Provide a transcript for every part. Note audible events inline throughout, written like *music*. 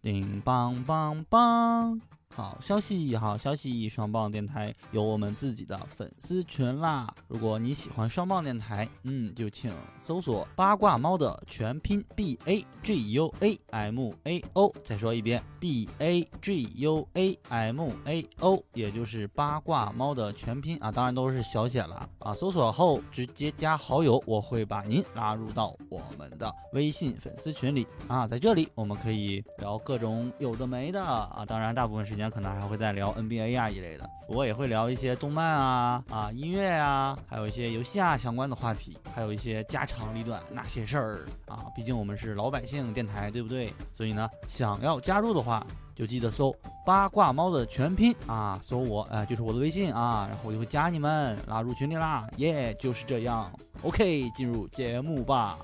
叮棒棒棒！好消息，好消息！双棒电台有我们自己的粉丝群啦。如果你喜欢双棒电台，嗯，就请搜索“八卦猫”的全拼 B A G U A M A O。再说一遍，B A G U A M A O，也就是八卦猫的全拼啊，当然都是小写了啊。搜索后直接加好友，我会把您拉入到我们的微信粉丝群里啊。在这里，我们可以聊各种有的没的啊，当然大部分时间。可能还会再聊 NBA 啊一类的，我也会聊一些动漫啊、啊音乐啊，还有一些游戏啊相关的话题，还有一些家长里短那些事儿啊。毕竟我们是老百姓电台，对不对？所以呢，想要加入的话，就记得搜“八卦猫”的全拼啊，搜我，哎、呃，就是我的微信啊，然后我就会加你们，拉入群里啦。耶、yeah,，就是这样。OK，进入节目吧。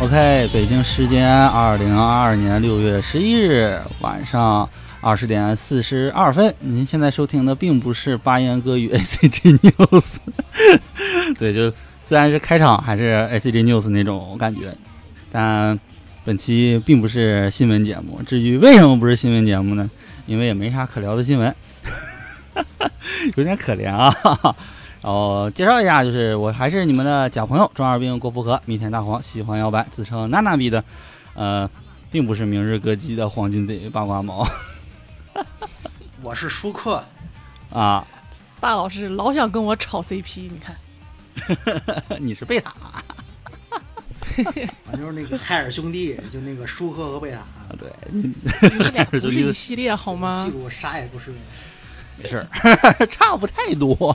OK，北京时间二零二二年六月十一日晚上二十点四十二分，您现在收听的并不是八言歌与 *laughs* ACG News，对，就虽然是开场还是 ACG News 那种感觉，但本期并不是新闻节目。至于为什么不是新闻节目呢？因为也没啥可聊的新闻， *laughs* 有点可怜啊。然后哦介绍一下，就是我还是你们的假朋友中二病郭富和，弥天大黄，喜欢摇摆，自称娜娜逼的，呃，并不是明日歌姬的黄金贼八卦猫。我是舒克啊， *laughs* 大老师老想跟我炒 CP，你看，你是贝塔，我就是那个海尔兄弟，就那个舒克和 *laughs* 贝塔，对，你们俩不是一系列好吗？记住我啥也不是，没事， *laughs* 差不太多。 *laughs*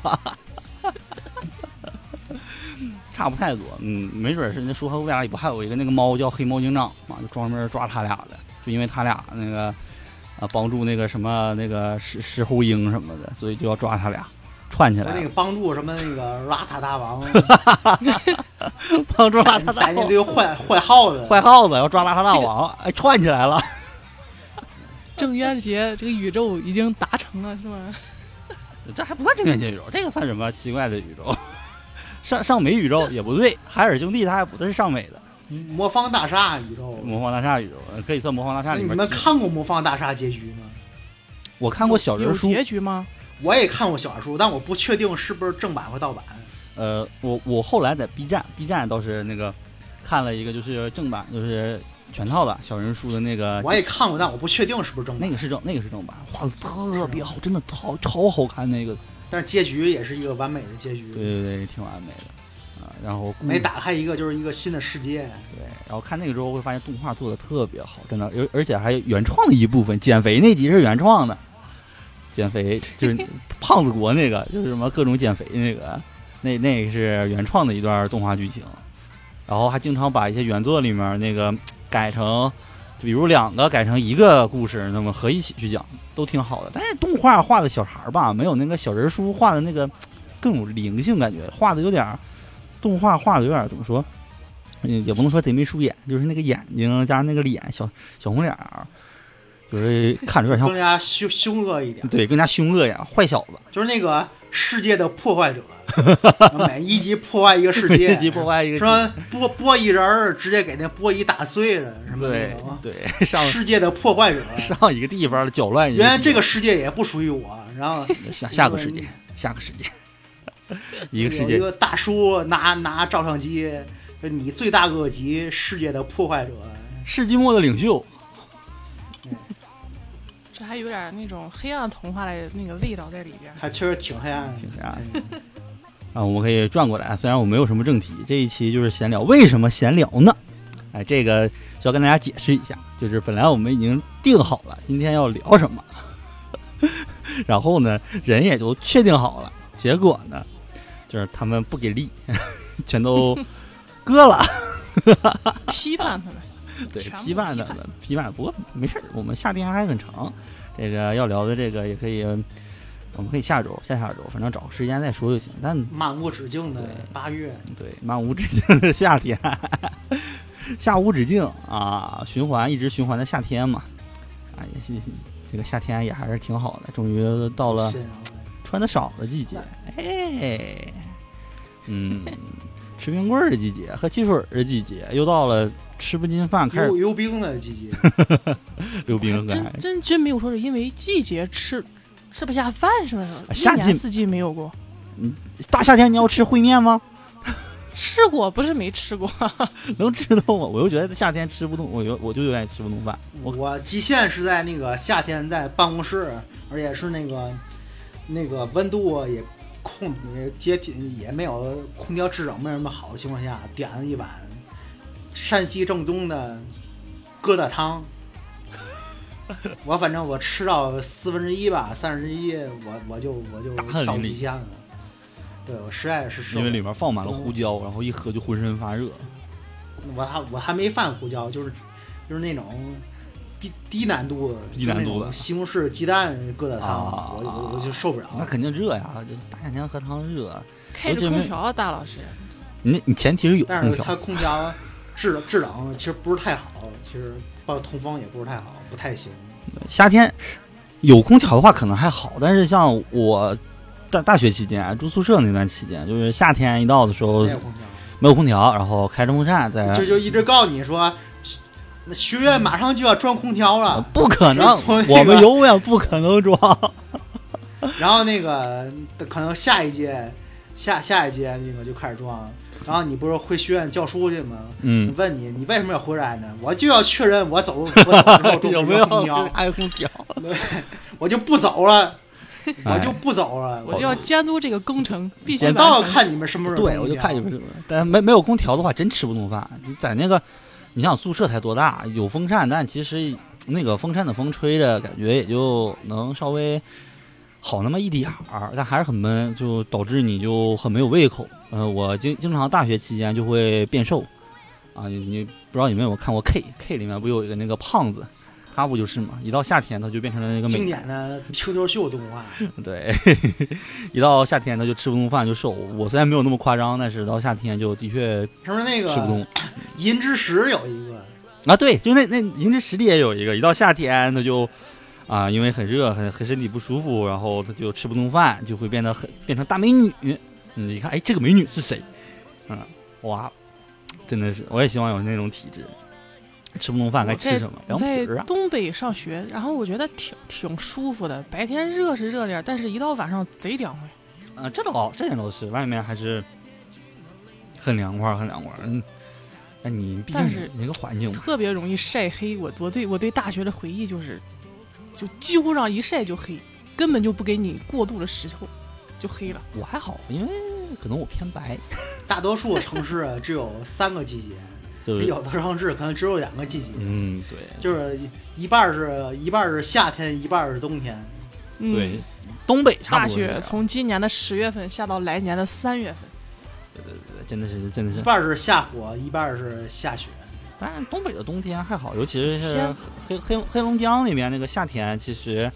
差不太多，嗯，没准是那舒克乌鸦里不还有一个那个猫叫黑猫警长嘛，就专门抓他俩的，就因为他俩那个啊帮助那个什么那个石石猴鹰什么的，所以就要抓他俩串起来。那个帮助什么那个邋遢大 *laughs* 王，帮助邋遢大王，那堆坏坏耗子，坏耗子要抓邋遢大王，哎，串起来了。郑渊洁这个宇宙已经达成了是吗？这还不算正 *laughs* 元界宇宙，这个算什么奇怪的宇宙？上上美宇宙也不对，海尔兄弟他还不是上美的。魔方大厦宇宙，魔方大厦宇宙可以算魔方大厦里面。你们看过魔方大厦结局吗？我看过小人书结局吗？我也看过小人书，但我不确定是不是正版或盗版。呃，我我后来在 B 站，B 站倒是那个看了一个，就是正版，就是全套的小人书的那个。我也看过，但我不确定是不是正版。那个是正，那个是正版，画的特别好，真的超超好看那个。但是结局也是一个完美的结局，对对对，挺完美的啊。然后每打开一个就是一个新的世界，对。然后看那个之后会发现动画做的特别好，真的，而而且还原创的一部分。减肥那集是原创的，减肥就是胖子国那个，就是什么各种减肥那个，那那个、是原创的一段动画剧情。然后还经常把一些原作里面那个改成，就比如两个改成一个故事，那么合一起去讲。都挺好的，但是动画画的小孩儿吧，没有那个小人书画的那个更有灵性感觉，画的有点动画画的有点怎么说，嗯也不能说贼眉鼠眼，就是那个眼睛加那个脸小小红脸儿，就是看着有点像更加凶凶恶一点，对，更加凶恶呀，坏小子，就是那个世界的 *laughs* 破坏者，每一集破坏一个世界，一集破坏一个，什么玻玻璃人儿直接给那玻璃打碎了，什么啊对对， *laughs* 上世界的破坏者，上一个地方搅乱，原来这个世界也不属于我，然后下下个世 *laughs* 界，下个世界，一个世界，一个大叔拿拿照相机你罪大恶极，世界的破坏者。世纪末的领袖，这还有点那种黑暗童话的那个味道在里边。他确实挺哎黑暗的，挺黑暗的。啊，我们可以转过来啊。虽然我没有什么正题，这一期就是闲聊。为什么闲聊呢？哎，这个需要跟大家解释一下，就是本来我们已经定好了今天要聊什么， *laughs* 然后呢，人也就确定好了，结果呢，就是他们不给力， *laughs* 全都割了，批判他们， *laughs* 对，全部批判批的判批判。不过没事儿，我们夏天还很长，这个要聊的这个也可以，我们可以下周、下下周，反正找个时间再说就行。但漫无止境的八月，对，漫无止境的夏天，夏无止境啊，循环一直循环的夏天嘛，啊，也是这个夏天也还是挺好的，终于到了欣赏穿的少的季节，哎，嗯，吃冰棍儿的季节，喝汽水儿的季节，又到了吃不进饭开幽始幽冰的季节，溜冰了，真真真没有说是因为季节吃吃不下饭什么什么，啊夏一季年四季没有过。大夏天你要吃烩面吗？吃过不是没吃过， *laughs* 能吃到吗？我又觉得夏天吃不动，我有我就有点吃不动饭，我我极限是在那个夏天在办公室，而且是那个那个温度也控也接近也没有空调制冷没什么好的情况下，点了一碗山西正宗的疙 *laughs* 瘩汤。我反正我吃到四分之一吧，三分之一，我我就我就大汗淋到漓极限了。对我实在是受因不为了里面放满了胡椒，然后一喝就浑身发热。我还我还没犯胡椒，就是就是那种低低难度的低难度的就是那种西红柿鸡蛋疙瘩汤，啊我我我就受不了。那肯定热呀，这大夏天喝汤热。开尤其着没空调啊，大老师。你你前提是有但空是它调，空调制制冷其实不是太好，其实包括通风也不是太好，不太行。夏天有空调的话可能还好，但是像我大大学期间啊住宿舍那段期间，就是夏天一到的时候没有空调，没有空调，然后开着风扇在，哎就就一直告诉你说，那学院马上就要装空调呃了。不可能是 *laughs* 从那，个我们永远不可能装。然后那个可能下一届下下一届那个就开始装，然后你不是回学院教书去吗？嗯，问你，你为什么要回来呢？我就要确认我走，我走之 *laughs* 后中有没没空有调，开空调？我就不走了，哎我就不走了。我就要监督这个工程，必须我完倒要成看你们什么时候对，有我就空调看你们这个，但没没有空调的话，真吃不动饭。在那个，你想宿舍才多大，有风扇，但其实那个风扇的风吹着，感觉也就能稍微好那么一点儿，但还是很闷，就导致你就很没有胃口。呃，我经经常大学期间就会变瘦啊，你你不知道你们有没有看过 K K 里面不有一个那个胖子，他不就是嘛，一到夏天他就变成了那个美经典的 QQ 秀动画， *laughs* 对，一到夏天他就吃不动饭就瘦。我虽然没有那么夸张，但是到夏天就的确什么那吃不个动银之石有一个，啊。对，就那那银之实力也有一个，一到夏天他就啊，因为很热，很很身体不舒服，然后他就吃不动饭，就会变得很变成大美女。你一看，哎，这个美女是谁？嗯，哇，真的是，我也希望有那种体质，吃不动饭该我吃在什么？我凉皮在儿啊，东北上学，然后我觉得挺挺舒服的，白天热是热点儿，但是一到晚上贼凉快。啊，这倒这点倒是，外面还是很凉快，很凉快。嗯，那你毕但竟是你那个环境嘛。特别容易晒黑。我我对我对大学的回忆就是，就几乎上一晒就黑，根本就不给你过渡的时候就黑了。我还好，因为可能我偏白，大多数城市啊只有三个季节，就有的城市可能只有两个季节，嗯，对，就是一一半儿是一半儿是夏天，一半儿是冬天。嗯，对，东北差大不多是这雪样从今年的十月份下到来年的三月份，真的是真的一是，半儿是下火，一半儿是下雪。 *laughs* 但东北的冬天还好，尤其是天黑黑黑龙江那边那个夏天，其实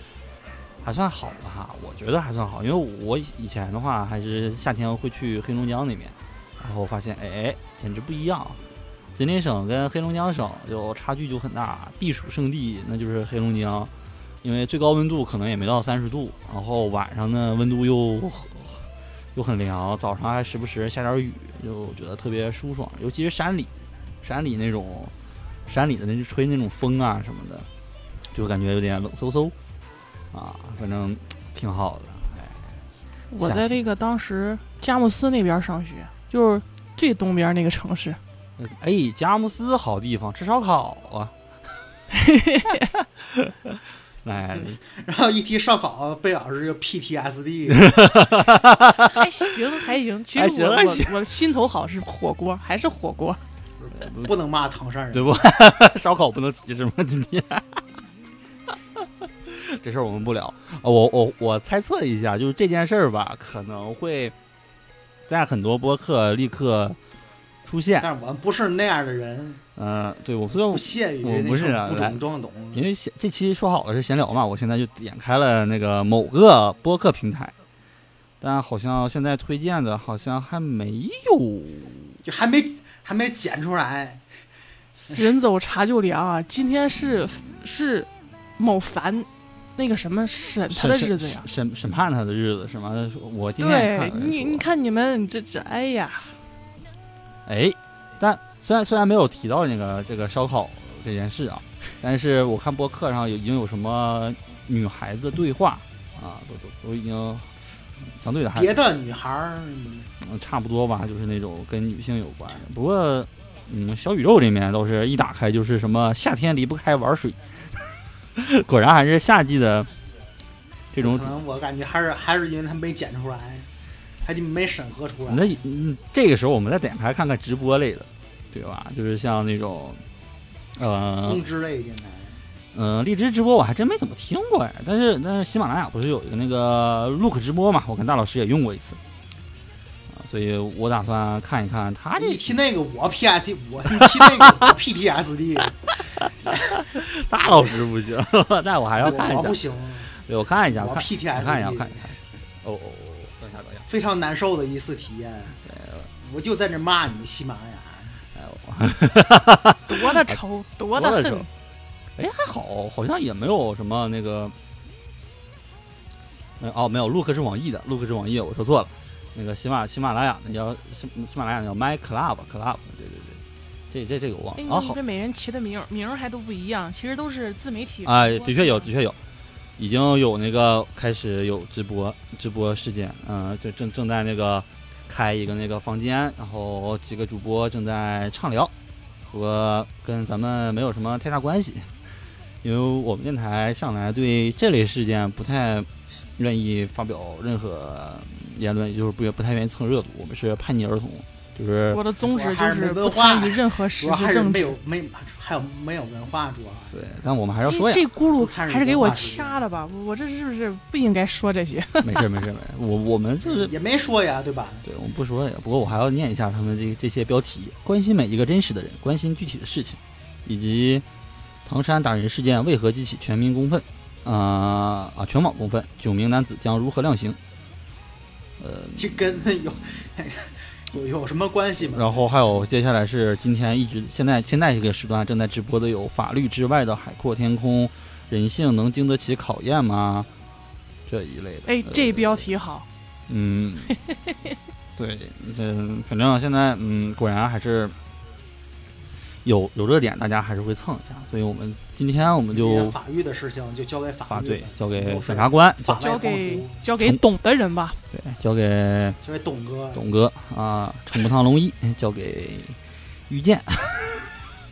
还算好吧，我觉得还算好，因为我以前的话还是夏天会去黑龙江那边，然后发现哎，简直不一样。吉林省跟黑龙江省就差距就很大，啊避暑胜地那就是黑龙江，因为最高温度可能也没到三十度，然后晚上呢温度又又很凉，早上还时不时下点雨，就觉得特别舒爽。尤其是山里，山里那种山里的那吹那种风啊什么的，就感觉有点冷飕飕啊，反正挺好的。哎，我夏在天 *laughs* 那个当时佳木斯那边上学，就是最东边那个城市，哎，佳木斯好地方，吃烧烤 *laughs* 啊。 *laughs* 哎，然后一提烧烤，贝老师就 *laughs* PTSD，还行还行，其还实行我还我 *laughs* 我心头好是火锅，还是火锅。不能骂唐山人。对不？ *laughs* 烧烤不能提是吗？今天 *laughs* 这事儿我们不聊。呃我我我猜测一下，就是这件事儿吧，可能会在很多播客立刻出现。 *laughs* 但是我们不是那样的人，嗯、对我所以不我屑于我那不是啊种不来懂装懂。因为闲这期说好了是闲聊嘛，我现在就点开了那个某个播客平台，但好像现在推荐的好像还没有。就还没还没剪出来，人走茶就凉啊！今天是是某凡那个什么审他的日子呀。审审审判他的日子是吗？他说我今天也看对了你，说你看你们这这，哎呀，哎，但虽然虽然没有提到那个这个烧烤这件事啊，但是我看播客上有已经有什么女孩子对话啊，都都都已经相对的还别的女孩儿嗯差不多吧，就是那种跟女性有关的。不过，嗯，小宇宙里面倒是一打开就是什么夏天离不开玩水， *laughs* 果然还是夏季的这种可能我感觉还是还是因为他没剪出来，他就没审核出来。那嗯，这个时候我们再点开看看直播类的，对吧？就是像那种，呃公知类电台，嗯、呃，荔枝直播我还真没怎么听过哎，但是但是喜马拉雅不是有一个那个 Look 直播嘛？我跟大老师也用过一次，啊，所以我打算看一看他这你提那个我 P S D，我你提 *laughs* 那个我 P T S D，大老师不行， *laughs* 但我还要看我一我下不，行，对我看一下，我看 PTSD 看一下，看一下，哦哦哦，等一下等一下，非常难受的一次体验。我就在那骂你喜马拉雅，哎我。多的仇，多的多的恨仇，哎，还好，好像也没有什么那个，呃哦，没有，陆克是网易的，陆克是网易的，我说错了。那个喜马喜马拉雅那叫喜喜马拉雅叫 My Club Club，对对对，这这这个我哎，忘了啊，你们好这，每人起的名儿名儿还都不一样，其实都是自媒体。哎，的确有，的确有，已经有那个开始有直播直播事件，嗯、就正正在那个开一个那个房间，然后几个主播正在畅聊，不过跟咱们没有什么太大关系，因为我们电台向来对这类事件不太愿意发表任何言论，也就是不不太愿意蹭热度，我们是叛逆儿童，就是我的宗旨主要就还是是没不文化参与任何实主要还是质政没治。有没还有没有文化，主要还是对，但我们还是要哎说呀。这轱辘不参与还是给我文化实质掐了吧！我我这是不是不应该说这些？没事儿没事儿没事儿，我我们就是也没说呀，对吧？对，我们不说也，不过我还要念一下他们这这些标题：关心每一个真实的人，关心具体的事情，以及唐山打人事件为何激起全民公愤，啊、啊，全网公愤，九名男子将如何量刑？呃，这跟有 *laughs* 有有什么关系吗？然后还有接下来是今天一直现在现在这个时段正在直播的有法律之外的海阔天空，人性能经得起考验吗？这一类的。哎，这呃标题好，嗯，对，嗯，反正现在嗯，果然还是有有热点，大家还是会蹭一下。所以我们今天我们这就些法律的事情就交给法把律对吧，交给都是检察官，交法外交狂徒给交给懂的人吧。对交给交给董哥，董哥啊，惩不烫龙一， *laughs* 交给遇见，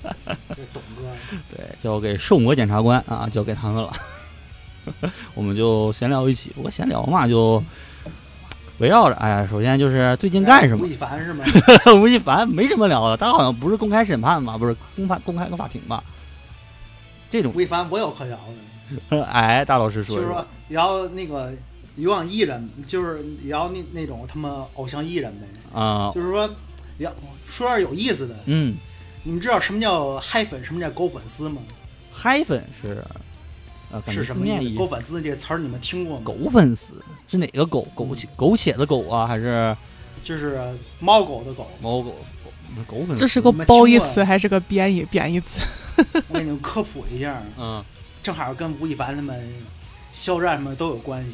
交给董哥。对， *laughs* 交给受魔检察官啊，交给他们了。 *laughs* 我们就闲聊一起，不过闲聊嘛，就围绕着，哎呀，首先就是最近干什么吴？亦 *laughs* 凡是吗？吴亦凡没什么聊的，他好像不是公开审判吧？不是公判公开个法庭吧？这种 *laughs* 吴亦凡我有可聊的，哎，大老师说就是说聊那个有往艺人，就是聊那那种他们偶像艺人呗，啊、就是说聊说点有意思的。嗯，你们知道什么叫嗨粉，什么叫狗粉丝吗？嗨粉是呃，感觉是什字么面意意思？思狗粉丝这个词儿你们听过吗？狗粉丝是哪个狗？嗯苟且苟且的苟啊，还是就是猫狗的狗。猫狗？狗粉丝这是个你们褒听义过词还是个贬义贬义词？我给你们科普一下，嗯正好跟吴亦凡他们、肖战他们都有关系。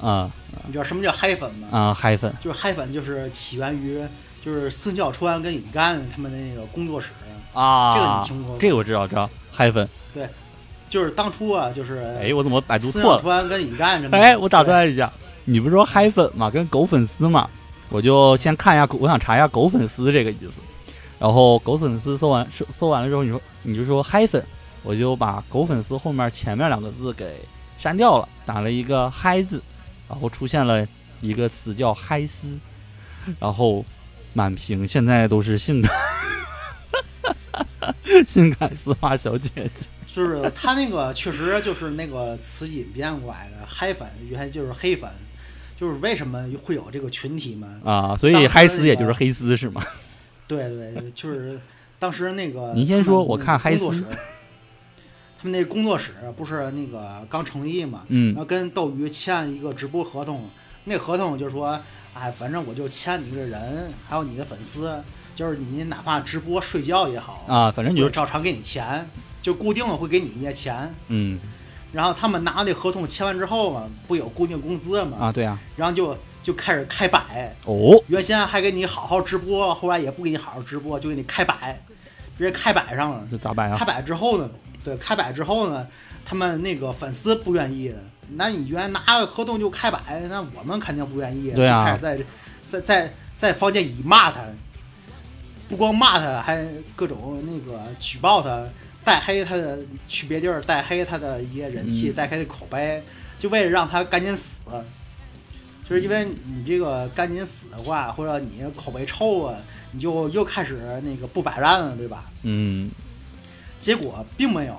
啊你知道什么叫嗨粉吗？啊嗨粉就是嗨粉就是起源于就是孙笑川跟李干他们的那个工作室，这个啊你，听过吗？这个我知道知道嗨粉。就是当初啊，就是哎，我怎么百度孙错小了？川跟李 *laughs* 干什么的？ *laughs* 哎，我打断一下，你不是说嗨粉嘛，跟狗粉丝嘛，我就先看一下狗，我想查一下狗粉丝这个意思。然后狗粉丝搜完搜搜完了之后，你说你就说嗨粉，我就把狗粉丝后面前面两个字给删掉了，打了一个嗨字，然后出现了一个词叫嗨丝，然后满屏现在都是性感 *laughs* 性感丝袜小姐姐。就是他那个确实就是那个词引变过来的，嗨粉原来就是黑粉，就是为什么会有这个群体嘛？啊，所以当时嗨丝也那就是个黑丝是吗？对对，就是 *laughs* 当时那个您先说他们我看嗨工作丝室，他们那工作室不是那个刚成立嘛，然嗯后跟斗鱼签一个直播合同，那合同就说，哎，反正我就签你这人，还有你的粉丝，就是你哪怕直播睡觉也好，啊，反正你我就照常给你钱，就固定的会给你一些钱。嗯然后他们拿那合同签完之后嘛，不有固定工资嘛，啊，对啊，然后就就开始开摆，哦，原先还给你好好直播，后来也不给你好好直播，就给你开摆，直接开摆上了。这咋啊办呀开？摆之后呢，对，开摆之后呢，他们那个粉丝不愿意了。那你原来拿个合同就开摆，那我们肯定不愿意。对啊就开始在在在在房间里骂他，不光骂他，还各种那个举报他，带黑他的去别地儿，带黑他的一些人气，嗯带黑的口碑，就为了让他赶紧死。就是因为你这个赶紧死的话，或者你口碑臭啊，你就又开始那个不摆烂了，对吧？嗯，结果并没有，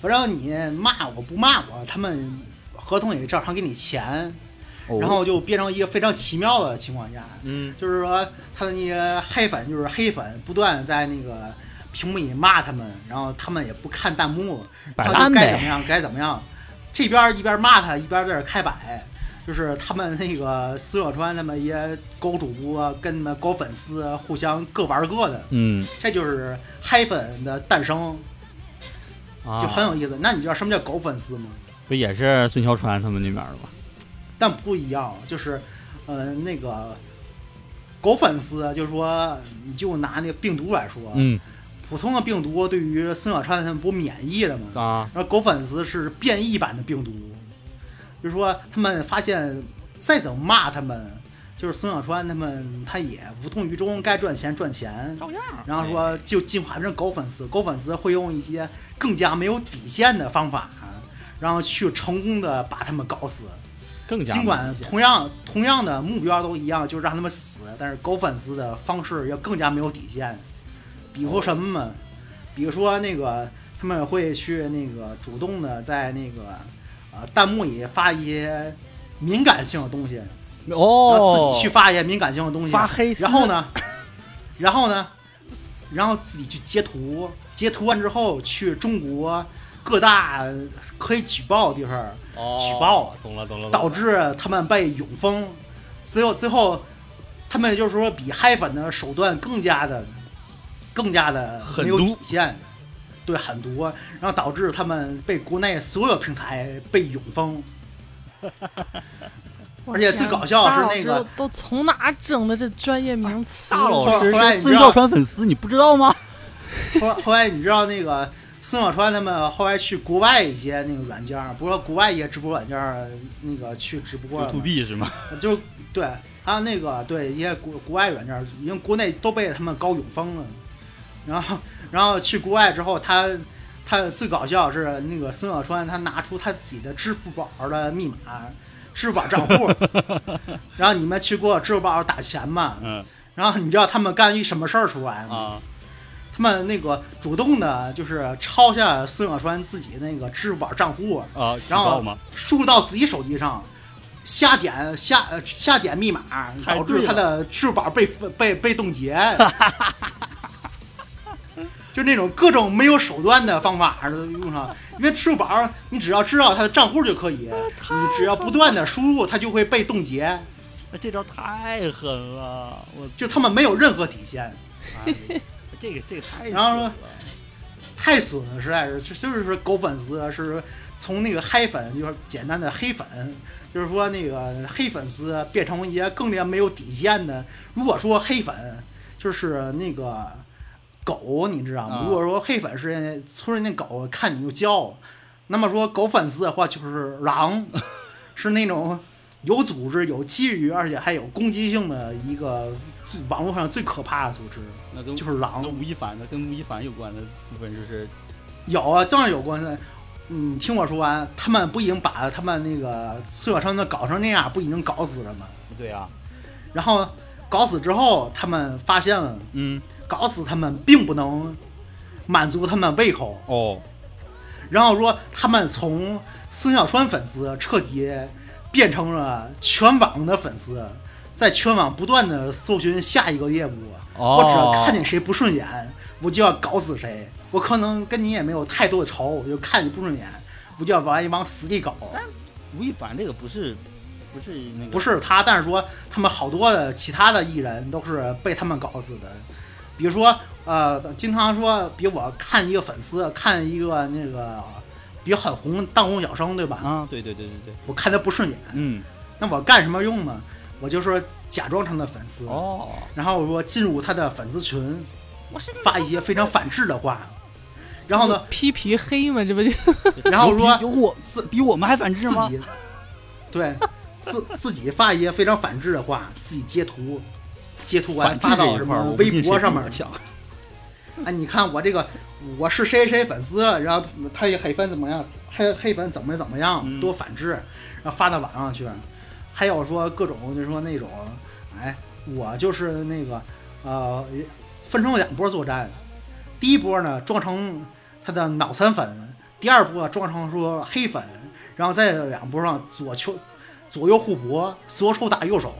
反正你骂我不骂我，他们合同也照常给你钱，哦然后就变成一个非常奇妙的情况下，嗯就是说他的那个黑粉就是黑粉不断在那个屏幕里骂他们，然后他们也不看弹幕，摆他烂就该怎么呗，样该怎么样，这边一边骂他一边在这儿开摆。就是他们那个孙小川他们一些狗主播跟他们狗粉丝互相各玩各的，嗯这就是嗨粉的诞生。啊，就很有意思。那你知道什么叫狗粉丝吗？不也是孙小川他们那边的吗？但不一样，就是，呃，那个狗粉丝，就是说，你就拿那个病毒来说，嗯普通的病毒对于孙小川他们不免疫的嘛，啊，然后狗粉丝是变异版的病毒，就是说他们发现再怎么骂他们，就是孙小川他们他也无动于衷，该赚钱赚钱。照样。然后说就进化成狗粉丝，狗粉丝会用一些更加没有底线的方法，然后去成功的把他们搞死。更加尽管同样同样的目标都一样，就是让他们死，但是狗粉丝的方式要更加没有底线。比如什么嘛？比如说那个他们会去那个主动的在那个呃弹幕里发一些敏感性的东西，然后哦，自己去发一些敏感性的东西，发黑丝然后呢，然后呢，然后自己去截图，截图完之后去中国各大可以举报的地方哦举报，懂了懂了，懂了导致他们被永封。最后，最后，他们就是说比嗨粉的手段更加的、更加的狠没有毒底线，对，狠毒，然后导致他们被国内所有平台被永封。而且最搞笑的是啊大老师那个啊都从哪整的这专业名词？大老师后来是你知孙道小川粉丝，你不知道吗？后来后来你知道那个孙小川他们后来去国外一些那个软件儿，不是说国外一些直播软件儿那个去直播了吗 to B 是吗？就对他那个对一些国国外软件儿，因为国内都被他们搞永封了，然后然后去国外之后，他他最搞笑是那个孙小川，他拿出他自己的支付宝的密码，支付宝账户， *laughs* 然后你们去给我支付宝打钱嘛，嗯然后你知道他们干一什么事儿出来吗？啊，他们那个主动的，就是抄下孙小川自己那个支付宝账户，啊，举然报后吗？输入到自己手机上，瞎点瞎呃瞎点密码，太导对致他的支付宝被被被冻 *laughs* 结。就那种各种没有手段的方法都用上，因为支付宝你只要知道他的账户就可啊以，你只要不断的输入，它就会被冻结。这招太狠了，我就他们没有任何底线，这个这个太然后说太损了，实在是就就是说狗粉丝啊是从那个嗨粉，就是简单的黑粉，就是说那个黑粉丝啊变成一些更加没有底线的。如果说黑粉就是那个狗，你知道吗啊？如果说黑粉是村里那狗看你就叫，那么说狗粉丝的话就是狼，是那种有组织、有纪律，而且还有攻击性的一个最网络上最可怕的组织，那跟就是狼那。吴亦凡的跟吴亦凡有关的部分就是有啊，当然有关系。你听我说完，他们不已经把他们那个碎小商队搞成那样，不已经搞死了吗？不对啊，然后搞死之后，他们发现了嗯搞死他们并不能满足他们胃口，哦，然后说他们从孙小川粉丝彻底变成了全网的粉丝，在全网不断的搜寻下一个猎物。哦哦我只要看见谁不顺眼，我就要搞死谁。我可能跟你也没有太多的仇，我就看你不顺眼，我就要往一往死里搞。吴亦凡这个不是不是那个不是他，但是说他们好多的其他的艺人都是被他们搞死的。比如说，呃，经常说，比我看一个粉丝，看一个那个，比如很红当红小生，对吧？啊，对对对对对，我看他不顺眼，嗯那我干什么用呢？我就说假装成他的粉丝，哦，然后我说进入他的粉丝群，我是发一些非常反制的话，然后呢，披皮黑嘛，这不就 *laughs* 然后说有我自比我们还反制自吗？己， *laughs* 对，自自己发一些非常反制的话，自己截图，截图完反制发这到一什块儿么我不信微博谁上比面 *laughs* 我，强哎，你看我这个我是谁谁粉丝，然后他也黑粉怎么样，黑黑粉怎么怎么样，嗯多反制，然后发到网上去。还有说各种就是说那种，哎，我就是那个呃，分成两波作战，第一波呢装成他的脑残粉，第二波装成说黑粉，然后在两波上左球左右互搏，左手打右手。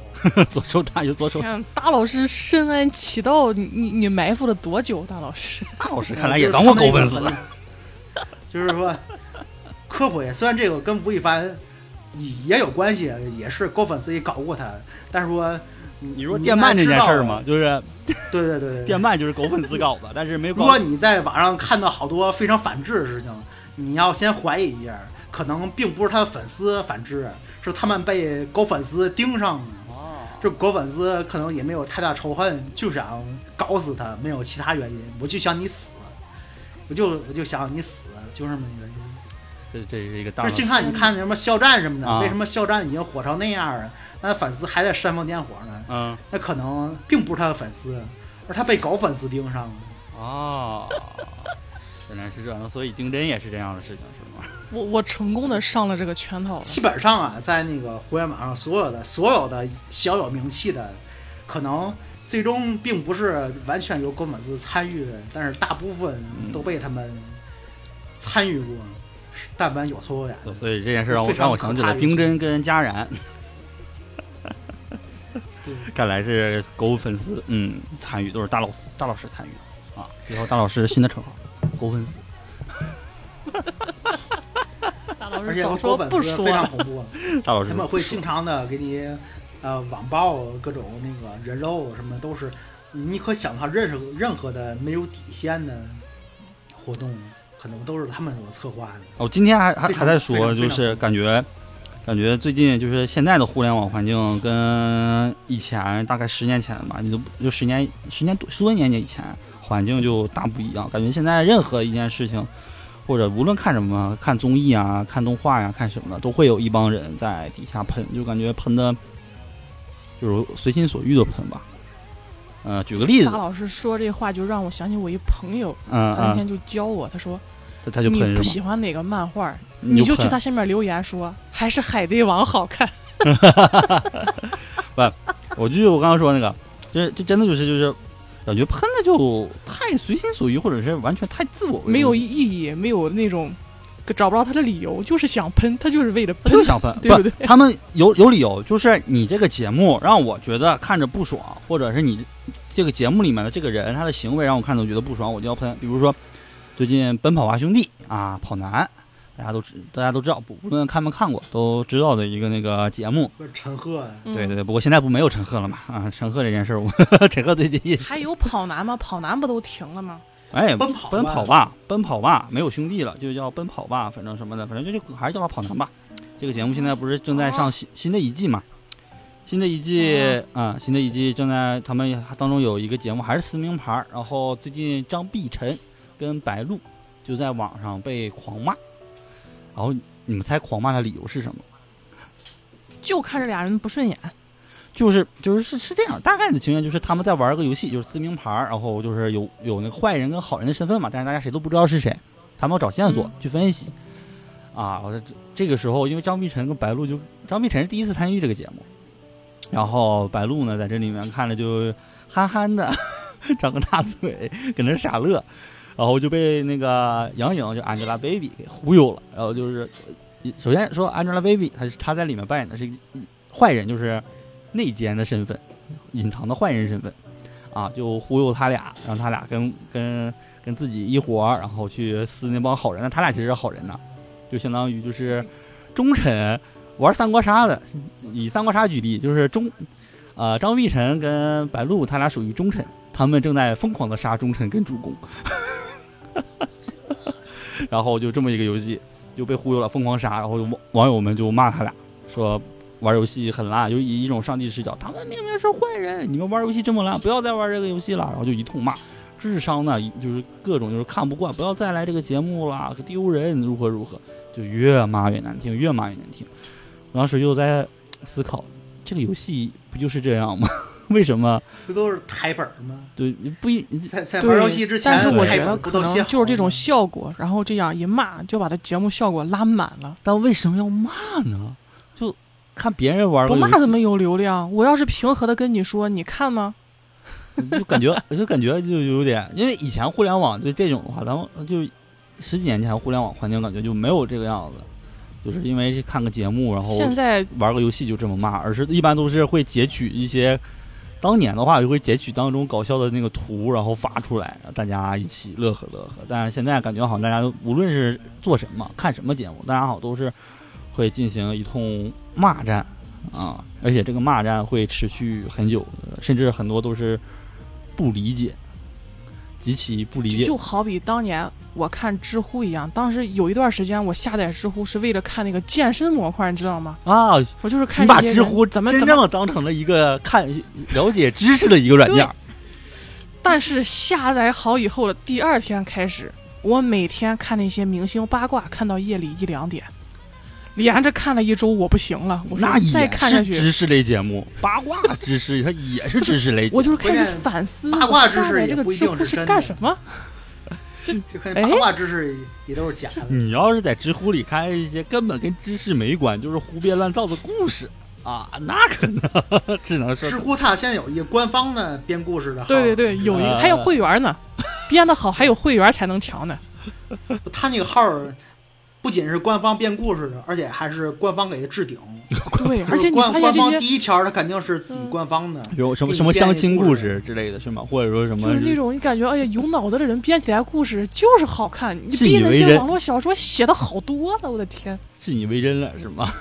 左手打右，左手天， *laughs* 大老师深谙其道，你你你埋伏了多久？大老师，大老师嗯看来也当过狗粉丝。就是他们那种 *laughs* 就是说，科普也虽然这个跟吴亦凡也有关系，也是狗粉丝也搞过他，但是说你 *laughs* 说电鳗这件事啊儿嘛，，就是你应该知道对对对对电，鳗就是狗粉丝搞的，但是没有如果你在网上看到好多非常反制的事情，你要先怀疑一下，可能并不是他的粉丝反制，是他们被狗粉丝盯上了。啊，这狗粉丝可能也没有太大仇恨，就想搞死他，没有其他原因。我就想你死，我就我就想你死，就这么一个原因。这这是一个大就佬是经常你看那什么肖战什么的，啊为什么肖战已经火成那样儿了，那粉丝还在煽风点火呢？嗯那可能并不是他的粉丝，而他被狗粉丝盯上了。啊，原来是这样，所以丁真也是这样的事情是吗？我我成功的上了这个圈套了。基本上啊，在那个互联网上，所有的所有的小有名气的，可能最终并不是完全由狗粉丝参与，但是大部分都被他们参与过，但凡有头有脸的。所以这件事让我非常让我想起了可怕丁真跟佳然， *laughs* 对，看来是狗粉丝嗯参与都是大老师大老师参与的啊，以后大老师新的称号狗粉丝，大老而师且早狗说粉不丝说非常了，恐怖。大老师他们会经常的给你，呃，网暴各种那个人肉呃什么都是，你可想到任何任何的没有底线的活动，可能都是他们所策划的。我、哦今天还还非常还在非说，常就非是常感觉，感觉最近就是现在的互联网环境跟以前大概十年前吧，你都不就十年十年多十多年以前环境就大不一样。感觉现在任何一件事情，或者无论看什么，看综艺啊、看动画呀、看什么的，都会有一帮人在底下喷，就感觉喷的，就是随心所欲的喷吧。呃，举个例子大，老师说这话就让我想起我一朋友，嗯他那嗯，天就教我，他说他他就你喷不是吗？喜欢哪个漫画，你你就去喷他下面留言说还是海贼王好看。 *laughs* 我就是我刚刚说那个，就是就真的就是就是，感觉喷的就太随心所欲，或者是完全太自我为中心，没有意义，没有那种找不着他的理由，就是想喷，他就是为了他喷 *laughs* 就。想喷，对不对他们有有理由，就是你这个节目让我觉得看着不爽，或者是你这个节目里面的这个人他的行为让我看着觉得不爽，我就要喷。比如说最近《奔跑吧兄弟》啊，跑男。大家都知，大家都知道，不无论看没看过，都知道的一个那个节目。不是陈赫，啊嗯对对，对，不过现在不没有陈赫了嘛？啊，陈赫这件事儿，我 *laughs* 陈赫最近也是还有跑男吗？跑男不都停了吗？哎，奔跑吧啊奔跑吧，奔跑吧，没有兄弟了，就叫奔跑吧，反正什么的，反正就就还是叫他跑男吧。这个节目现在不是正在上哦新、新的一季嘛？新的一季嗯啊、新的一季正在他们当中有一个节目还是撕名牌儿，然后最近张碧晨跟白鹿就在网上被狂骂，然后你们猜狂骂的理由是什么？就看这俩人不顺眼。就是就是是是这样，大概的情况就是他们在玩个游戏，就是撕名牌儿，然后就是有有那个坏人跟好人的身份嘛，但是大家谁都不知道是谁，他们要找线索嗯去分析。啊，我这这个时候因为张碧晨跟白鹿就张碧晨是第一次参与这个节目，然后白鹿呢在这里面看着就憨憨的， *laughs* 张个大嘴搁那傻乐，然后就被那个杨颖就 Angelababy 给忽悠了，然后就是首先说 Angelababy 她是她在里面扮演的是一坏人，就是内奸的身份，隐藏的坏人身份，啊，就忽悠他俩，让他俩跟跟跟自己一伙儿，然后去撕那帮好人。那他俩其实是好人呐，就相当于就是忠臣玩三国杀的，以三国杀举例，就是忠，呃，张碧晨跟白鹿他俩属于忠臣，他们正在疯狂的杀忠臣跟主公， *laughs* 然后就这么一个游戏就被忽悠了，疯狂杀，然后网网友们就骂他俩说。玩游戏很烂，就以一种上帝视角，他们明明是坏人，你们玩游戏这么烂，不要再玩这个游戏了，然后就一通骂，智商呢就是各种就是看不惯，不要再来这个节目了，可丢人，如何如何，就越骂越难听，越骂越难听。我当时就在思考，这个游戏不就是这样吗？ *laughs* 为什么不都是台本儿吗？对不一在在对玩游戏之前，但是我台本觉得儿不可都写能好就是这了吗种效果，然后这样一骂，就把他节目效果拉满了。但为什么要骂呢？就看别人玩不个骂游怎么有流量？我要是平和的跟你说，你看吗？戏，就感觉 *laughs* 就感觉就有点，因为以前互联网就这种的话，咱们就十几年前互联网环境感觉就没有这个样子，就是因为是看个节目，然后现在玩个游戏就这么骂，而是一般都是会截取一些，当年的话就会截取当中搞笑的那个图，然后发出来，大家一起乐呵乐呵。但是现在感觉好像大家都无论是做什么、看什么节目，大家好都是会进行一通骂战啊，而且这个骂战会持续很久，呃甚至很多都是不理解，极其不理解。就好比当年我看知乎一样，当时有一段时间我下载知乎是为了看那个健身模块，你知道吗？啊，我就是看你把这些知人乎怎么真怎么，正当成了一个看了解知识的一个软件儿。但是下载好以后的第二天开始，我每天看那些明星八卦，看到夜里一两点，连着看了一周，我不行了，我说那再也看下是去，知识类节目，八卦知识，它也是知识类节目。我就是开关始键反思，八我卦知下识载也这个不一知定乎是是真干的什么？就看哎嗯八卦知识也都是假的。你要是在知乎里看一些根本跟知识没关，就是胡编乱造的故事啊，那可能 *laughs* 只能说知乎它现在有一个官方的编故事的号，对对嗯对，有一个还有会员呢，编的好还有会员才能 *laughs* 强呢。他那个号儿不仅是官方编故事的，而且还是官方给的置顶。对，而且你官发现官这方些第一条，它肯定是自己官方的。有什么什么相亲故事之类的，是吗？或者说什么就是那种你感觉哎呀有脑子的人编起来故事就是好看，你信以比那为些真网络小说写的好多了，我的天，信以为真了，是吗？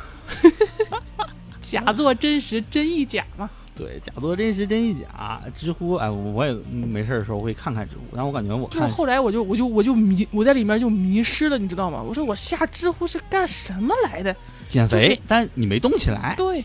假嗯作真实真亦假嘛。 *laughs* 对，假作真实真亦假。知乎，哎，我我也嗯没事儿的时候会看看知乎，但我感觉我就是看后来我就我就我就迷我在里面就迷失了，你知道吗？我说我下知乎是干什么来的？减就肥是，但你没动起来，对。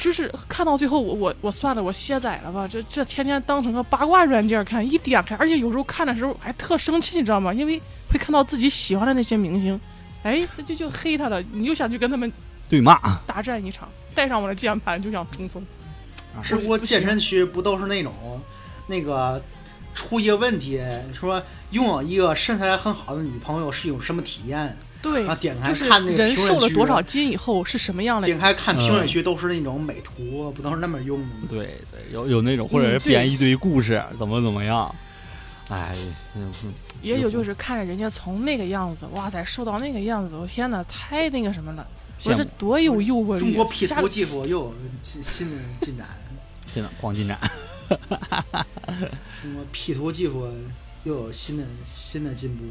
就是看到最后我，我我算了，我卸载了吧。这这天天当成个八卦软件看，一点开，而且有时候看的时候还特生气，你知道吗？因为会看到自己喜欢的那些明星，哎，这就就黑他了，你就想去跟他们对 *laughs* 骂，大战一场，带上我的键盘就想冲锋。啊知乎健身区不都是那种那个出一个问题，说拥有一个身材很好的女朋友是一种什么体验？对然后，点开就是看那个人评瘦论了区多少，斤以后是什么样的点开看评嗯论区都是那种美图，不都是那么用的吗？对对，有有那种或者是嗯对编一堆故事，怎么怎么样，哎，嗯嗯也有就是看着人家从那个样子，哇塞，瘦到那个样子，我天哪，太那个什么了！我羡说这慕，多有诱惑力！啊中国 P 下图技术又有新新的进展，真的黄金展。中国 P 图技术又有新的新的进步。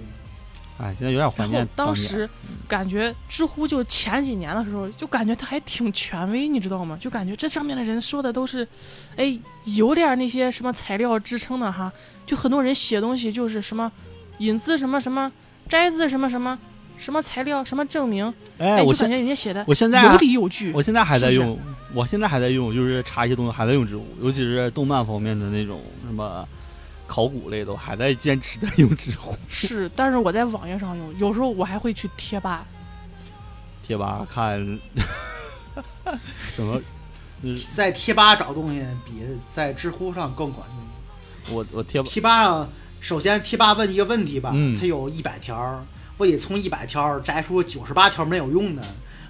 哎，现在有点怀然后念当年时感觉知乎就前几年的时候，就感觉他还挺权威，你知道吗？就感觉这上面的人说的都是，哎，有点那些什么材料支撑的哈。就很多人写东西就是什么引自什么什么，摘自什么什么什么材料什么证明，哎，我就感现觉人家写的我现在啊有理有据。我现在还在是不是用，我现在还在用，就是查一些东西还在用知乎，尤其是动漫方面的那种什么考古类的，我还在坚持在用知乎、是，但是我在网页上用，有时候我还会去贴吧。贴吧看什么？就是在贴吧找东西比在知乎上更管用。我我贴吧贴吧上，首先贴吧问一个问题吧，呃嗯它有一百条儿，我得从一百条儿摘出九十八条没有用的，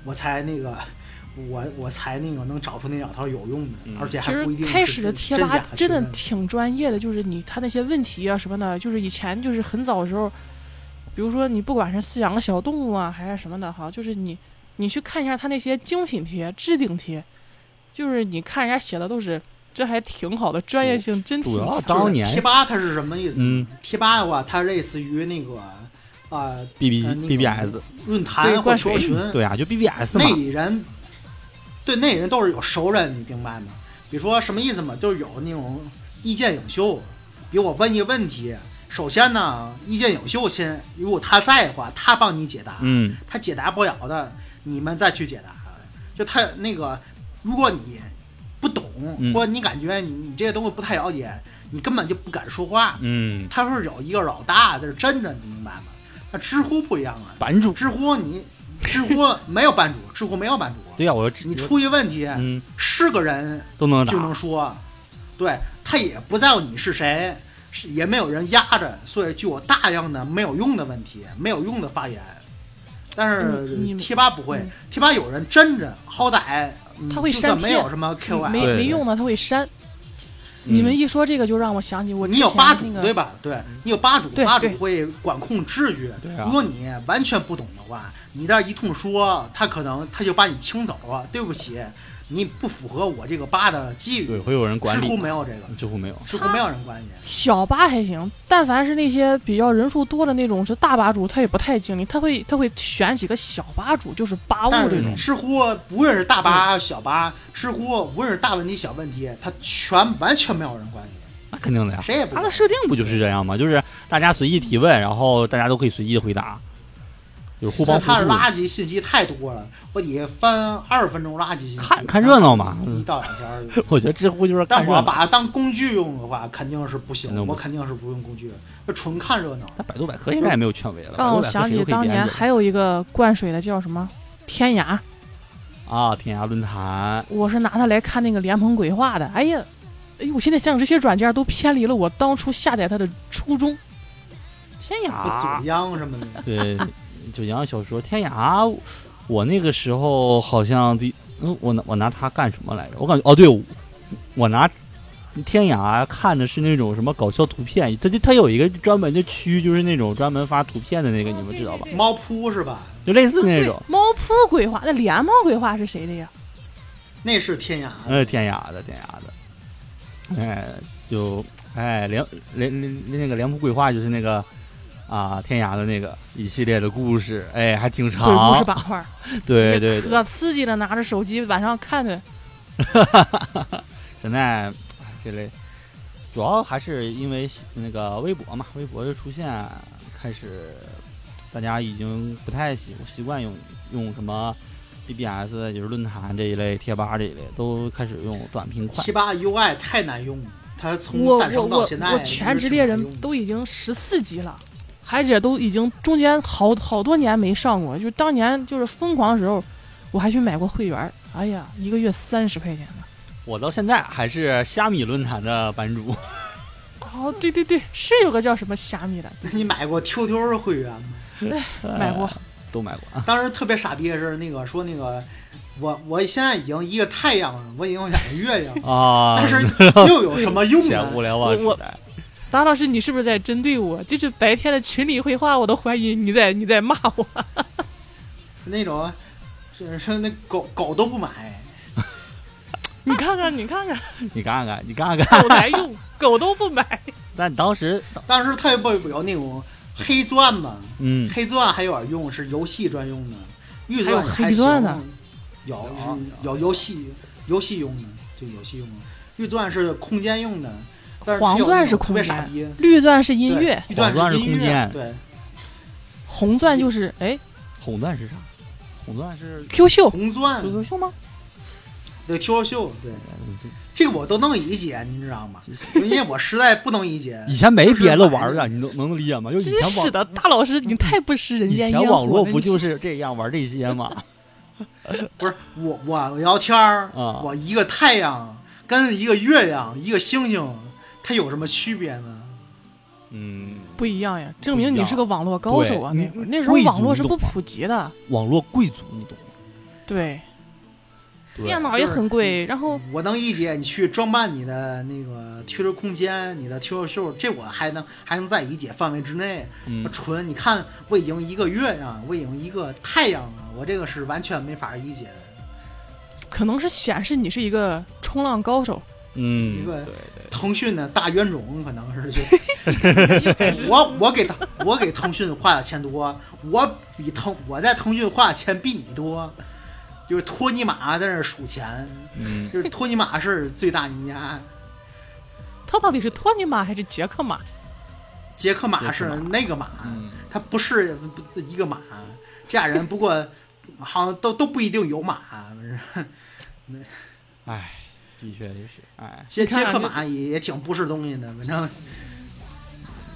我才那个，我我才那个能找出那两条有用的，嗯而且其还实不一定开是始的真贴真吧假确真的认挺专业的，就是你他那些问题啊什么的，就是以前就是很早的时候，比如说你不管是饲养个小动物啊还是什么的哈，就是你你去看一下他那些精品贴、置顶贴，就是你看人家写的都是这还挺好的，专业性真挺主要强。当年贴吧它是什么意思？嗯贴吧的话，它类似于那个啊、呃 B B 呃那个 B B S 论对坛或灌者水群，对啊，就 B B S 嘛那，里人对那里人都是有熟人，你明白吗？比如说什么意思嘛？就是有那种意见领袖，比如我问一个问题，首先呢，意见领袖先，如果他在的话，他帮你解答，嗯，他解答不了的，你们再去解答。就他那个，如果你不懂，嗯或者你感觉你你这些东西不太了解，你根本就不敢说话。嗯，他说有一个老大，这是真的，你明白吗？那知乎不一样啊，版主。知乎你，知乎没有版主，知乎没有版主，对啊呀，我说你出一问题，嗯是个人都能就打，能说，对他也不在乎你是谁，是也没有人压着，所以就有大量的没有用的问题，没有用的发言。但你是你贴吧不会嗯，贴吧有人真着，好歹嗯他会就删算没有帖嗯什么 KOL，没对没对用的，他会删。嗯你们一说这个，就让我想起我之你前有吧主那对个，嗯吧？对你有吧主，对吧主对会管控秩序。对啊如果你完全不懂的话，你那一通说，他可能他就把你清走了。对不起，你不符合我这个吧的机遇。对，会有人管知理乎。没有这个，知乎没有，知乎没有人管你。小吧还行，但凡是那些比较人数多的那种，是大吧主，他也不太精力，他会他会选几个小吧主，就是吧务但这是种。知乎无论是大吧小吧，知乎无论是大问题小问题，他全完全没有人管你，那肯定的呀。谁也不它管的设定不就是这样吗？就是大家随意提问，然后大家都可以随意回答，就是互帮但互他的助。垃圾信息太多了，我得翻二十分钟垃圾信息，看看热闹嘛嗯一到两天儿。我觉得知乎就是但看热我闹。把它当工具用的话，肯定是不肯行定，不我行肯定是不用工具，就纯看热闹。但百度百科现在也没有权威了。让百度百我科哦想谁起呃都可以当年编辑还有一个灌水的叫什么天涯，啊，天涯论 *laughs* 坛，我是拿它来看那个莲蓬鬼话的。哎呀，哎，我现在想这些软件都偏离了我当初下载它的初衷。天哎就涯左央什么的，啊对，九阳小说《天涯》，我那个时候好像第嗯，我拿我拿它干什么来着？我感觉哦，对，我拿。天涯看的是那种什么搞笑图片，它就它有一个专门的区，就是那种专门发图片的那个，你们知道吧？猫扑是吧？就类似那种对，，猫扑鬼话，那莲蓬鬼话是谁的呀？那是天涯。那是天涯的，天涯的。哎，就哎，连连连那个脸谱鬼话就是那个啊，天涯的那个一系列的故事，哎，还挺鬼故事长。板块，对对对，可刺激了，拿着手机晚上看的。现在哎这类主要还是因为那个微博嘛，微博的出现开始，大家已经不太习习惯用用什么 BBS，就是论坛这一类、贴吧这一类，都开始用短平快贴。吧 UI 太难用了，它从我诞我生到我现在，我全职猎人都已经十四级了，而且都已经中间好好多年没上过，就是当年就是疯狂的时候，我还去买过会员儿。哎呀，一个月三十块钱呢。我到现在还是虾米论坛的版主。哦，对对对，是有个叫什么虾米的，你买过 QQ 会员吗？买过。都买过啊。当时特别傻逼的是那个说那个，我我现在已经一个太阳了，我已经有两个月亮了，啊但是又有什么用前呢？互联网时代，达老师，你是不是在针对我？就是白天的群里会话，我都怀疑你在你在骂我。那种，是是那狗狗都不买，你看看，你看看，你看看，你看看，狗才用，狗都不买。但当时， *laughs* 当时特别不有那种黑钻嘛，嗯，黑钻还有点用，是游戏专用的，玉还有钻黑还行钻呢，有有是有游戏游戏用的，就游戏用的，玉钻是空间用的，但是黄它有钻是那种特别空间傻逼， *laughs* 绿钻是音对乐，玉钻黄钻是音乐空间对，红钻就是哎红钻是啥？红钻是 Q 秀。红钻 QQ 秀吗？对 QQ 秀，对嗯这这个我都能理解，你知道吗？因为我实在不能理解，以前没别的玩儿啊的，你能能理解吗？就以真前是网，的，大老师，你太不食人以间前烟火了。网络不你 *laughs* 就是这样玩这些吗？不是我我聊天儿，啊我一个太阳跟一个月亮、一个星星，它有什么区别呢？嗯，不一样呀，证明你是个网络高手啊！对那会儿那时候贵族网络是你不懂吗普及的，网络贵族你懂吗？对，对电脑也很贵，然后我能理解你去装扮你的那个 QQ 空间、你的 QQ 秀，这我还能还能在理解范围之内。嗯，纯，你看我已经一个月亮，我已经一个太阳了，我这个是完全没法理解的。可能是显示你是一个冲浪高 *laughs* 手，嗯一个对对，腾讯的大冤种可能 *laughs* 是就我我给他我给腾讯花的钱多，我比腾我在腾讯花的钱比你多，就是托尼马在那儿数钱，嗯，就是托尼马是最大赢家，他到底是托尼马还是杰克马？杰克马是杰克那个马，嗯他不是不一个马，这俩人不 *laughs* 过好像都都不一定有马，哎，的确也是，哎，杰你看杰啊克马也也挺不是东西的，反正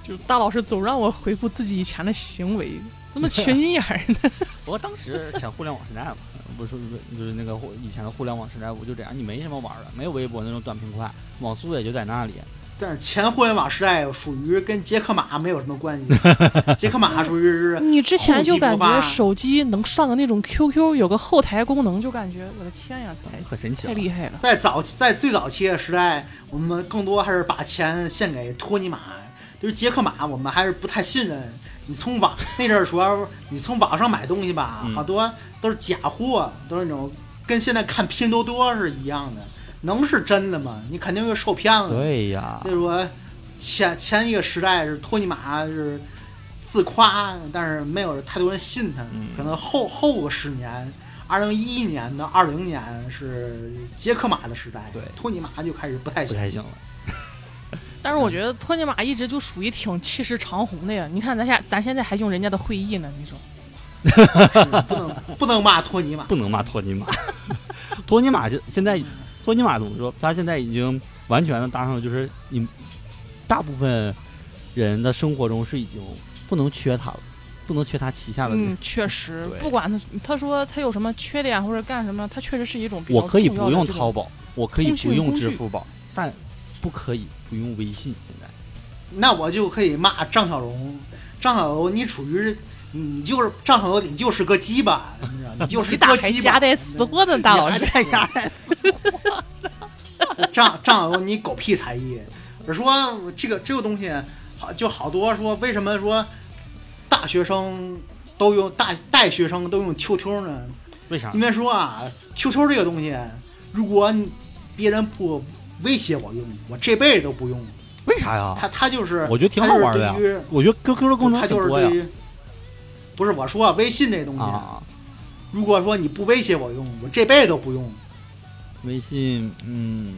就大老师总让我回顾自己以前的行为，怎么缺心眼儿呢？不过当时前互联网时代嘛，不是就是那个互以前的互联网时代不就这样？你没什么玩儿的，没有微博那种短平快，网速也就在那里。但是前互联网时代属于跟杰克马没有什么 *laughs* 关系，杰克马属于是 *laughs* 你之前就感后继不发觉手机能上个那种 QQ，有个后台功能，就感觉我的天呀，太很神奇太了。厉害了！在早在最早期的时代，我们更多还是把钱献给托尼马，就是杰克马，我们还是不太信任。你从网那阵儿主要你从网上买东西吧，嗯好多都是假货，都是那种跟现在看拼多多是一样的，能是真的吗？你肯定是受骗了。对呀所，以说前前一个时代是托尼马是自夸，但是没有太多人信他。嗯可能后后个十年，二零一一年到二零年是杰克马的时代，对托尼马就开始不太不行。太行了。但是我觉得托尼马一直就属于挺气势长虹的呀。你看咱现咱现在还用人家的会议呢，你说是嗯不能不能骂托尼马。不能骂托尼马， *laughs* 托尼马就现在托尼马怎么说？他现在已经完全的搭上了，就是你大部分人的生活中是已经不能缺他了，不能缺他旗下的那个。嗯，确实，对不管他他说他有什么缺点啊或者干什么，他确实是一种比较我可以重要不的用这种淘宝，嗯我可以通讯不用工支具付宝，但不可以不用微信。现在那我就可以骂张小龙，张小龙你属于你就是张小龙，你就是个鸡巴，你知道吗你就是你咋个还鸡夹巴。带私货呢，大老师？仗仗有你狗屁才艺。我说这个这个东西，好就好多说为什么说大学生都用大大学生都用 QQ 呢？为啥因？为说啊，QQ 这个东西，如果你别人不威胁我用，我这辈子都不用。为啥呀？他他就是啊我觉得挺好玩的呀它是我觉得 QQ 的对功于能他很就是多呀对。于不是我说啊微信这东西，啊，如果说你不威胁我用，我这辈子都不用。微信，嗯，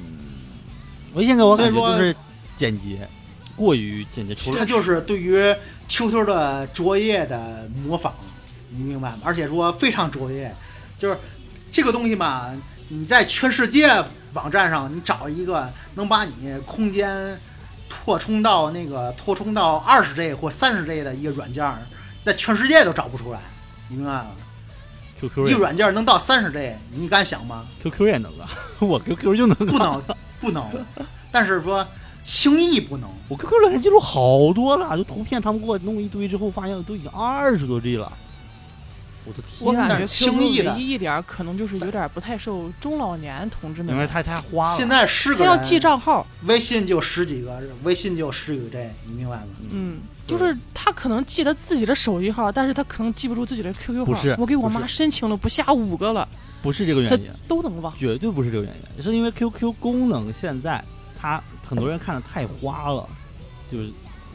微信给我感觉所以说就是简洁，过于简洁，除它了就是对于 QQ 的卓越的模仿，你明白吗？而且说非常卓越，就是这个东西吧，你在全世界网站上，你找一个能把你空间扩充到那个扩充到二十 G 或三十 G 的一个软件儿，在全世界都找不出来，你明白吗？ QQ 一个也软件儿能到三十 G，你敢想吗？ QQ 也能啊， *laughs* 我 QQ 就能啊，不能，不能。 *laughs* 但是说轻易不能。我 QQ 聊天记录好多了，就图片他们给我弄一堆之后，发现都已经二十多 G 了，我的天我呐！感但觉是轻易 QQ 的唯一一点儿可能就是有点儿不太受中老年同志们因为太太花了，现在是他个要人记账号，微信就十几个，微信就十几个 G，你明白吗？嗯，就对是他可能记得自己的手机号，但是他可能记不住自己的 QQ 号。不是我给我不是妈申请了不下五个了，不是这个他原因，都能忘。绝对不是这个原因，是因为 QQ 功能现在它很多人看的太花了，就是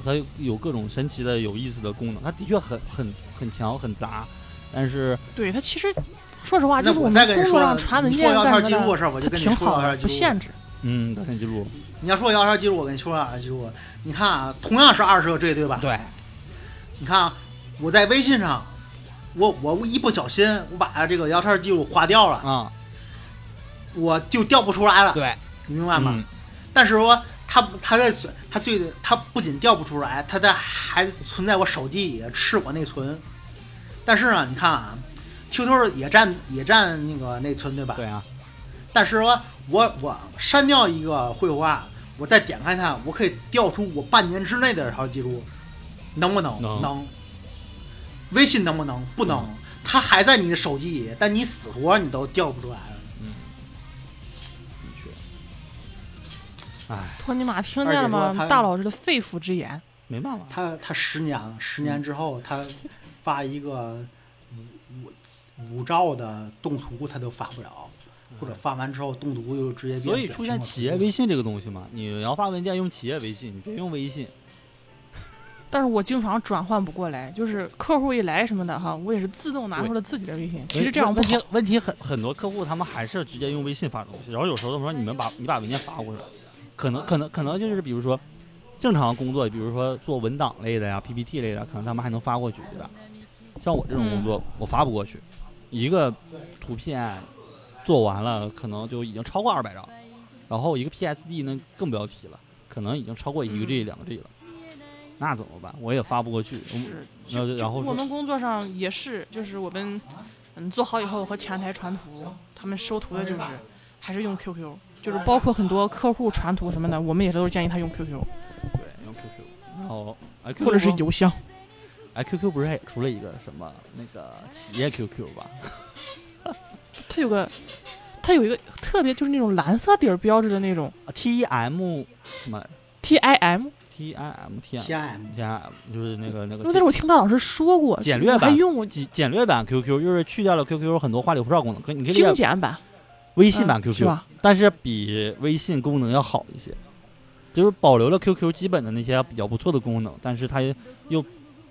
它有各种神奇的、有意思的功能，它的确很很很强、很杂，但是对他其实，说实话，就那是我们再跟你工作说上传文你件说聊干天什记录么的事儿，我的，就他跟你挺说好聊天的，记录。不限制。嗯，聊天记录你要说聊天记录，我跟你说聊天记录。你看啊，同样是二十个 G 对吧？对，你看啊，我在微信上，我我一不小心我把这个聊天记录划掉了，啊、我就调不出来了。对，你明白吗？嗯，但是说它它在它最它不仅调不出来，它在还存在我手机里吃我内存。但是呢，你看啊 QQ 也占也占那个内存对吧？对啊，但是说我我删掉一个绘画，我再点开它，我可以调出我半年之内的条记录，能不能？能微信能不能？不能。嗯它还在你的手机里，但你死活你都调不出来了。的确，托尼马听见了二姐说吗？她大老师的肺腑之言，没办法，他他十年了，十年之后他发一个五五五兆的动图，他都发不了，或者发完之后动图就直接所以出现企业微信这个东西嘛，你要发文件用企业微信，你别用微信。但是我经常转换不过来，就是客户一来什么的哈，我也是自动拿出了自己的微信。其实这样不问好题，问题很很多客户他们还是直接用微信发东西，然后有时候他们说你们把你把文件发过来，可能可能可能就是比如说正常工作，比如说做文档类的呀、PPT 类的，可能他们还能发过去，对吧？像我这种工作，嗯我发不过去，一个图片做完了，可能就已经超过二百张，然后一个 PSD 那更不要提了，可能已经超过一个 G、两嗯个 G 了，那怎么办？我也发不过去，我是，然后就然后我说们工作上也是，就是我们嗯做好以后和前台传图，他们收图的就是还是用 QQ，就是包括很多客户传图什么的，我们也都是建议他用 QQ 对用 QQ，然后哎 QQ 或者是不邮箱。哎 QQ 不是还出了一个什么那个企业 QQ 吧？它有个，它有一个特别就是那种蓝色底儿标志的那种啊 TM 什么来着 T I M， ？TIM TIM TM 你看，就是那个那因为那是个我听大老师说过，简略我还版用过简简略版 QQ，就是去掉了 QQ 很多花里胡哨功能，可你可以精理解简版，微信版嗯是 QQ，吧？但是比微信功能要好一些，就是保留了 QQ 基本的那些比较不错的功能，但是它又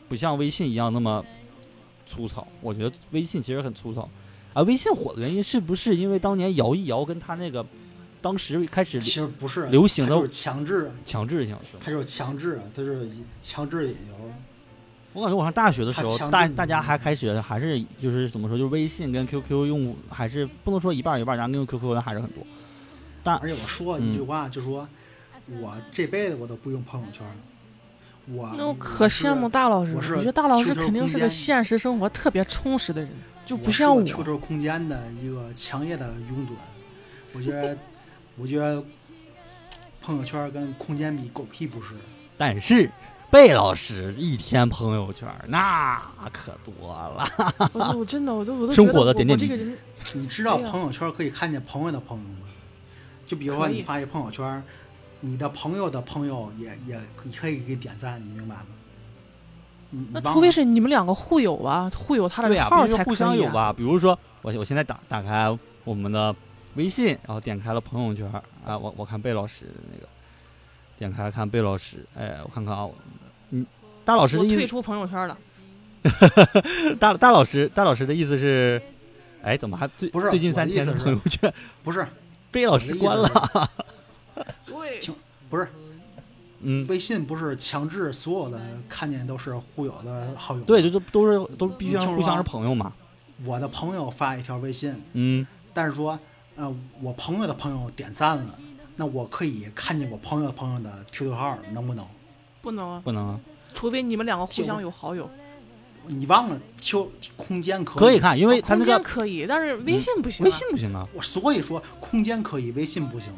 不像微信一样那么粗糙。我觉得微信其实很粗糙啊。微信火的原因是不是因为当年摇一摇跟它那个当时开始其实不是流行的它就是强制，强制性是吗？它就是强制，它就是引强制引流。我感觉我上大学的时候，它强制大你大家还开始还是就是怎么说，就是微信跟 QQ 用户还是不能说一半儿一半儿，咱们用 QQ 的还是很多。而且我说一句话，就说我这辈子我都不用朋友圈了，我那我可羡慕我大老师了，我啊是我觉得大老师 QQ 肯定空是间个现实生活特别充实的人，就是不像我我是。QQ 空间的一个强烈的拥趸，我觉得我觉得朋友圈跟空间比狗屁不是。但是贝老师一天朋友圈儿那可多了，我就我真的我都我都生觉得活的我点点我这个滴人你知道哎呀朋友圈可以看见朋友的朋友吗？就比如说可以你发一朋友圈，你的朋友的朋友也也你可以给点赞，你明白吗？你你那忘除非了是你们两个互有啊，互有他的对呀、号儿必须才可以、啊。互相有吧？比如说我我现在打打开我们的微信，然后点开了朋友圈儿啊，我我看贝老师那个，点开看贝老师，哎，我看看啊，我嗯，大老师我的意退思，出朋友圈了，大大老师大老师的意思是，哎，怎么还最不是最近我的三意天思的是朋友圈不是贝老我的师意思关了？是对就不是嗯，微信不是强制所有的看见都是互有的好友吗？对，就都都是都必须你要听互相说是啊朋友嘛。我的朋友发一条微信，嗯，但是说，呃，我朋友的朋友点赞了，那我可以看见我朋友的朋友的 QQ 号，能不能？不能啊，不能啊除非你们两个互就相有好友。你忘了 Q 空间可以可以，看，因为他空那间个嗯可以，但是微信不行、啊微信不行啊。我所以说空间可以，微信不行。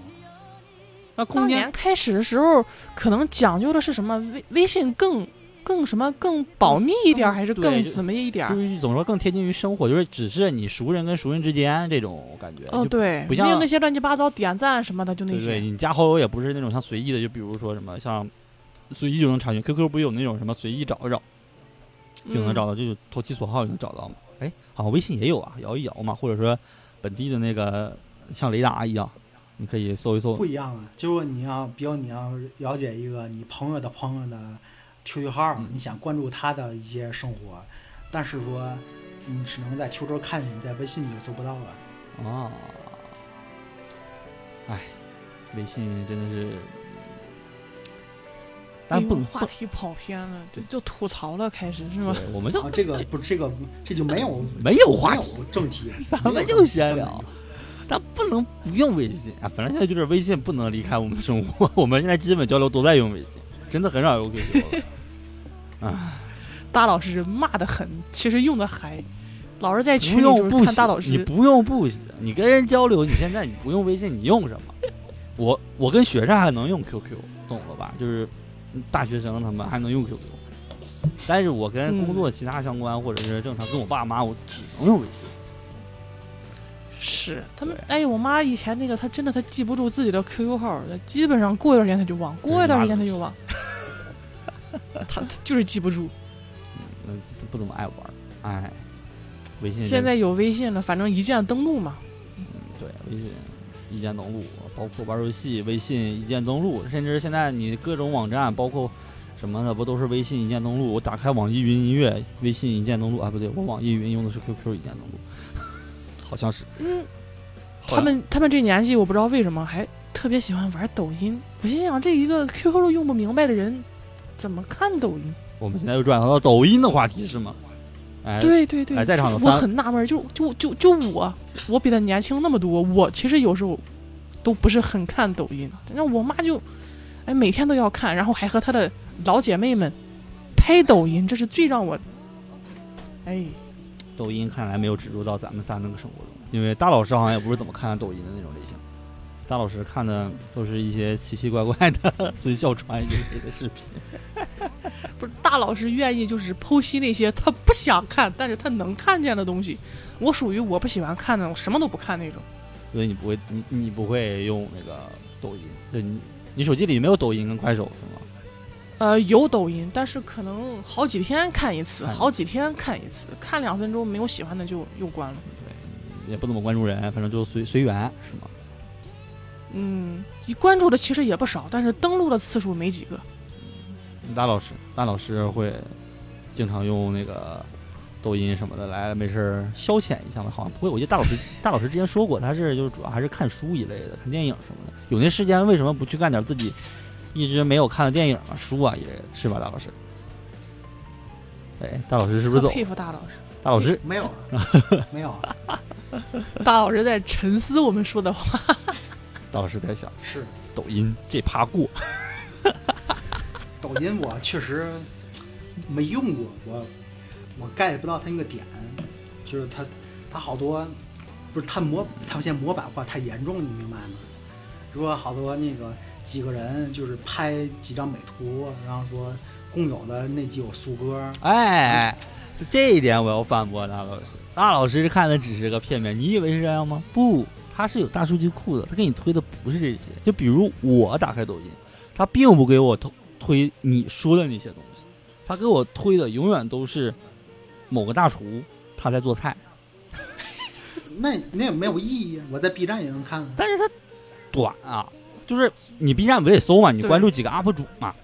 那当空间年开始的时候，可能讲究的是什么？微微信更更什么更保密一点儿，还是对更就什么一点就儿？是怎么说更贴近于生活，就是只是你熟人跟熟人之间这种感觉。哦，就对，不没像有那些乱七八糟点赞什么的，就那对对，些。你加好友也不是那种像随意的，就比如说什么像随意就能查询，QQ 不是有那种什么随意找一找就能找嗯。到，就是投其所好就能找到嘛。哎，好像微信也有啊，摇一摇嘛，或者说本地的那个像雷达一样，你可以搜一搜不。一样啊，就是你要，比如你要了解一个你朋友的朋友的 QQ 号，嗯你想关注他的一些生活，但是说你只能在 QQ 看见，你在微信你就做不到了。啊，哎，微信真的是，哎但呦不能话不题跑偏了，就对就吐槽了，开始是吗？对我们就 *laughs* 啊，这个不，这个这就没有没有话题，没有正题，咱没们有就闲聊。但不能不用微信啊！反正现在就是微信不能离开我们的生活， *laughs* 我们现在基本交流都在用微信，真的很少用 QQ 了。大老师骂的很，其实用的还老是在群不里用就是不看大老写，你师，不用不写，你跟人交流，你现在你不用微信，你用什么？我我跟学生还能用 QQ，懂了吧？就是大学生他们还能用 QQ，但是我跟工作其他相关、或者是正常跟我爸妈，我只能用微信。是他们。哎，我妈以前那个，她真的她记不住自己的 QQ 号，她基本上过一段时间她就忘，过一段时间她就忘，她她就是记不住。嗯，不怎么爱玩儿，哎，微信现在有微信了，反正一键登录嘛。对微信一键登录，包括玩儿游戏，微信一键登录，甚至现在你各种网站，包括什么的，不都是微信一键登录？我打开网易云音乐，微信一键登录啊，不对，我网易云用的是 QQ 一键登录， *laughs* 好像是。嗯，好他像们他们这年纪，我不知道为什么还特别喜欢玩抖音。我心想，这一个 QQ 都用不明白的人，怎么看抖音？我们现在又转到抖音的话题是吗？哎，对对对，哎在场有我三很纳闷儿，就就就就我，我比他年轻那么多，我其实有时候都不是很看抖音，那我妈就哎每天都要看，然后还和她的老姐妹们拍抖音，这是最让我哎抖音看来没有植入到咱们仨那个生活中，因为大老师好像也不是怎么看抖音的那种类型。大老师看的都是一些奇奇怪怪的 *laughs* 孙笑川一类的视频。不是大老师愿意就是剖析那些他不想看，但是他能看见的东西。我属于我不喜欢看的，我什么都不看那种。所以你不会，你你不会用那个抖音，对你你手机里没有抖音跟快手是吗？呃，有抖音，但是可能好几天看一次，看一次好几天看一次，看两分钟没有喜欢的就又关了。也不怎么关注人，反正就随随缘是吗？嗯，你关注的其实也不少，但是登录的次数没几个。大老师，大老师会经常用那个抖音什么的来没事儿消遣一下吗？好像不会，我记得大老师大老师之前说过，他是就是主要还是看书一类的，看电影什么的。有那时间为什么不去干点自己一直没有看的电影啊、书啊一类的，是吧，大老师？哎，大老师是不是特走？佩服大老师，大老师没有啊，没有啊， *laughs* 大老师在沉思我们说的话。大老师在想是抖音这趴过。抖音我确实没用过，我我 get 不到它那个点，就是它它好多不是它模它现在模板化太严重，你明白吗？如果好多那个几个人就是拍几张美图，然后说共有的那几首苏歌，哎，这一点我要反驳大老师。大老师看的只是个片面，你以为是这样吗？不，他是有大数据库的，他给你推的不是这些。就比如我打开抖音，他并不给我推推你说的那些东西，他给我推的永远都是某个大厨他在做菜，那那也没有意义。我在 B 站也能看啊，但是它短啊，就是你 B 站不得搜嘛，你对关注几个 UP 主嘛，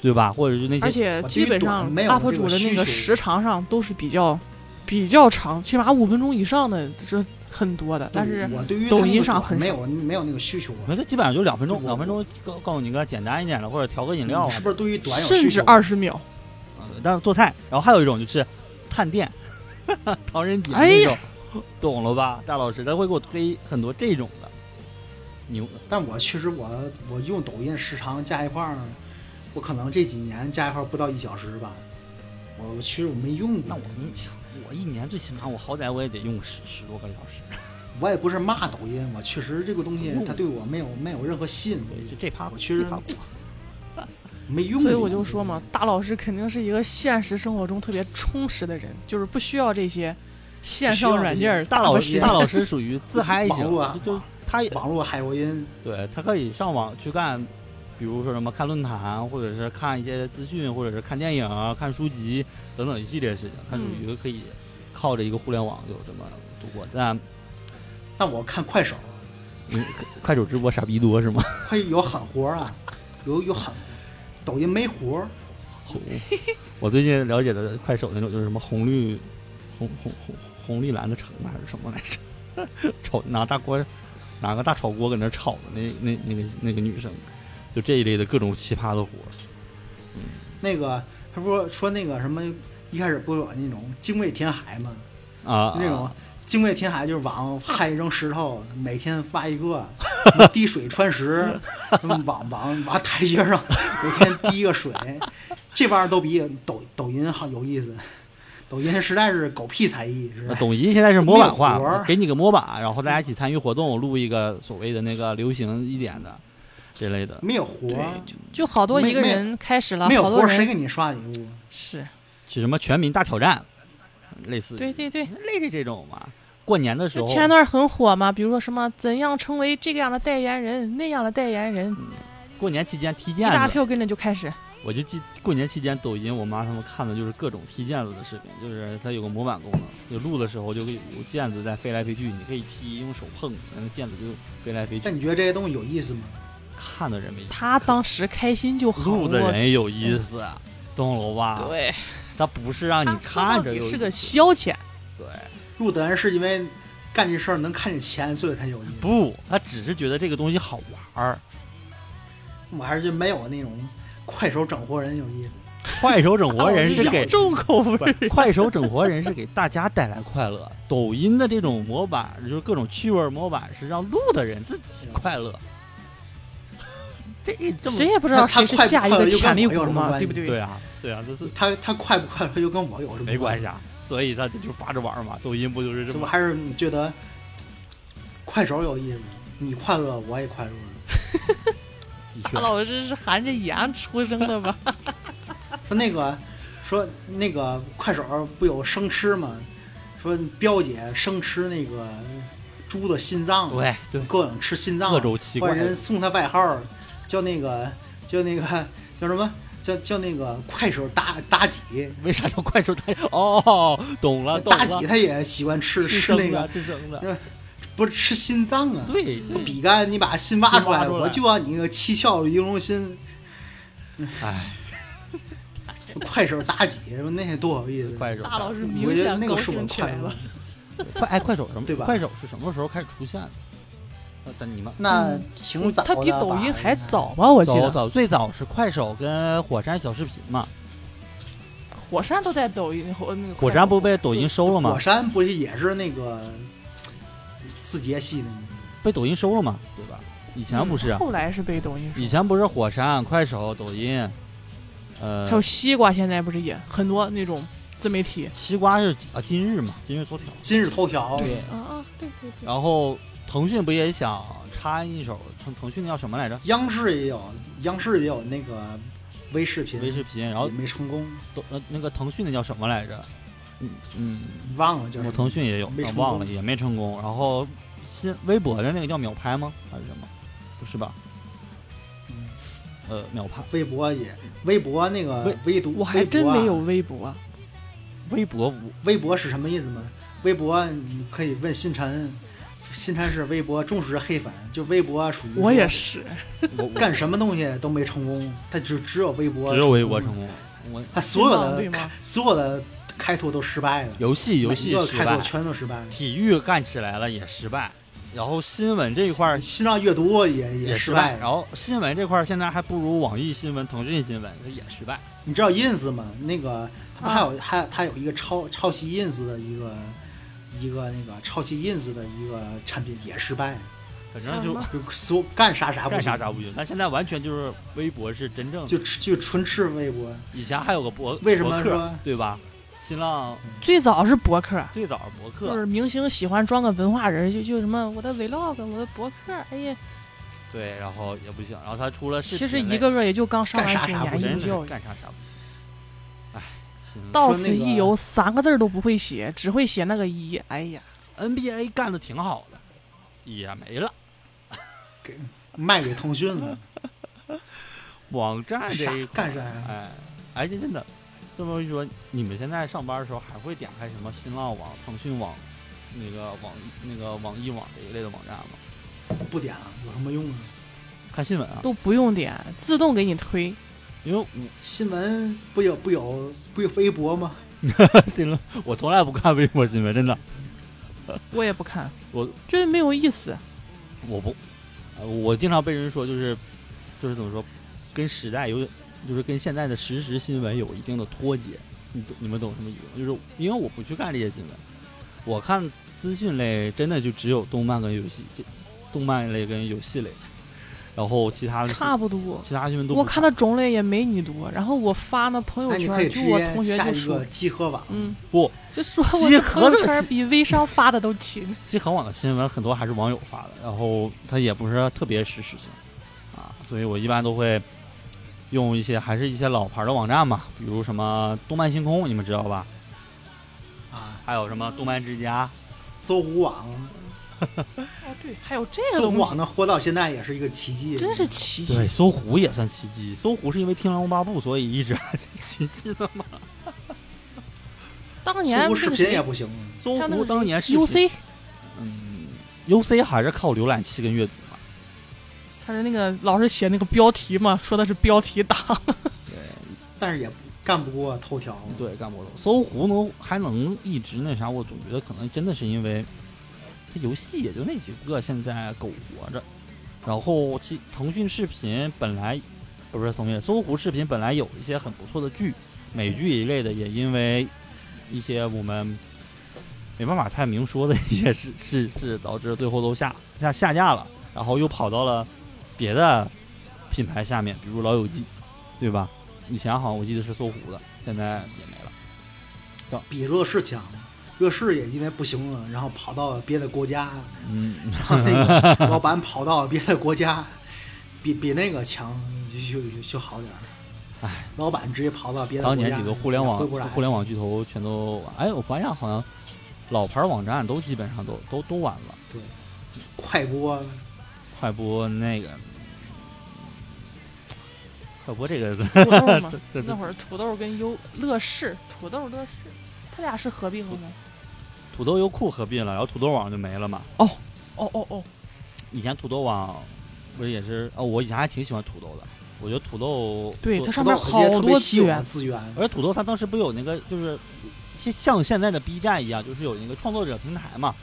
对吧？或者是那而些且基本上没有这 UP 个主的那需求个时长上都是比较比较长，起码五分钟以上的这是很多的。但是我对于它抖那个音上短很没有没有那个需求啊。那它基本上就两分钟，我两分钟告告诉你个简单一点的，或者调个饮料啊你是不是对于短有需求？甚至二十秒，啊，对但是做菜，然后还有一种就是探店，唐人街哎那呀种，懂了吧？大老师他会给我推很多这种的，牛但我确实我我用抖音时长加一块儿，我可能这几年加一块儿不到一小时吧。我其实我没用那过我，跟你讲，我一年最起码我好歹我也得用十十多个小时，哎我也不是骂抖音，我确实这个东西它对我没有没有任何吸引对，力，就这趴我确这实趴过。没用过。所以我就说嘛，大老师肯定是一个现实生活中特别充实的人，就是不需要这些线上软件儿大打发老时师间大老师属于自嗨型 *laughs* 网络啊，就就他也网络海洛因，对他可以上网去干，比如说什么看论坛，或者是看一些资讯，或者是看电影啊、看书籍等等一系列事情，他属嗯于可以靠着一个互联网就这么度过。但但我看快手，快手直播傻逼多是吗？快有狠活儿啊，有有狠活儿，抖音没活儿， *laughs* 我最近了解的快手那种就是什么红绿红红红红绿蓝的橙还是什么来着？ *laughs* 炒拿大锅拿个大炒锅搁那炒的那那那个那个女生，就这一类的各种奇葩的活儿。那个他不是说那个什么一开始不是有那种精卫填海吗？啊，那种精卫填海就是往海里扔石头，每天发 *laughs* 一个，什么滴水穿石，什么往往往台阶上每天滴一个水，这玩意儿都比抖抖音好有意思。抖音实在是狗屁才艺，是吧？抖音现在是模板没有活化，儿给你个模板，然后大家一起参与活动，录一个所谓的那个流行一点的这类的。没有活对儿，，就就好多没一个没有人开始了，没有好活多儿，谁人给你刷礼物？是是什么全民大挑战，类似于对对对，类似这种嘛。过年的时就候，前段很火嘛，比如说什么怎样成为这个样的代言人，那样的代言人，嗯过年期间踢一大毽子，票跟着就开始，我就记过年期间抖音，我妈他们看的就是各种踢毽子的视频，就是它有个模板功能，就录的时候就会有毽子在飞来飞去，你可以踢，用手碰，那个毽子就飞来飞去。但你觉得这些东西有意思吗？看的人没意思，他当时开心就好录的了人也有意思，懂了吧？对，他不是让他你看说到着底有意思是个消遣，对，入的人是因为干这事儿能看见钱，所以才有意思。不，他只是觉得这个东西好玩儿。我还是觉得没有那种快手整活人有意思。快手整活人是给重口不味是， *laughs* 快手整活人是给大家带来快乐，抖音的这种模板就是各种趣味儿模板是让录的人自己快乐。 *laughs* 这一这么谁也不知道那他谁是快不下一快乐个又跟潜力我有股什么嘛，关对不系对啊对啊，这是他他快不快乐又跟我有什么没关系啊，所以他就发着玩儿嘛。抖音不就是这所以我么？还是觉得快手有意思，你快乐我也快乐。的他确老师是含着盐出生的 *laughs* 吧？说那个说那个快手不有生吃吗？说彪姐生吃那个猪的心脏，对对，各种吃心脏，各种奇或者怪的人送他外号儿叫那个叫那个叫什么？叫叫那个快手妲妲己，为啥叫快手？哦，懂了懂妲己了，她也喜欢吃是吃生啊那的，个，是生的，不是吃心脏啊。对对，比干，你把心挖出挖来，出来我就要你那个七窍玲珑心。哎，快手妲己，说那多有意思。快手大老师我明觉得显那高个是我兴起快来乐了。。快哎，快手什么？对吧快手是什么时候开始出现的？呃，等你们那嗯挺早的他吧，比抖音还早吧？我记早得早最早是快手跟火山小视频嘛，火山都在抖音火那个火山不被抖音收了火吗？山不是也是那个字节系的吗？被抖音收了嘛，对吧？以前不是嗯啊，后来是被抖音收以前不是火山、快手、抖音，呃还，有西瓜，现在不是也很多那种自媒体？西瓜是啊今日嘛，今日头条。今日头条，对啊啊，对对对。然后腾讯不也想插一手？腾腾讯那叫什么来着？央视也有，央视也有那个微视频，微视频，然后也没成功，抖呃那个腾讯那叫什么来着？嗯嗯，忘了叫什我么。腾讯也有，没啊成忘了功也没成功。然后新微博的那个叫秒拍吗？还是什么？不是吧？嗯呃，秒拍，微博也，微博那个微微读，我还真微博啊没有。微博，微博我微博是什么意思吗？微博你可以问新晨，新晨是微博忠实黑粉，就微博属于我也是是。我我干什么东西都没成功，他就只有微博，只有微博成，功。我他所有对的吗？所有的开拓都失败了，游戏游戏每一个失开拓败，全都失败了。体育干起来了也失败，然后新闻这一块儿新浪阅读也也失失败败，然后新闻这块儿现在还不如网易新闻、腾讯新闻它也失败。你知道 ins 吗？那个他们还啊有还他有一个抄抄袭 ins 的一个一个那个抄袭 ins 的一个产品也失败，反正就干嘛就所干啥啥不干啥行啥不行，但现在完全就是微博是真嗯正，就吃就纯吃微博。以前还有个博为什么博客说对吧？新浪最早是博客，最早博客就是明星喜欢装个文化人，就就什么我的 vlog，我的博客，哎呀，对，然后也不行，然后他出了视其频实类，一个个也就刚上干完啥九啥不年义真务的是教育，干啥啥不行。哎，行到说那此一个游三个字儿都不会写，只会写那个一，哎呀， ，NBA 干的挺好的，也没了。卖给腾讯了，网站傻这一块，干啥呀？哎，哎，真的，这么一说，你们现在上班的时候还会点开什么新浪网、腾讯网、那个网、那个网易网这一类的网站吗？不点了，有什么用啊？看新闻啊，都不用点，自动给你推。因为我新闻不有不有不有微博吗？新浪我从来不看微博新闻，真的，我也不看，我觉得没有意啊思。我不，呃我经常被人说就是，就是怎么说，跟时代有，就是跟现在的实时新闻有一定的脱节。你懂你们懂什么意思吗？就是因为我不去看这些新闻，我看资讯类真的就只有动漫跟游戏，这动漫类跟游戏类，然后其他的差不多。其他新闻都不我看的种类也没你多，然后我发那朋那友你可以圈，直就我同接学下就一说个，集合网，嗯，不，就说我集的合朋友了圈比微商发的都勤。集合网的新闻很多还是网友发的，然后它也不是特别实时性啊，所以我一般都会用一些还是一些老牌的网站嘛，比如什么动漫星空，你们知道吧？啊，还有什么动漫之家，搜狐网，哦，对，还有这个搜东狐网西，能活到现在也是一个奇迹，真是奇迹。对，搜狐也算奇迹。搜狐是因为《听龙八部》，所以一直 *laughs* 还在奇迹的嘛。当搜年狐那视个频也谁，不行，搜像那狐个当年是 UC，嗯，UC 还是靠浏览器跟阅读嘛。他是那个老是写那个标题嘛，说的是标题党。但是也干不过头条。对，干不动。搜狐能还能一直那啥，我总觉得可能真的是因为它游戏也就那几个现在苟活着，然后其腾讯视频本来不是腾讯，搜狐视频本来有一些很不错的剧，美剧一类的，也因为一些我们没办法太明说的一些事事事，导致最后都下下下架了，然后又跑到了别的品牌下面，比如《老友记》，对吧？以前好像我记得是搜狐的，现在也没了。比乐视强，乐视也因为不行了，然后跑到别的国家，嗯，然后那个 *laughs* 老板跑到别的国家，比比那个强就就就就好点儿。唉，老板直接跑到别的国当家，年几个互联回网不来互联网巨头全都，哎，我发现好像老牌网站都基本上都都都完了，快播，快播那个，快播这个，土豆 *laughs* 嘛这这，那会儿土豆跟优乐视，土豆乐视，他俩是合并了吗？土豆优酷合并了，然后土豆网就没了嘛。哦哦哦，以前土豆网不是也是，哦，我以前还挺喜欢土豆的，我觉得土豆对，做它上面土豆有一些好特别多稀有资的源。资源，而土豆它当时不有那个就是像像现在的 B 站一样，就是有那个创作者平台嘛。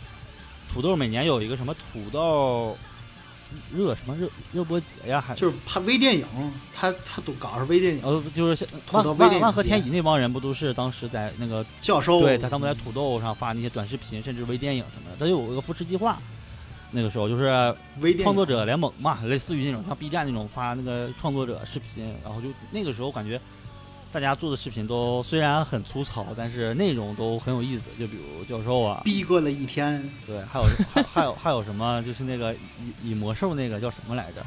土豆每年有一个什么土豆热什么热热播节呀，还就是怕微电影，他他都搞的是微电影，呃就是像土万豆微电万影万和节天乙那帮人不都是当时在那个教授对他他们在土豆上发那些短视频，甚至微电影什么的，他就有一个扶持计划。那个时候就是微电创作影者联盟嘛，类似于那种像 B 站那种发那个创作者视频，然后就那个时候感觉大家做的视频都虽然很粗糙，但是内容都很有意思。就比如教授啊，逼格了一天，对，还有还还有还有什么，就是那个以以魔兽那个叫什么来着？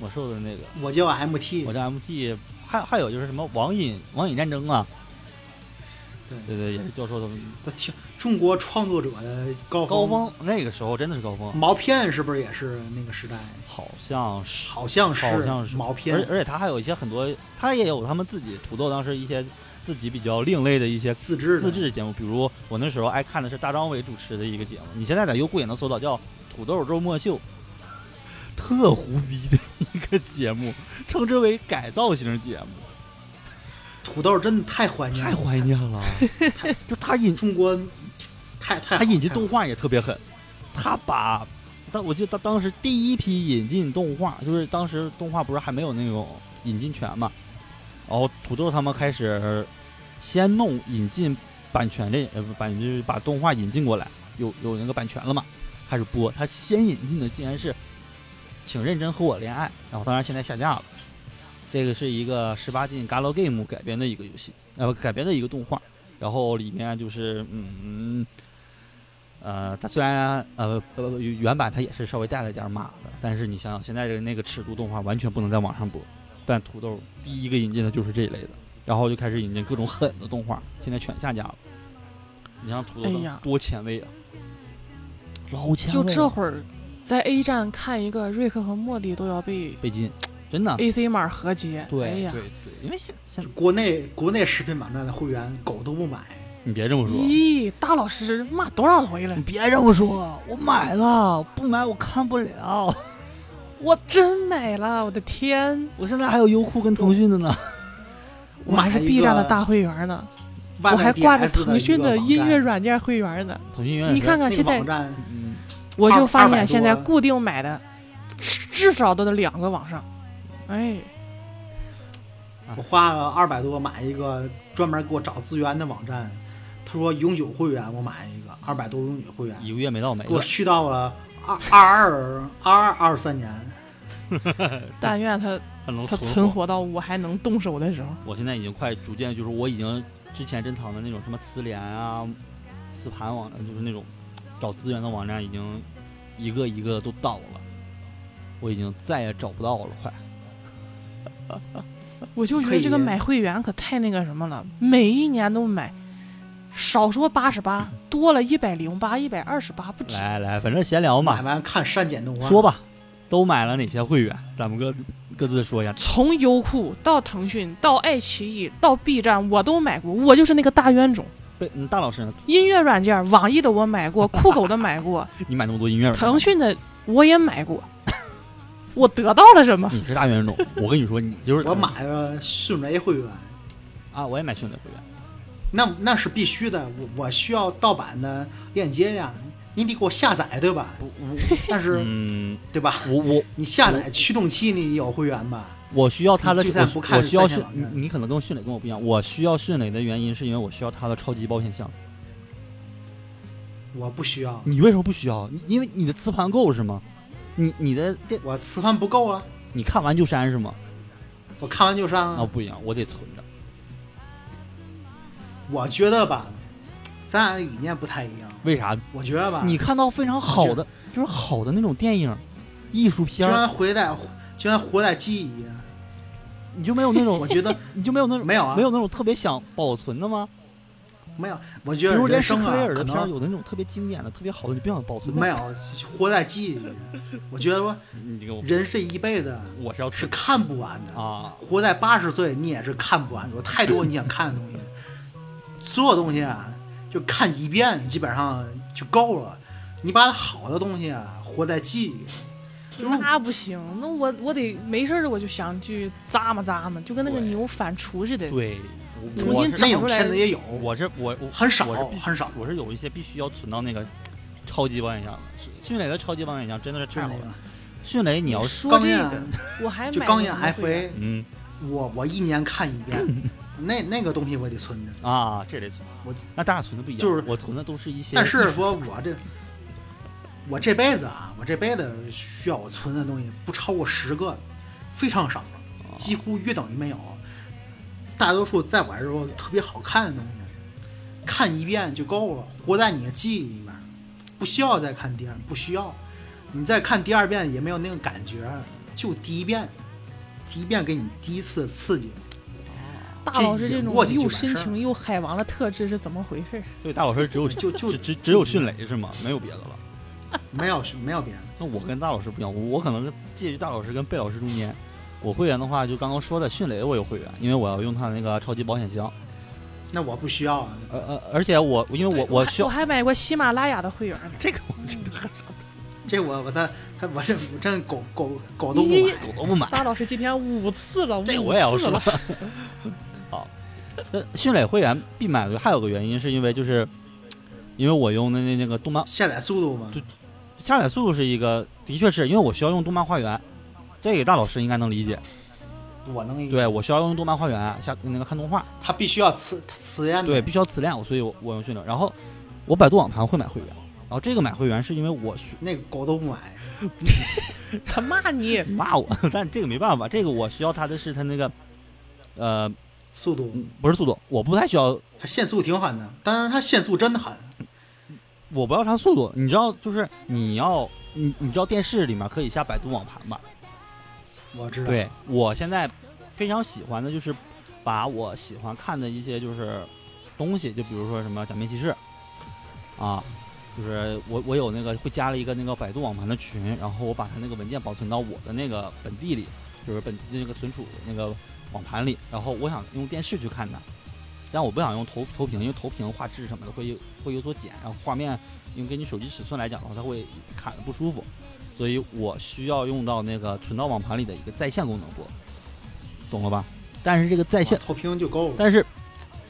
魔兽的那个，我叫 MT，我叫 MT，还还有就是什么网瘾网瘾战争啊，对，对对，也是教授的他听中国创作者的高高峰，那个时候真的是高峰，毛片是不是也是那个时代？好像是好像是，好像是毛而片而且他还有一些很多，他也有他们自己土豆当时一些自己比较另类的一些自制的自制节目，比如我那时候爱看的是大张伟主持的一个节目，你现在在优酷也能搜到，叫《土豆周末秀》，特胡逼的一个节目，称之为改造型节目，土豆真的太怀念了，太怀念了， *laughs* 就他引中国，太 *laughs* 太他好引进太动好画也特别狠，他把，当我记得他当时第一批引进动画，就是当时动画不是还没有那种引进权嘛，然后土豆他们开始先弄引进版权这呃不版就是把动画引进过来，有有那个版权了嘛，开始播，他先引进的竟然是《请认真和我恋爱》，然后当然现在下架了。这个是一个十八禁 Galo Game 改编的一个游戏，呃，不改编的一个动画，然后里面就是嗯呃，它虽然呃不不原版它也是稍微带了点码的，但是你想想现在的那个尺度动画完全不能在网上播。但土豆第一个引进的就是这一类的，然后就开始引进各种狠的动画，现在全下架了。你像土豆哎当呀多前卫啊，老前就卫这了会儿，在 A 站看一个瑞克和莫蒂都要被被禁，真啊的 AC 码和解。哎呀对，对，因为现现国内国内食品网站的会员狗都不买，你别这么说，咦，大老师骂多少回了嗯你？别这么说，我买了，不买我看不了， *laughs* 我真买了，我的天！我现在还有优酷跟腾讯的呢。我还是买一 B 个站的大会员呢，我 YYDS 还挂着腾讯的的一个网站音乐，软件会员呢。腾讯永远你是看看那个现在网，站嗯，我二就发200多现现在固定买的，至至少都得两个往上。哎，我花了二百多买一个专门给我找资源的网站，他说永久会员，我买一个二百多永久会员，一个月没到没给我了。续到了二二二二二三年，但愿他它能他存存活。活到我还能动手的时候。我现在已经快逐渐就是我已经之前珍藏的那种什么磁联啊、磁盘网，就是那种找资源的网站，已经一个一个都倒了，我已经再也找不到了，快。我就觉可得以这个买会员可太那个什么了，每一年都买，少说八十八，多了一百零八、一百二十八不止。来来，反正闲聊买嘛，完看删减动画，说吧，都买了哪些会员？咱们各各自说一下。从优酷到腾讯到爱奇艺到 B 站，我都买过，我就是那个大冤种。被嗯大老师呢，音乐软件，网易的我买过，酷狗的买 *laughs* 过，你买那么多音乐，腾讯的我也买过。 *laughs* 我得到了什么？你是大冤种。我跟你说，你就是我买了迅雷会员，啊，我也买迅雷会员。那那是必须的，我我需要盗版的链接呀，你得给我下载对吧？ *laughs* 但是、嗯，对吧？我我你下载驱动器你有会员吧？我需要他的，你聚散不我看我需要再迅见老你人，你可能跟迅雷跟我不一样。我需要迅雷的原因是因为我需要他的超级保险箱。我不需要，你为什么不需要？你因为你的磁盘够是吗？你你的电我磁盘不够啊，你看完就删是吗？我看完就删啊啊，不一样，我得存着。我觉得吧，咱俩理念不太一样。为啥？我觉得吧，你看到非常好的，就是好的那种电影、艺术居片儿，然回在居然活在记忆，你就没有那种我 *laughs* 觉得你就没有那种没有啊没有那种特别想保存的吗？没有，我比觉如得连人史生克啊威尔的可片儿，能有的那种特别经典的、特别好的，你不想保存。没，有活在记忆里。我觉得说你给我，人这一辈子我是要是吃看不完的，啊！活在八十岁你也是看不完，有太多你想看的东西，所有东西啊就看一遍基本上就够了。你把好的东西啊活在记忆，就是那嗯不行，那我我得没事儿我就想去咂摸咂摸，就跟那个对牛反刍似的。对，重我新是那找种出来片子也有，我是我我很少我是必须很少我是有一些必须要存到那个超级保险箱的。是迅雷的超级保险箱真的是太就是好那个了。迅雷，你要是说钢这印啊个，啊我还就买钢过印什么会员 FA，嗯我我一年看一 *laughs* 遍，那那个东西我得存着。啊，这得存我那咱俩存的不一样，就是我存的都是一些，但是说我这我这辈子啊，我这辈子需要我存的东西不超过十个，非常少，哦几乎约等于没有。大多数在我来说特别好看的东西，看一遍就够了，活在你的记忆里面，不需要再看第二，不需要。你再看第二遍也没有那个感觉了，就第一遍，第一遍给你第一次刺激，大老师这这引种过去就又完事深儿啊情又海王的特质是怎么回事儿？所以大老师只有就就只只只有迅雷是吗？没有别的了。没有没有别的。那我跟大老师不一样，我可能介于大老师跟贝老师中间。我会员的话，就刚刚说的迅雷我有会员，因为我要用他那个超级保险箱。那我不需要啊，呃呃，而且我因为我我还需我要还买过喜马拉雅的会员呢。这个我这我我在他我这我真狗狗狗都不你买，狗都不买。大老师今天五次了，这五我也要次说了。 *laughs* 好，那迅雷会员必买的还有个原因，是因为就是因为我用的那那个动漫下载速度嘛就，下载速度是一个，的确是因为我需要用动漫花园，这个大老师应该能理解。我能对我需要用动漫花园下那个看动画，他必须要磁磁验的对，必须要自恋，所以我我用迅雷。然后我百度网盘会买会员，然后这个买会员是因为我需那个狗都不买，他骂你，骂我， *laughs* 但这个没办法，这个我需要它的是它那个。呃，速度嗯不是速度，我不太需要它限速挺狠的，当然它限速真的狠，我不要它速度，你知道，就是你要你你知道电视里面可以下百度网盘吧？我知道。，对我现在非常喜欢的就是把我喜欢看的一些就是东西，就比如说什么假面骑士啊，就是我我有那个会加了一个那个百度网盘的群，然后我把它那个文件保存到我的那个本地里，就是本那个存储那个网盘里，然后我想用电视去看它。但我不想用投投屏，因为投屏画质什么的会有会有所减，然后画面因为跟你手机尺寸来讲的话，它会卡的不舒服。所以我需要用到那个存到网盘里的一个在线功能播，懂了吧？但是这个在线，投屏就够了。但是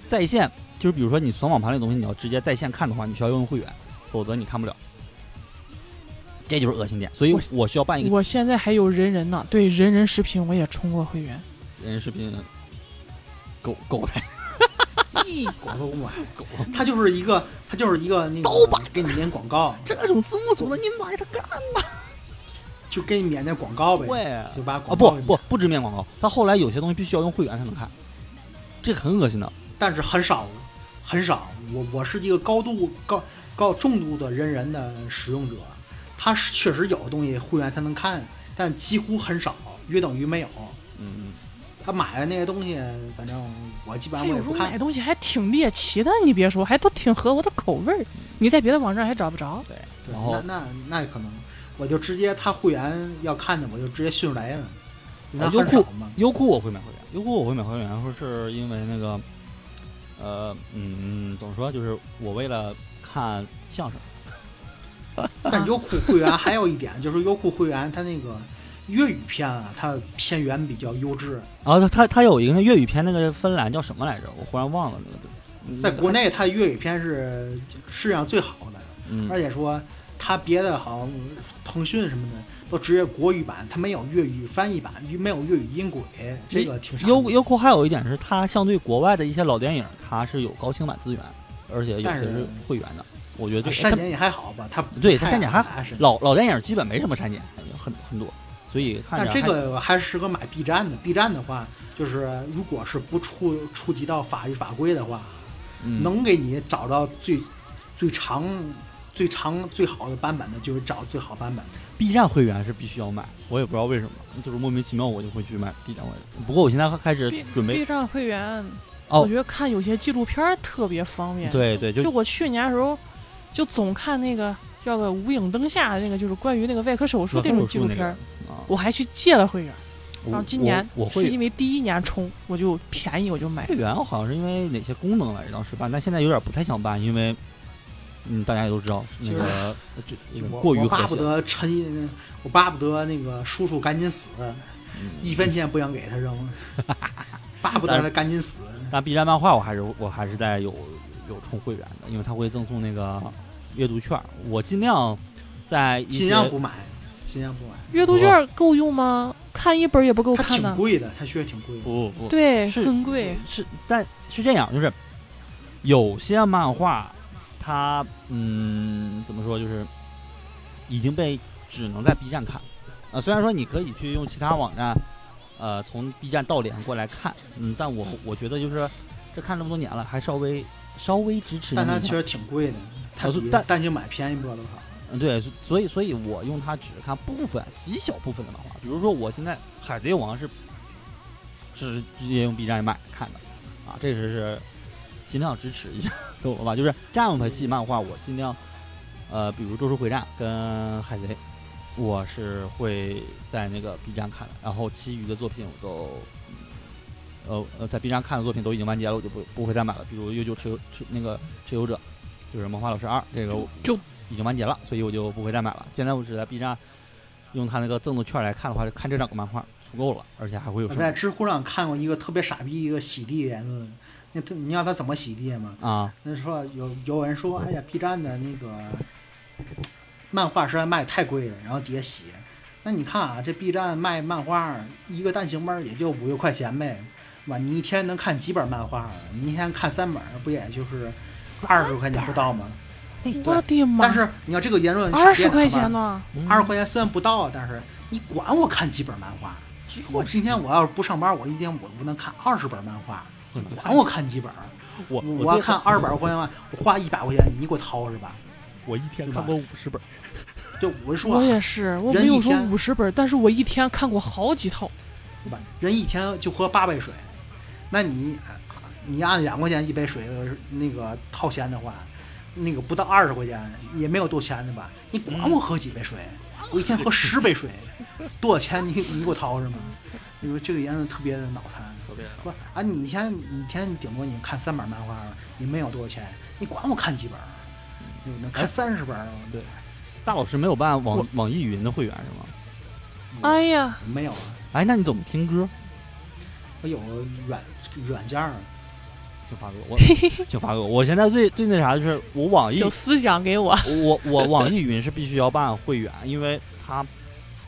在线就是比如说你存网盘里的东西，你要直接在线看的话，你需要用会员，否则你看不了。这就是恶心点，所以我我需要办一个我现在还有人人呢，对人人视频我也充过会员。人视频。狗狗来，咦，狗都不买， *laughs* 狗，它就是一个，它就是一个那个，给你连广告，这种字幕组的你买它干？就给你免那广告呗，对啊，就把啊广告不给你不不直面广告，它后来有些东西必须要用会员才能看，这很恶心的。但是很少，很少。我我是一个高度高高重度的人人的使用者，他是确实有的东西会员才能看，但几乎很少，约等于没有。嗯，他买的那些东西，反正我基本他上我有也时不候买看。东西还挺猎奇的，你别说，还都挺合我的口味儿。你在别的网站还找不着。对，然后那那那可能，我就直接他会员要看的，我就直接迅雷了。那啊优很酷少嘛，优酷我会买会员，优酷我会买会员，说是因为那个，呃，嗯，怎么说，就是我为了看相声，但优酷会员还有一点就是优酷会员，它那个粤语片啊，它片源比较优质。然后啊他他他有一个那粤语片，那个芬兰叫什么来着？我忽然忘了那个。在国内，它粤语片是世界上最好的，嗯，而且说它别的好像腾讯什么的都直接国语版，它没有粤语翻译版，没有粤语音轨，这个挺傻的优优酷还有一点是，它相对国外的一些老电影，它是有高清版资源，而且有但些是是啊会员的。我觉得这删它减也还好吧，它对它删减还好。老老电影基本没什么删减，很很多，所以看但着这还个还是适合买 B 站的，B 站的话，就是如果是不触触及到法律法规的话，嗯能给你找到最最长、最长、最好的版本的，就是找最好版本。 B 站会员是必须要买，我也不知道为什么，就是莫名其妙我就会去买 B 站会员。不过我现在开始 B 准备 B 站会员，哦我觉得看有些纪录片儿特别方便。对对，就就我去年的时候，就总看那个叫做《无影灯下》的那个，就是关于那个外科手术我那看种我纪叔录那个片儿，啊，我还去借了会员。然我后今年我我是会因为第一年充，我就便宜我就买会。 *laughs* 员，我好像是因为哪些功能来着当时办，但现在有点不太想办，因为嗯大家也都知道那就是个这这个我过于我和巴谐不得陈，我巴不得那个叔叔赶紧死，嗯一分钱不想给 *laughs* 他扔，巴不得他赶紧死。但 B 站漫画我还是我还是在有有充会员的，因为它会赠送那个阅读券儿，我尽量在一尽些量不买，尽量不买，阅读券够用吗？看一本也不够它看挺呢。贵的，它确实挺贵的。不不对，是很贵。是，但是这样，就是有些漫画，它嗯怎么说，就是已经被只能在 B 站看。呃，虽然说你可以去用其他网站，呃，从 B 站倒连过来看，嗯，但我我觉得就是这看这么多年了，还稍微稍微支持你一但下。它确实挺贵的，它我说比但单行买便宜不了多少。嗯，对，所以所以我用它只看部分极小部分的漫画，比如说我现在《海贼王》是是直接用 B 站买看的啊，这是是尽量支持一下， *laughs* 懂了吧？就是 Jump 系漫画，我尽量呃，比如《咒术回战》跟《海贼》，我是会在那个 B 站看的，然后其余的作品我都。呃呃，在 B 站看的作品都已经完结了，我就不不会再买了。比如《悠久持有持那个持有者》，就是《魔法老师二》，这个我就已经完结了，所以我就不会再买了。现在我只在 B 站用他那个赠送券来看的话，就看这两个漫画足够了，而且还会有我什在么知乎上看过一个特别傻逼一个洗地言论，那他你知道他怎么洗地吗？啊？那说有有人说，哎呀，B 站的那个漫画实在卖太贵了，然后底下写，那你看啊，这 B 站卖漫画一个单行本儿也就五六块钱呗，是吧？你一天能看几本漫画啊？你一天看三本儿，不也就是二十块钱不到吗？我的但妈！是你要这个言论，二十块钱，呢？二十块钱虽然不到，但是你管我看几本漫画？我今天我要是不上班，我一天我不能看二十本漫画，管我看几本儿？我我要看二十本儿，块钱，我花一百块钱，你给我掏是吧？我一天看看过过五十本，就我就说我啊，也是，我人没一有说天五十本，但是我一天看过好几套。对吧？人一天就喝八杯水，那你你按两块钱一杯水呃那个掏钱的话，那个不到二十块钱也没有多钱的吧？你管我喝几杯水，我一天喝十杯水，多少钱你你给我掏是吗？你说这个言论特别的脑残。说啊，你一天你一天顶多你看三本漫画，也没有多少钱，你管我看几本儿？对不哎对能看三十本儿？对大老师没有办网我网易云的会员是吗？哎呀，没有啊，哎，那你怎么听歌？我有软软件儿。请发给 *laughs* 我，我请发给我。我现在最最那啥就是我网易，有思想给我我我网易云是必须要办会员，因为它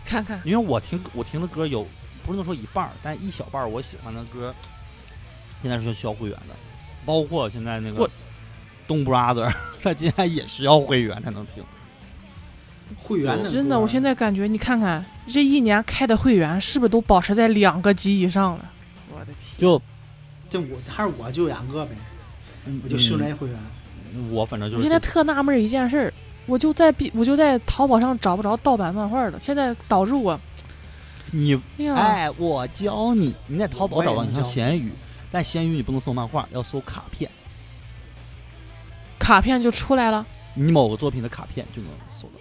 看看。因为我听我听的歌有不能说一半儿，但一小半儿我喜欢的歌，现在是需要会员的，包括现在那个我 *laughs* 东 brother，他竟然也是要会员才能听。会员的歌，真的，我现在感觉你看看这一年开的会员是不是都保持在两个级以上了？我的天！就这我还是我就两个呗，嗯嗯我就修那会员。我反正就我是现在特纳闷儿一件事儿，我就在 B 我就在淘宝上找不着盗版漫画了，现在导致我，你哎呀，哎，我教你，你在淘宝嗯我也找到，能你上教闲鱼，但闲鱼你不能搜漫画，要搜卡片，卡片就出来了。你某个作品的卡片就能搜到。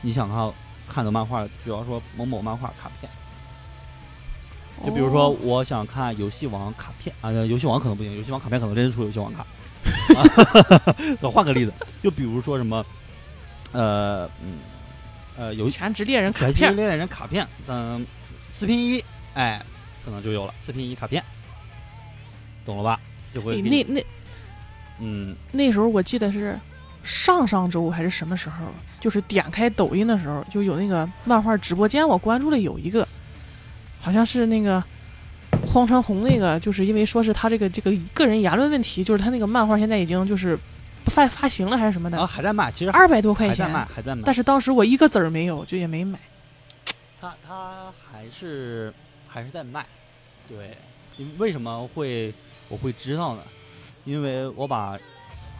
你想看看的漫画，主要说某某漫画卡片，就比如说哦我想看游戏王卡片啊，游戏王可能不行，游戏王卡片可能真是出游戏王卡。 *laughs* 我换个例子，就比如说什么，呃，嗯，呃，游《全职猎人》卡全职片，猎人卡片，嗯，四拼一，哎，可能就有了四拼一卡片，懂了吧？就会哎给那你那嗯，那时候我记得是上上周还是什么时候，就是点开抖音的时候，就有那个漫画直播间，我关注了有一个，好像是那个荒川弘那个，就是因为说是他这个这个个人言论问题，就是他那个漫画现在已经就是不发发行了还是什么然后的，还在卖，其实还二百多块啊还在钱，卖，还在卖但，是当时我一个子儿没有，就也没买。他他还是还是在卖，对，因为为什么会我会知道呢？因为我把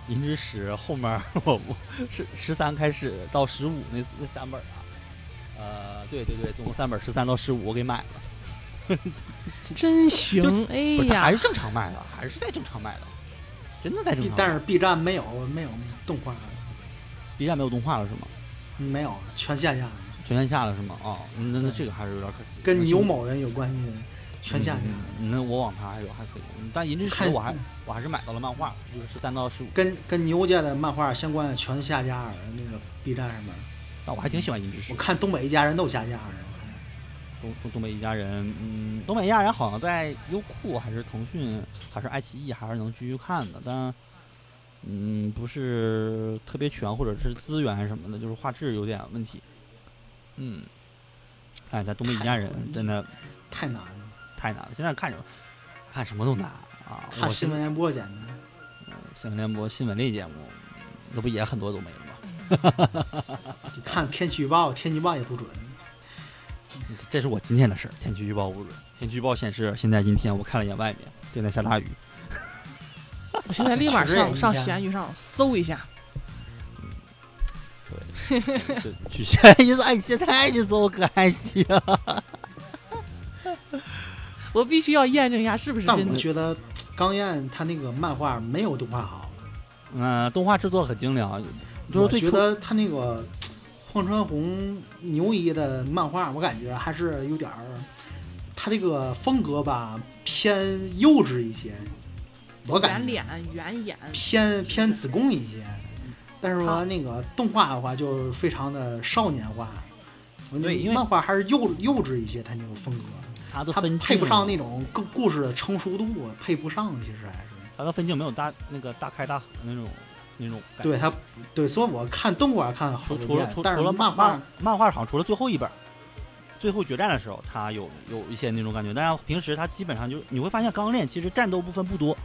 银之匙后面儿 *laughs* 我我十十三开始到十五那那三本儿啊，呃，对对对，总共三本儿，十三到十五我给买了，真行！哎不是，它还呀是，正常卖的，还是在正常卖的，真的在正 B- 常卖。但是 B 站没有没有动画， B 站没有动画了是吗？没有全下架了，全线下了是吗？哦，那那对这个还是有点可惜。跟那牛行某人有关系的，全下架。嗯嗯那我网盘还有还可以，但银之匙看我还我还是买到了漫画，就是十三到十五。跟跟牛家的漫画相关的全下架了，那个 B 站上面，但我还挺喜欢银之匙我。看东北一家人都下架了。东东东北一家人，嗯，东北一家人好像在优酷还是腾讯还是爱奇艺还是能继续看的，但嗯不是特别全，或者是资源什么的，就是画质有点问题。嗯，哎，咱东北一家人真的太难了，太难了，现在看什么看什么都难啊！看我新闻联播简单。新闻联播新闻类节目，那不也很多都没了吗？啊你看天气预报，天气预报也不准。这是我今天的事儿。天气预报无准，天气预报显示现在今天我看了一眼外面，正在下大雨。我现在立马确实也上上一样闲鱼上搜一下。这去现在一哎，现在去搜可还行。我必须要验证一下是不是但真我的。觉得钢焰他那个漫画没有动画好，嗯、动画制作很精良，就是我最觉初得他那个荒川弘牛一的漫画，我感觉还是有点儿，他这个风格吧偏幼稚一些，我感圆觉脸、圆眼，偏偏子宫一些。但是好说那个动画的话，就非常的少年化。我觉得对因为漫画还是幼幼稚一些，他那个风格，它的他分配镜不上那种故故事的成熟度，配不上，其实还是。它的分镜没有大那个大开大合那种那种感觉。对他，对，所以我看动画看了除好多除了遍除，但除是了漫画画漫画好像除了最后一本儿，最后决战的时候，它有有一些那种感觉。但是平时它基本上就你会发现钢炼其实战斗部分不多，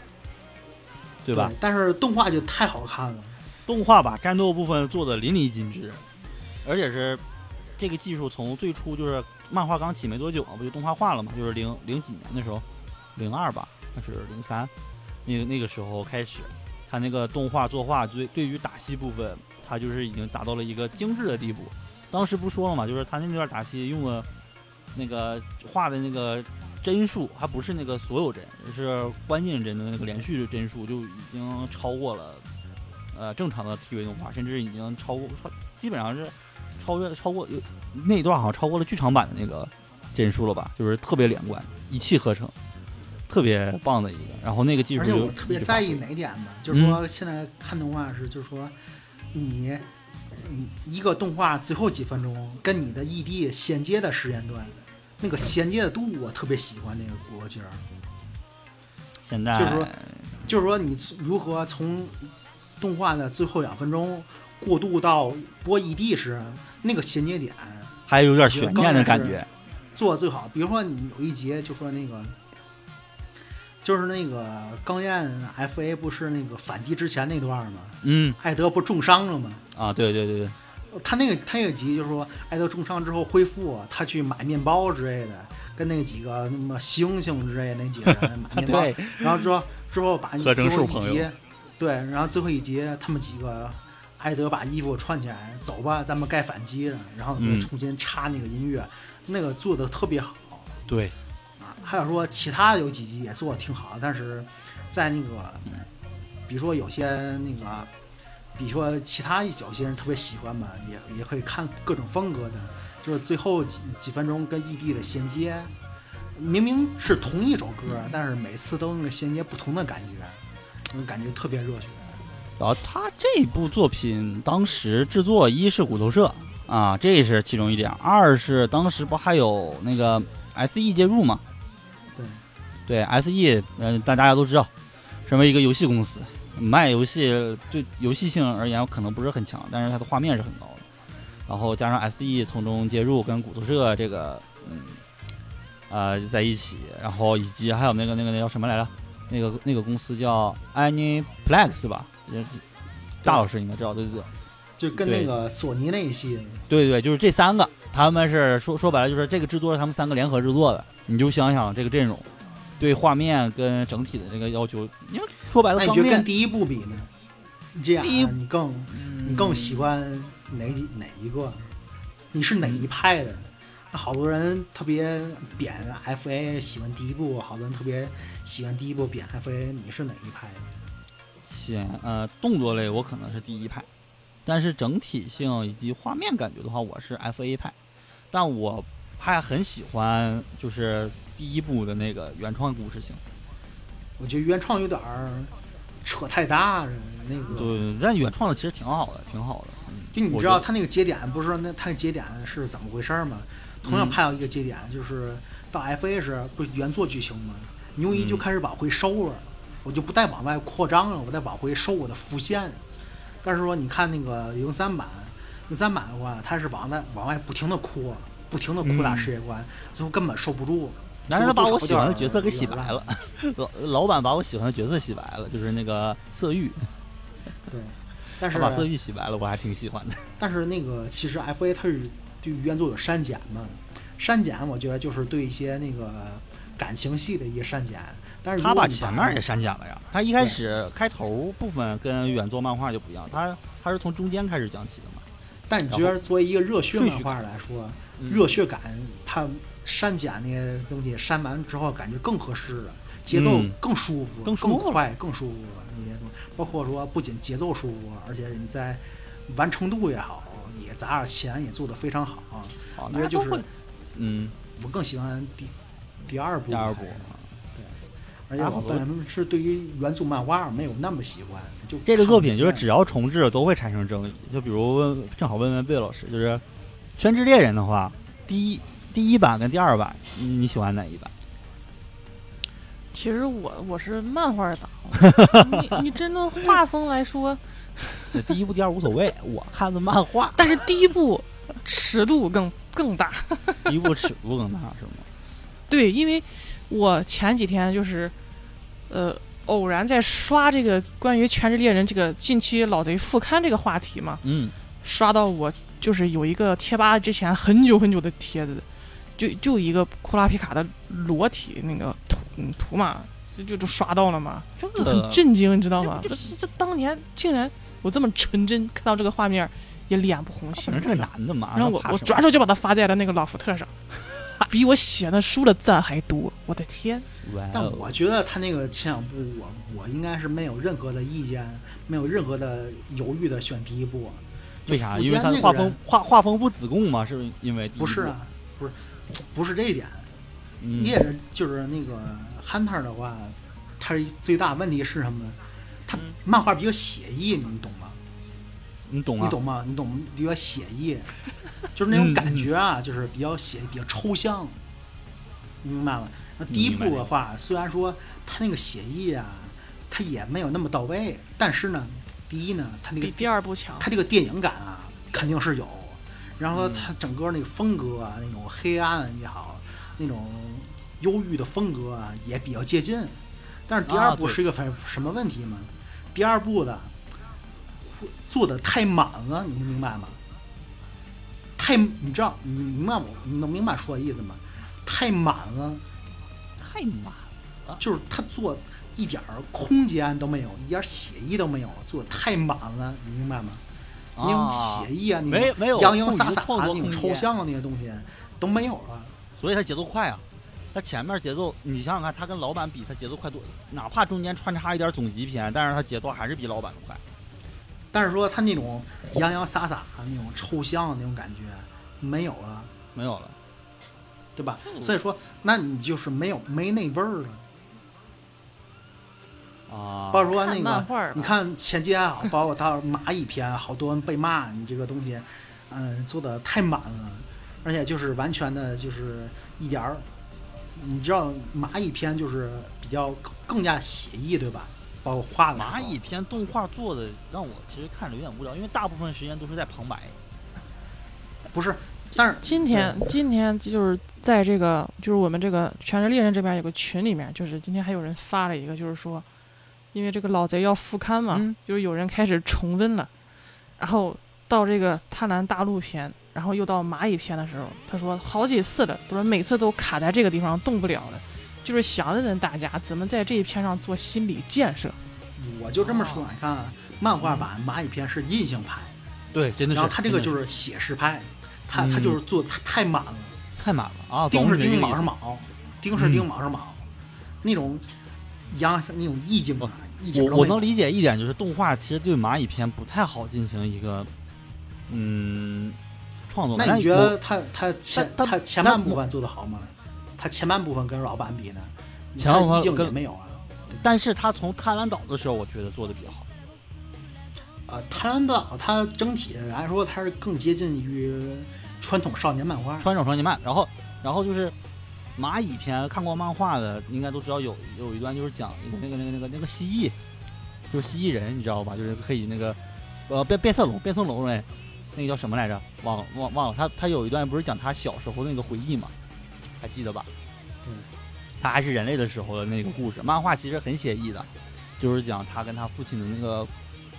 对吧？？但是动画就太好看了，动画把战斗部分做的淋漓尽致，而且是这个技术从最初就是漫画刚起没多久嘛，不就动画化了嘛，就是零零几年的时候，零二吧，还是零三，那个那个时候开始，它那个动画作画对对于打戏部分，它就是已经达到了一个精致的地步。当时不是说了嘛，就是它那段打戏用了那个画的那个帧数，还不是那个所有帧，是关键帧的那个连续帧数，就已经超过了呃正常的 TV 动画，甚至已经超过呃超基本上是超越超过有那一段好像超过了剧场版的那个帧数了吧，就是特别连贯，一气呵成，特别棒的一个。然后那个技术嗯而且就我特别在意哪一点呢？就是说现在看动画是，就是说你。嗯一个动画最后几分钟跟你的异地衔接的时间段，那个衔接的度我特别喜欢那个国劲儿，现在就是说就是说你如何从动画的最后两分钟过渡到播异地时那个衔接点，还有点悬念的感觉，做的最好。比如说你有一节就说那个，就是那个钢焰 FA 不是那个反击之前那段儿吗？嗯艾德不重伤了吗？啊，对对对对，他那个他那个集就是说，艾德重伤之后恢复，他去买面包之类的，跟那几个那么猩猩之类的那几个人买 *laughs* 面包，对，然后之后之后把合成最后兽一朋友集，对，然后最后一集他们几个，艾德把衣服穿起来，走吧，咱们该反击了，然后嗯重新插那个音乐，那个做的特别好对，啊。还有说其他有几集也做的挺好，但是在那个，比如说有些那个，比如说其他有些人特别喜欢吧，也也可以看各种风格的，就是最后几几分钟跟异地的衔接。明明是同一首歌，但是每次都那个衔接不同的感觉，那种感觉特别热血。然后他这部作品当时制作，一是骨头社啊，这是其中一点；二是当时不还有那个 SE 介入嘛？对，对 SE，嗯、呃，大家都知道，身为一个游戏公司，卖游戏对游戏性而言可能不是很强，但是它的画面是很高的。然后加上 SE 从中介入，跟骨头社这个嗯呃在一起，然后以及还有那个那个那叫什么来着？那个那个公司叫 Aniplex 吧，也大老师应该知道，对对对。就跟对那个索尼那一系列，对对，就是这三个，他们是说说白了就是这个制作是他们三个联合制作的，你就想想这个阵容，对画面跟整体的这个要求，你要说白了那你钢觉得面跟第一部比呢？这样啊第一嗯你更你更喜欢哪一哪一个？你是哪一派的？那好多人特别贬 FA 喜欢第一部，好多人特别喜欢第一部贬 FA，你是哪一派的？显呃动作类我可能是第一派，但是整体性以及画面感觉的话，我是 F A 派，但我还很喜欢就是第一部的那个原创故事性。我觉得原创有点儿扯太大了，那个对，但原创的其实挺好的，挺好的。嗯就你我知觉道得他那个节点不是说那他那节点是怎么回事儿吗？同样嗯拍到一个节点，就是到 FA 时不是原作剧情吗？牛嗯一就开始往回收了，我就不再往外扩张了，我再往回收我的伏线。但是说你看那个零三版，零三版的话，它是往外往外不停的扩，不停的扩大嗯世界观，最后根本收不住。男人把我喜欢的最角后色多给少洗有白点了，老老板把我喜欢的角色洗白了，就是那个色欲，对，但是他把色欲洗白了，我还挺喜欢的。但是那个其实 FA 它是对原作有删减嘛，删减我觉得就是对一些那个感情戏的一个删减。但是如他果把你前面也删减了呀，他一开始开头部分跟原作漫画就不一样，他他是从中间开始讲起的嘛。但你觉得作为一个热血顺漫序画来说，嗯热血感它删减那些东西删完之后，感觉更合适了，节奏嗯更舒服、更更舒服了快、更舒服了那些东西。包括说不仅节奏舒服，而且你在完成度也好，也砸点钱也做得非常好。好，我觉哦那得就都是会，嗯，我更喜欢第第二部，第二部。而啊且我本人是对于原著漫画没有那么喜欢，就这个作品就是看只要重置都会产生争议，就比如问正好问问魏老师，就是《全职猎人》的话，第一第一版跟第二版，你你喜欢哪一版？其实我我是漫画党，你你真的画风来说，第一部、第二无所谓，我看的漫画，但是第一部尺度更更大。 *laughs* 第一部尺度更大是吗？对，因为我前几天就是，呃，偶然在刷这个关于《全职猎人》这个近期老贼复刊这个话题嘛，嗯，刷到我就是有一个贴吧之前很久很久的帖子，就就一个库拉皮卡的裸体那个图嗯图嘛，就就就刷到了嘛，这就个很震惊，你知道吗？呃这这这这当年竟然我这么纯真看到这个画面，也脸不红可心能不是个跳。男的嘛，然后我那怕我什么转手就把它发在了那个老福 *laughs* 特上，比我写的书的赞还多，我的天！哇哦但我觉得他那个前两部，我我应该是没有任何的意见，没有任何的犹豫的选第一部。为啥？就因为福他的坚那画个风人画画风不子贡嘛，是不是因为第一不是部啊，不是不是这一点，嗯猎人就是那个 hunter 的话，他最大问题是什么呢？他嗯漫画比较写意，你们懂吗？嗯你懂啊？你懂吗？你懂比较写意， *laughs* 就是那种嗯感嗯觉啊，就是比较写比较抽象，你明白吗？那第一明白步的话，虽然说他那个写意啊，他也没有那么到位，但是呢，第一呢，他那个比第二部强。他这个电影感啊，肯定是有。然后他整个那个风格啊，那种黑暗也好，那种忧郁的风格啊，也比较接近。但是第啊二部对是一个反什么问题吗？第二部的做的太满了，你明白吗？太你知道你明白我你能明白说的意思吗？太满了，太满了，就是他做一点儿空间都没有，一点儿写意都没有，做的太满了，你明白吗？那种啊写意啊，那没种没有洋洋空余的洒洒创啊作那空种间抽象的那些东西都没有了。所以他节奏快啊。他前面节奏，你想想看，他跟老板比，他节奏快多，哪怕中间穿插一点总集篇，但是他节奏还是比老板快。但是说他那种洋洋洒洒那种抽象的那种感觉没有了，没有了，对吧？嗯所以说，那你就是没有没那味儿了。啊，包括说那看漫个，画儿吧你看前期啊， *laughs* 包括他蚂蚁篇，好多人被骂你这个东西，嗯，做的太满了，而且就是完全的就是一点儿，你知道蚂蚁篇就是比较更加写意，对吧？包括画的时候蚂蚁篇动画做的让我其实看着有点无聊，因为大部分时间都是在旁白。不是，但是今天今天就是在这个就是我们这个《全职猎人》这边有个群里面，就是今天还有人发了一个，就是说，因为这个老贼要复刊嘛，嗯就是有人开始重温了，然后到这个《贪婪大陆篇》，然后又到蚂蚁篇的时候，他说好几次了，他说每次都卡在这个地方动不了了，就是想问问大家怎么在这一篇上做心理建设。我就这么哦说，你看啊漫画版蚂蚁篇是印象派，对，真的然是。后他这个就是是写实派，他他嗯就是做的太满了，太满了啊！钉懂是你这个钉，意卯是思嗯卯，钉是钉，卯是卯，那种洋那种意境啊，一点儿我都我没有能理解一点，就是动画其实对蚂蚁篇不太好进行一个嗯创作。那但你觉我得他他前但他前但半部我分做的好吗？他前半部分跟老板比呢，前半部分他意境也跟没有啊。但是他从贪婪岛的时候，我觉得做的比较好。呃，贪婪岛它整体来说，它是更接近于传统少年漫画。川手双截漫，然后然后就是蚂蚁篇，看过漫画的应该都知道有有一段就是讲有那个那个那个那个蜥蜴，就是蜥蜴人，你知道吧？就是可以那个呃变变色龙变色龙人，那个叫什么来着？忘了忘忘了。他他有一段不是讲他小时候的那个回忆嘛，还记得吧？嗯，他还是人类的时候的那个故事，漫画其实很写意的，就是讲他跟他父亲的那个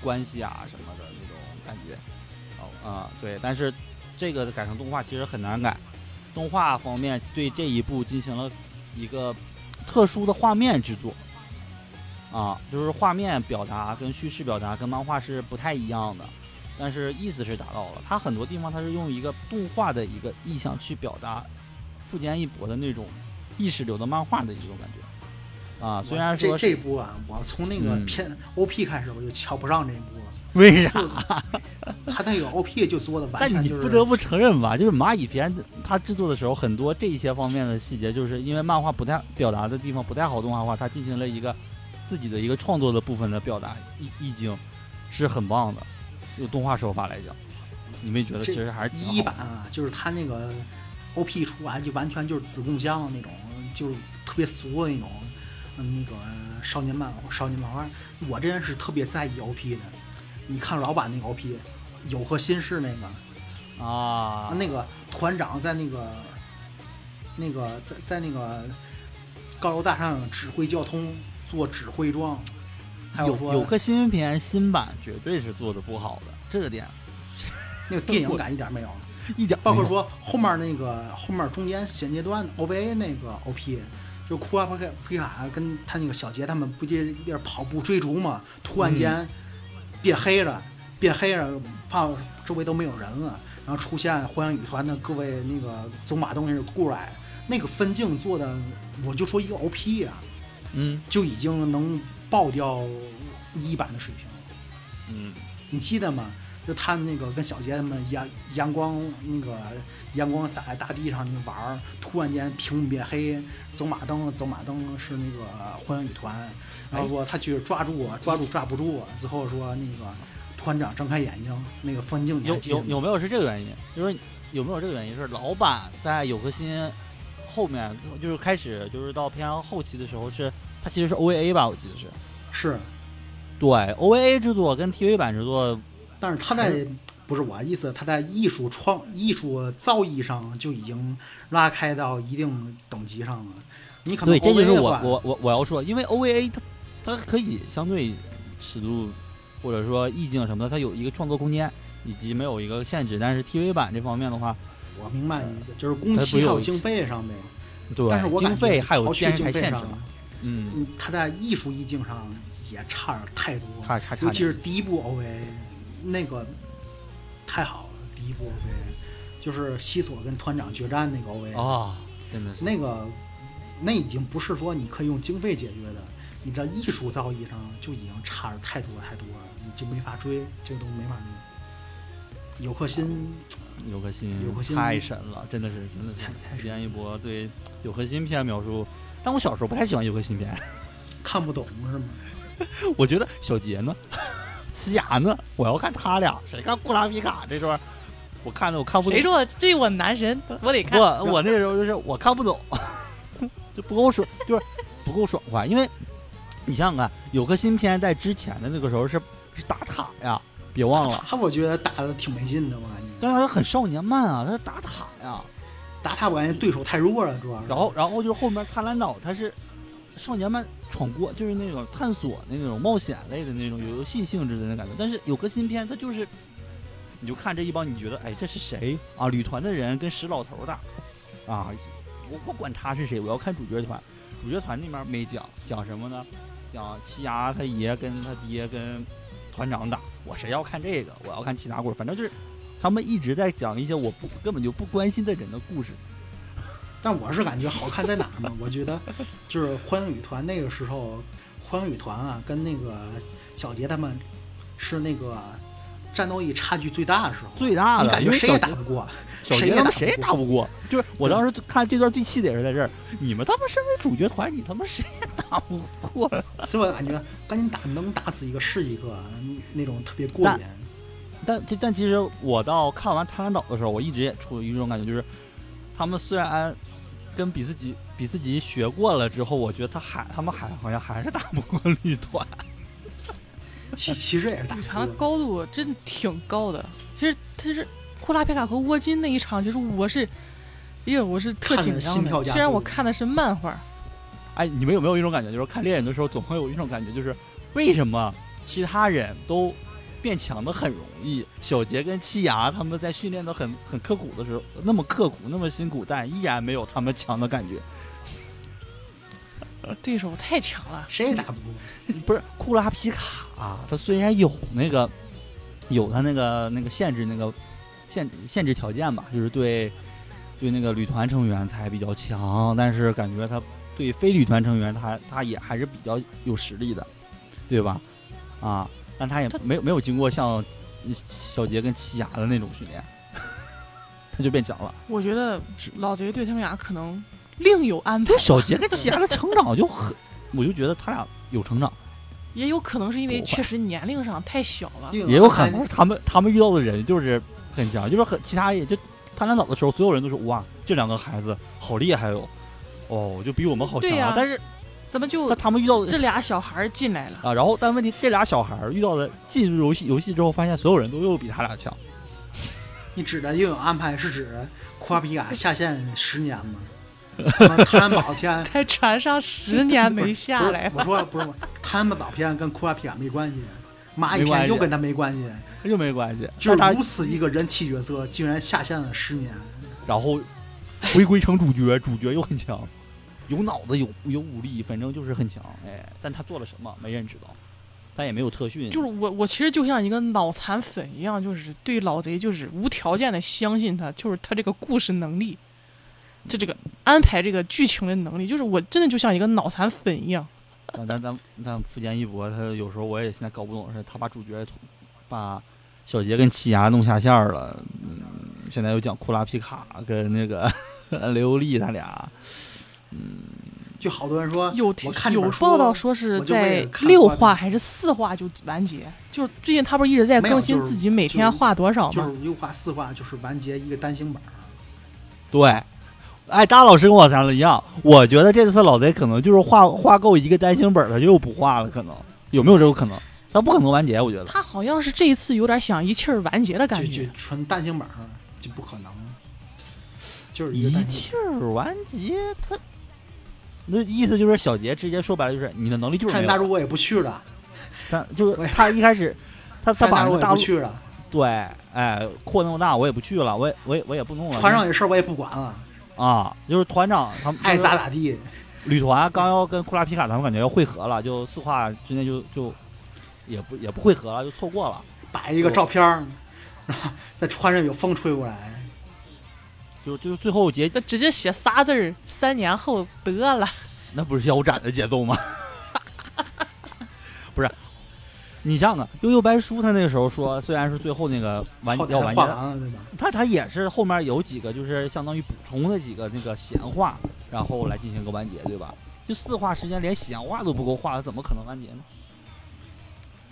关系啊什么的那种感觉。哦啊、对，但是这个改成动画其实很难改。动画方面对这一部进行了一个特殊的画面制作，啊，就是画面表达跟叙事表达跟漫画是不太一样的，但是意思是达到了。它很多地方它是用一个动画的一个意象去表达富坚义博的那种意识流的漫画的一种感觉，啊，虽然这说这一部啊，我从那个嗯片 OP 开始，我就瞧不上这一 *laughs* 部了。 *laughs* 为啥？他那个 OP 就做的完但全你就是不得不承认吧，就是蚂蚁篇它制作的时候，很多这些方面的细节，就是因为漫画不太表达的地方不太好动画化，它进行了一个自己的一个创作的部分的表达意意境，是很棒的。用动画手法来讲，你没觉得其实还是挺一好版的？啊，就是他那个 OP 一出来就完全就是子供像那种，就是特别俗的那种，嗯，那个少年漫少年漫画。我这人是特别在意 OP 的，你看老版那个 OP，有和新事那个，啊，那个团长在那个那个在在那个高楼大厦上指挥交通，做指挥状，还有说有颗新篇新版绝对是做的不好的，这个点那个电影感一点没有。啊 *laughs* 一点包括没有说后面那个后面中间衔接段 OVA 那个 OP，就库阿普克皮卡跟他那个小杰他们不就一点跑步追逐嘛，突然嗯间变黑了，变黑了，怕周围都没有人了，然后出现幻影雨团的各位那个走马灯是过来，那个分镜做的，我就说一个 OP 啊，嗯就已经能爆掉一版的水平了。嗯你记得吗？就他那个跟小杰他们阳阳光那个阳光洒在大地上那玩儿，突然间屏幕变黑，走马灯走马灯是那个幻影女团，然后说他去抓住我，抓住抓不住我，之后说那个团长睁开眼睛，那个分镜你还有记得有吗有没有是这个原因？就是有没有这个原因是老板在有颗新后面就是开始就是到偏后期的时候是它其实是 OVA 吧，我记得是是，对 OVA 制作跟 TV 版制作但是他在嗯不是我的意思，他在艺术创艺术造诣上就已经拉开到一定等级上了，你可能对，这就是 OVA 的我话我我我要说，因为 OVA 它它可以相对尺度或者说意境什么的，它有一个创作空间，以及没有一个限制。但是 TV 版这方面的话，我明白你意思，就是工它期不还有有一经费上面，嗯对但是我经感费觉还有刨去电视经台费限制上嘛，嗯，嗯，他在艺术意境上也差点太多，差差差尤其点是第一部 OVA，那个太好了，第一部 OVA 就是西索跟团长决战那个 OVA，、啊，真的是那个那已经不是说你可以用经费解决的，你在艺术造诣上就已经差的太多太多了，你就没法追，这个都没法追。有克新有颗心，有颗心太神了，真的是真的太太是。神编一博对有颗心片描述，但我小时候不太喜欢有颗心片， *laughs* 看不懂是吗？我觉得小杰呢， *laughs* 呲牙呢，我要看他俩，谁看库拉皮卡这段儿，我看的我看不懂谁。说这我呃男神，我得看。我我那时候就是我看不懂， *laughs* 就不够爽，就是不够爽快。因为你想想看，有颗新片在之前的那个时候是是打塔呀，别忘了，他我觉得打的挺没劲的，我感觉但是它很少年漫啊，它是打塔呀。打他我感觉对手太弱了，主要是。然后然后就是后面贪婪岛，它是少年漫闯过，就是那种探索那种冒险类的那种有游戏性质的那感觉。但是有颗新片，它就是。你就看这一帮，你觉得哎，这是谁啊？旅团的人跟石老头打，啊，我不管他是谁，我要看主角团。主角团那边没讲，讲什么呢？讲奇牙他爷跟他爹跟团长打。我谁要看这个？我要看其他故事。反正就是他们一直在讲一些我不根本就不关心的人的故事。但我是感觉好看在哪儿呢？ *laughs* 我觉得就是欢迎雨团那个时候，欢迎雨团啊，跟那个小杰他们是那个战斗力差距最大的时候，最大你的，感因觉为谁小也杰打不过，小谁杰他也打们不谁也过打不过。 *laughs* 就是我当时看这段最气的也是在这儿，你们他妈身为主角团，你他妈谁也打不过。所以我感觉赶紧打，能打死一个是一个，啊那种特别过瘾。 *laughs* 但这但其实我到看完《贪婪岛》的时候，我一直也处于一种感觉，就是他们虽然跟比斯吉比斯吉学过了之后，我觉得他还他们还好像还是打不过 *laughs* 绿团。其其实也是打女不团的过。高度真的挺高的。其实他是库拉皮卡和沃金那一场，就是我是，因为我是看特得紧张心跳的。加虽然速我看的是漫画，哎，你们有没有一种感觉，就是看猎人的时候，总会有一种感觉，就是为什么其他人都变强的很容易，小杰跟七牙他们在训练的很很刻苦的时候，那么刻苦，那么辛苦，但依然没有他们强的感觉。对手太强 *laughs* 了。谁也打不过，不是库拉皮卡、他虽然有那个有他那个那个限制那个限限制条件吧，就是对对那个旅团成员才比较强，但是感觉他对非旅团成员他他也还是比较有实力的，对吧？啊，但他也他没有没有经过像小杰跟奇牙的那种训练， *laughs* 他就变强了。我觉得是老贼对他们俩可能另有安排就，小杰跟奇牙的成长就很， *laughs* 我就觉得他俩有成长。也有可能是因为不会确实年龄上太小了。因为也有我可看能是他们他们遇到的人就是很强，就是很其他也就贪婪岛的时候，所有人都说哇，这两个孩子好厉害哦，哦，就比我们好强、对呀但是怎么但就他们遇到这的俩小孩儿进 *laughs* 来了？啊，然后但问题这俩小孩儿遇到的进入游戏游戏之后，发现所有人都又比他俩强。你指的应有安排是指库拉皮卡下线十年吗？ *laughs* 贪婪宝天在船上 *laughs* 十年没不下是 *laughs* 来我说不是我，他们岛片跟库拉皮卡没关系，蚂蚁没关片系又跟他没关系，又没关系，就但他是如此一个人气角色，竟然下线了十年。然后回归成主角，主角又很强，有脑子有有武力，反正就是很强。哎，但他做了什么没人知道，他也没有特训，就是我，我其实就像一个脑残粉一样，就是对老贼就是无条件的相信他，就是他这个故事能力，这这个安排这个剧情的能力，就是我真的就像一个脑残粉一样。但但但但福建一博，他有时候我也现在搞不懂的是，他把主角同把小杰跟奇牙弄下线儿了，嗯，现在又讲库拉皮卡跟那个 *laughs* 雷欧利他俩，就好多人说，有我看这有本书报道说是我就为在了看六画面话还是四话就完结，就是最近他不是一直在没有更新就是自己每天就是画多少就吗？是优化四话就是完结一个单行本儿，对。哎，大老师跟我想的一样，我觉得这次老贼可能就是画画够一个单行本儿，他又不画了，可能有没有这个可能？他不可能完结，我觉得。他好像是这一次有点想一气儿完结的感就觉就。纯单行本儿就不可能，就是一一个单行气儿完结，他那意思就是小杰直接说白了就是你的能力就是本没儿。有看大。叔我也不去了，但就是我也他一开始，他他把大那陆个我也大不陆去了，对，哎，扩那么大，我也不去了，我也我也我也不弄了。船上有事儿我也不管了，啊，就是团长他们爱就是咋咋地。旅团刚要跟库拉皮卡他们感觉要会合了，就四化之内就就也不也不会合了，就错过了。摆一个照片儿，然后在船上有风吹过来，就就是最后结那直接写仨字儿，三年后得了。 *laughs* 那不是腰斩的节奏吗？ *laughs* 不是，你想想，悠悠白书他那时候说，虽然是最后那个完后台要完画结完了，了啊对吧？他他也是后面有几个就是相当于补充的几个那个闲话，然后来进行一个完结，对吧？就四话时间连闲话都不够画，怎么可能完结呢？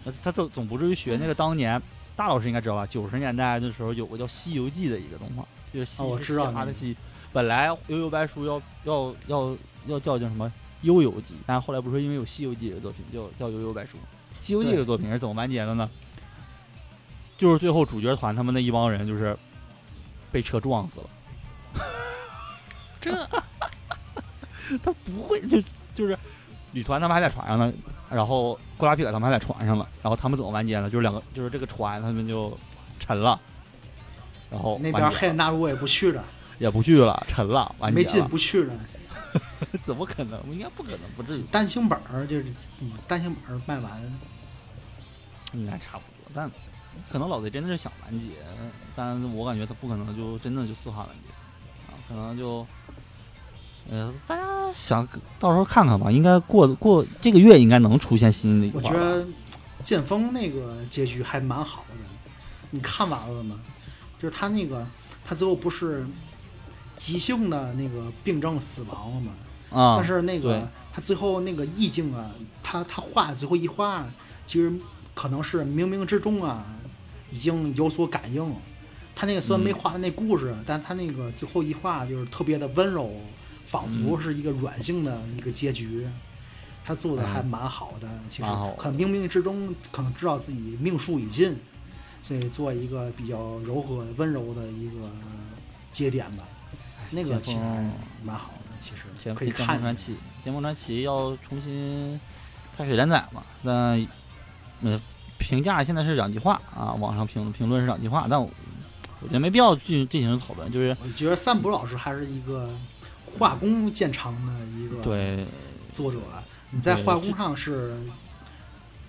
那他总总不至于学那个当年大老师应该知道吧？九十年代的时候有个叫《西游记》的一个动画，就是西、哦我知道他那的个西，本来悠悠白书要要要要叫叫什么《悠游记》，但是后来不是因为有《西游记》这个作品，就叫《悠悠白书》。《西游记》对这个作品是怎么完结的呢？就是最后主角团他们那一帮人就是被车撞死了。这 *laughs* 他不会就就是旅团他们还在船上呢，然后库拉皮卡他们还在船上呢，然后他们怎么完结呢？就是两个就是这个船他们就沉了，然后那完边结黑人大陆我也不去了，也不去了，沉了，完没结劲了， *laughs* 不去了。怎么可能？应该不可能，不至于，单行本儿就是嗯单行本儿卖完，嗯应该差不多，但可能老贼真的是想完结，但我感觉他不可能就真的就四话完结啊，可能就。呃，大家想到时候看看吧，应该过过这个月应该能出现新的一我话觉吧得剑锋那个结局还蛮好的。你看完了吗？就是他那个他最后不是急性的那个病症死亡了吗？啊，但是那对个他最后那个意境啊，他他画最后一画，其实可能是冥冥之中啊，已经有所感应。他那个虽然没嗯画那故事，但他那个最后一画就是特别的温柔，仿嗯佛是一个软性的一个结局。他做的还蛮好的，其实嗯蛮好的可能冥冥之中可能知道自己命数已尽，所以做一个比较柔和、温柔的一个节点吧。那剑个其实锋还蛮好的，其实前可以剑看锋一下传奇，剑锋传奇要重新开始连载嘛？那呃，评价现在是两极化啊，网上评评论是两极化，但我我觉得没必要进进行讨论，就是我觉得三浦老师还是一个画工见长的一个对作者，啊你在对画这工上是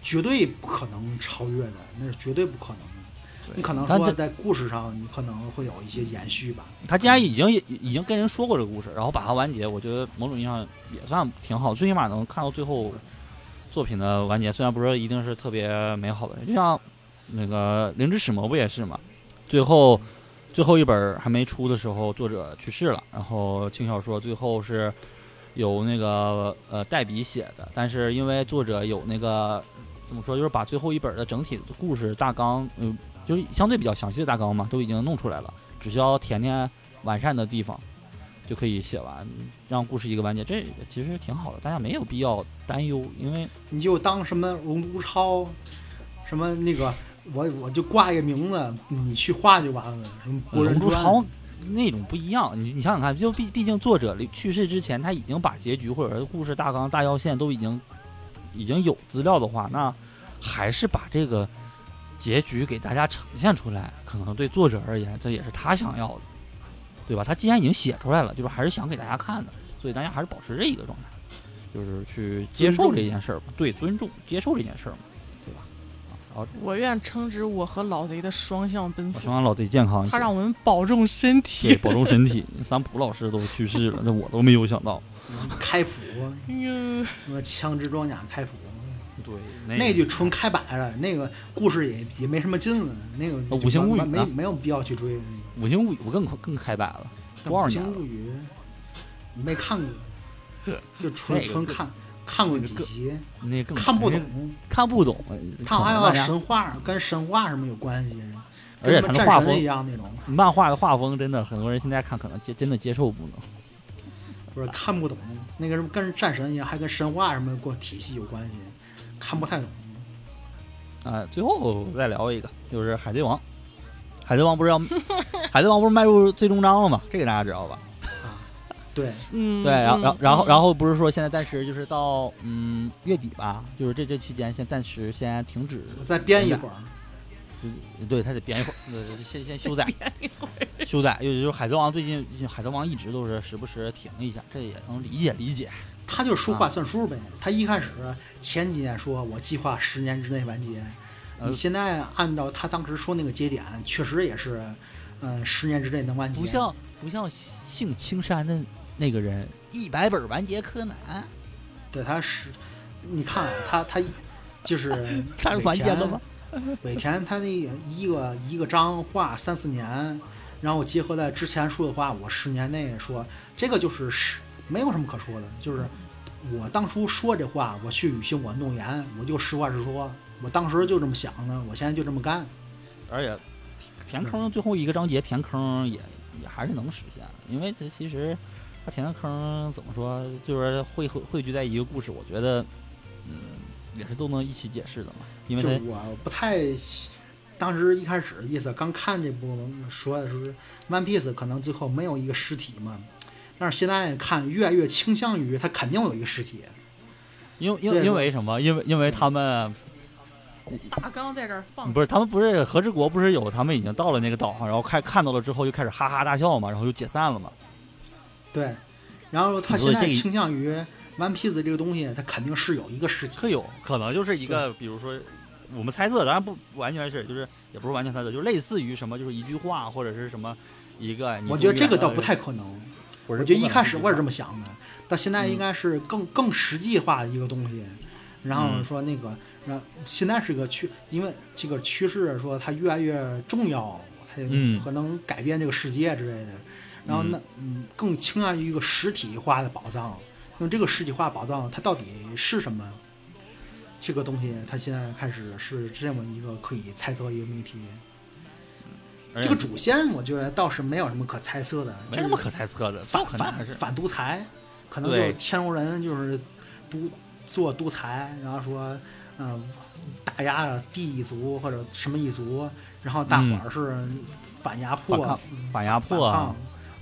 绝对不可能超越的，那是绝对不可能的。你可能但说这在故事上，你可能会有一些延续吧。他既然已经已经跟人说过这个故事，然后把它完结，我觉得某种意义上也算挺好，最起码能看到最后作品的完结。虽然不是一定是特别美好的，就像那个《灵之使魔》不也是嘛？最后最后一本还没出的时候，作者去世了，然后轻小说最后是有那个呃代笔写的，但是因为作者有那个怎么说，就是把最后一本的整体的故事大纲，嗯、就是相对比较详细的大纲嘛，都已经弄出来了，只需要填填。完善的地方，就可以写完，让故事一个完结。这其实挺好的，大家没有必要担忧，因为你就当什么龙珠超，什么那个，我我就挂一个名字，你去画就完了。什么博人龙珠传超那种不一样。你你想想看，就毕毕竟作者离去世之前，他已经把结局或者是故事大纲、大要线都已经已经有资料的话，那还是把这个结局给大家呈现出来，可能对作者而言，这也是他想要的，对吧？他既然已经写出来了，就是还是想给大家看的，所以大家还是保持这一个状态，嗯就是去接受尊重这件事儿嘛，对，尊重、接受这件事儿嘛，对吧？啊，然后我愿称之我和老贼的双向奔我希赴。望老贼健康一些。他让我们保重身对， *laughs* 体。保重身体。三浦老师都去世了，这我都没有想到。嗯开普，哎呦，什么枪支装甲开普，对，那就纯开摆了，那个故事也也没什么劲了，那个呃五星物语没呢没有必要去追。五星物语，我更更开摆了，但多少五年星了？物语没看过， *laughs* 就纯那个更纯看看过几那个集，那更看不那懂个，看不懂，看完还可能大要家神话，跟神话什么有关系？而且跟他什们么画战风神一样那种，漫画的画风真的，很多人现在看可能接真的接受不能。不是看不懂。那个什么跟战神一样，还跟神话什么过体系有关系，看不太懂。啊，最后再聊一个，就是《海贼王》。海贼王不是要， *laughs* 海贼王不是迈入最终章了吗？这个大家知道吧？对，嗯，对，然后嗯然后然后嗯然后不是说现在暂时就是到嗯月底吧，就是这这期间先暂时先停止我再编一会儿，就对他得编一 *laughs* 会儿，呃先先修改，修改。尤其是海贼王最近，海贼王一直都是时不时停一下，这也能理解理解。他就是说话啊算数呗。他一开始前几年说我计划十年之内完结，呃你现在按照他当时说那个节点，确实也是，嗯，十年之内能完结。不像不像姓青山的那个人，一百本完结柯南，对他是，你看啊他他就是 *laughs* 他完结了吗？尾田他那一个一个章画三四年，然后结合在之前说的话，我十年内说这个就是是没有什么可说的，就是我当初说这话，我去履行我的诺言，我就实话实说，我当时就这么想的，我现在就这么干。而嗯且填坑最后一个章节填坑也也还是能实现的，因为它其实它填的坑怎么说，就是汇汇汇聚在一个故事，我觉得嗯也是都能一起解释的嘛，因为就是它我不太喜，当时一开始的意思，刚看这部说的是 One Piece 可能最后没有一个实体嘛，但是现在看越来越倾向于它肯定有一个实体。因为因所为以说因为什么？因为因为他们大纲在这儿嗯放着。不是他们不是和之国不是有他们已经到了那个岛上，然后开看到了之后就开始哈哈大笑嘛，然后就解散了嘛。对，然后他你说现在这一倾向于 One Piece 这个东西，它肯定是有一个实体。可有可能就是一个，比如说我们猜测，当然不不完全是，就是也不是完全猜测，就是类似于什么，就是一句话或者是什么一个。你我觉得终于这个来了倒不太可能。我我是嗯觉得不一可能开始的我也这么想的，到现在应该是更更实际化的一个东西。然后嗯说那个，然后现在是个趋，因为这个趋势说它越来越重要，它也嗯可能改变这个世界之类的。然后那嗯，更倾向于一个实体化的宝藏。那么这个实体化宝藏它到底是什么？这个东西它现在开始是这么一个可以猜测一个谜题。而这且个主线我觉得倒是没有什么可猜测的，哎没就什是么可猜测的，反不可能反还是反独裁，可能就对是天龙人就是独做独裁，然后说嗯、呃打压了地一族或者什么一族，然后大伙儿是反压迫、嗯反抗反反压迫啊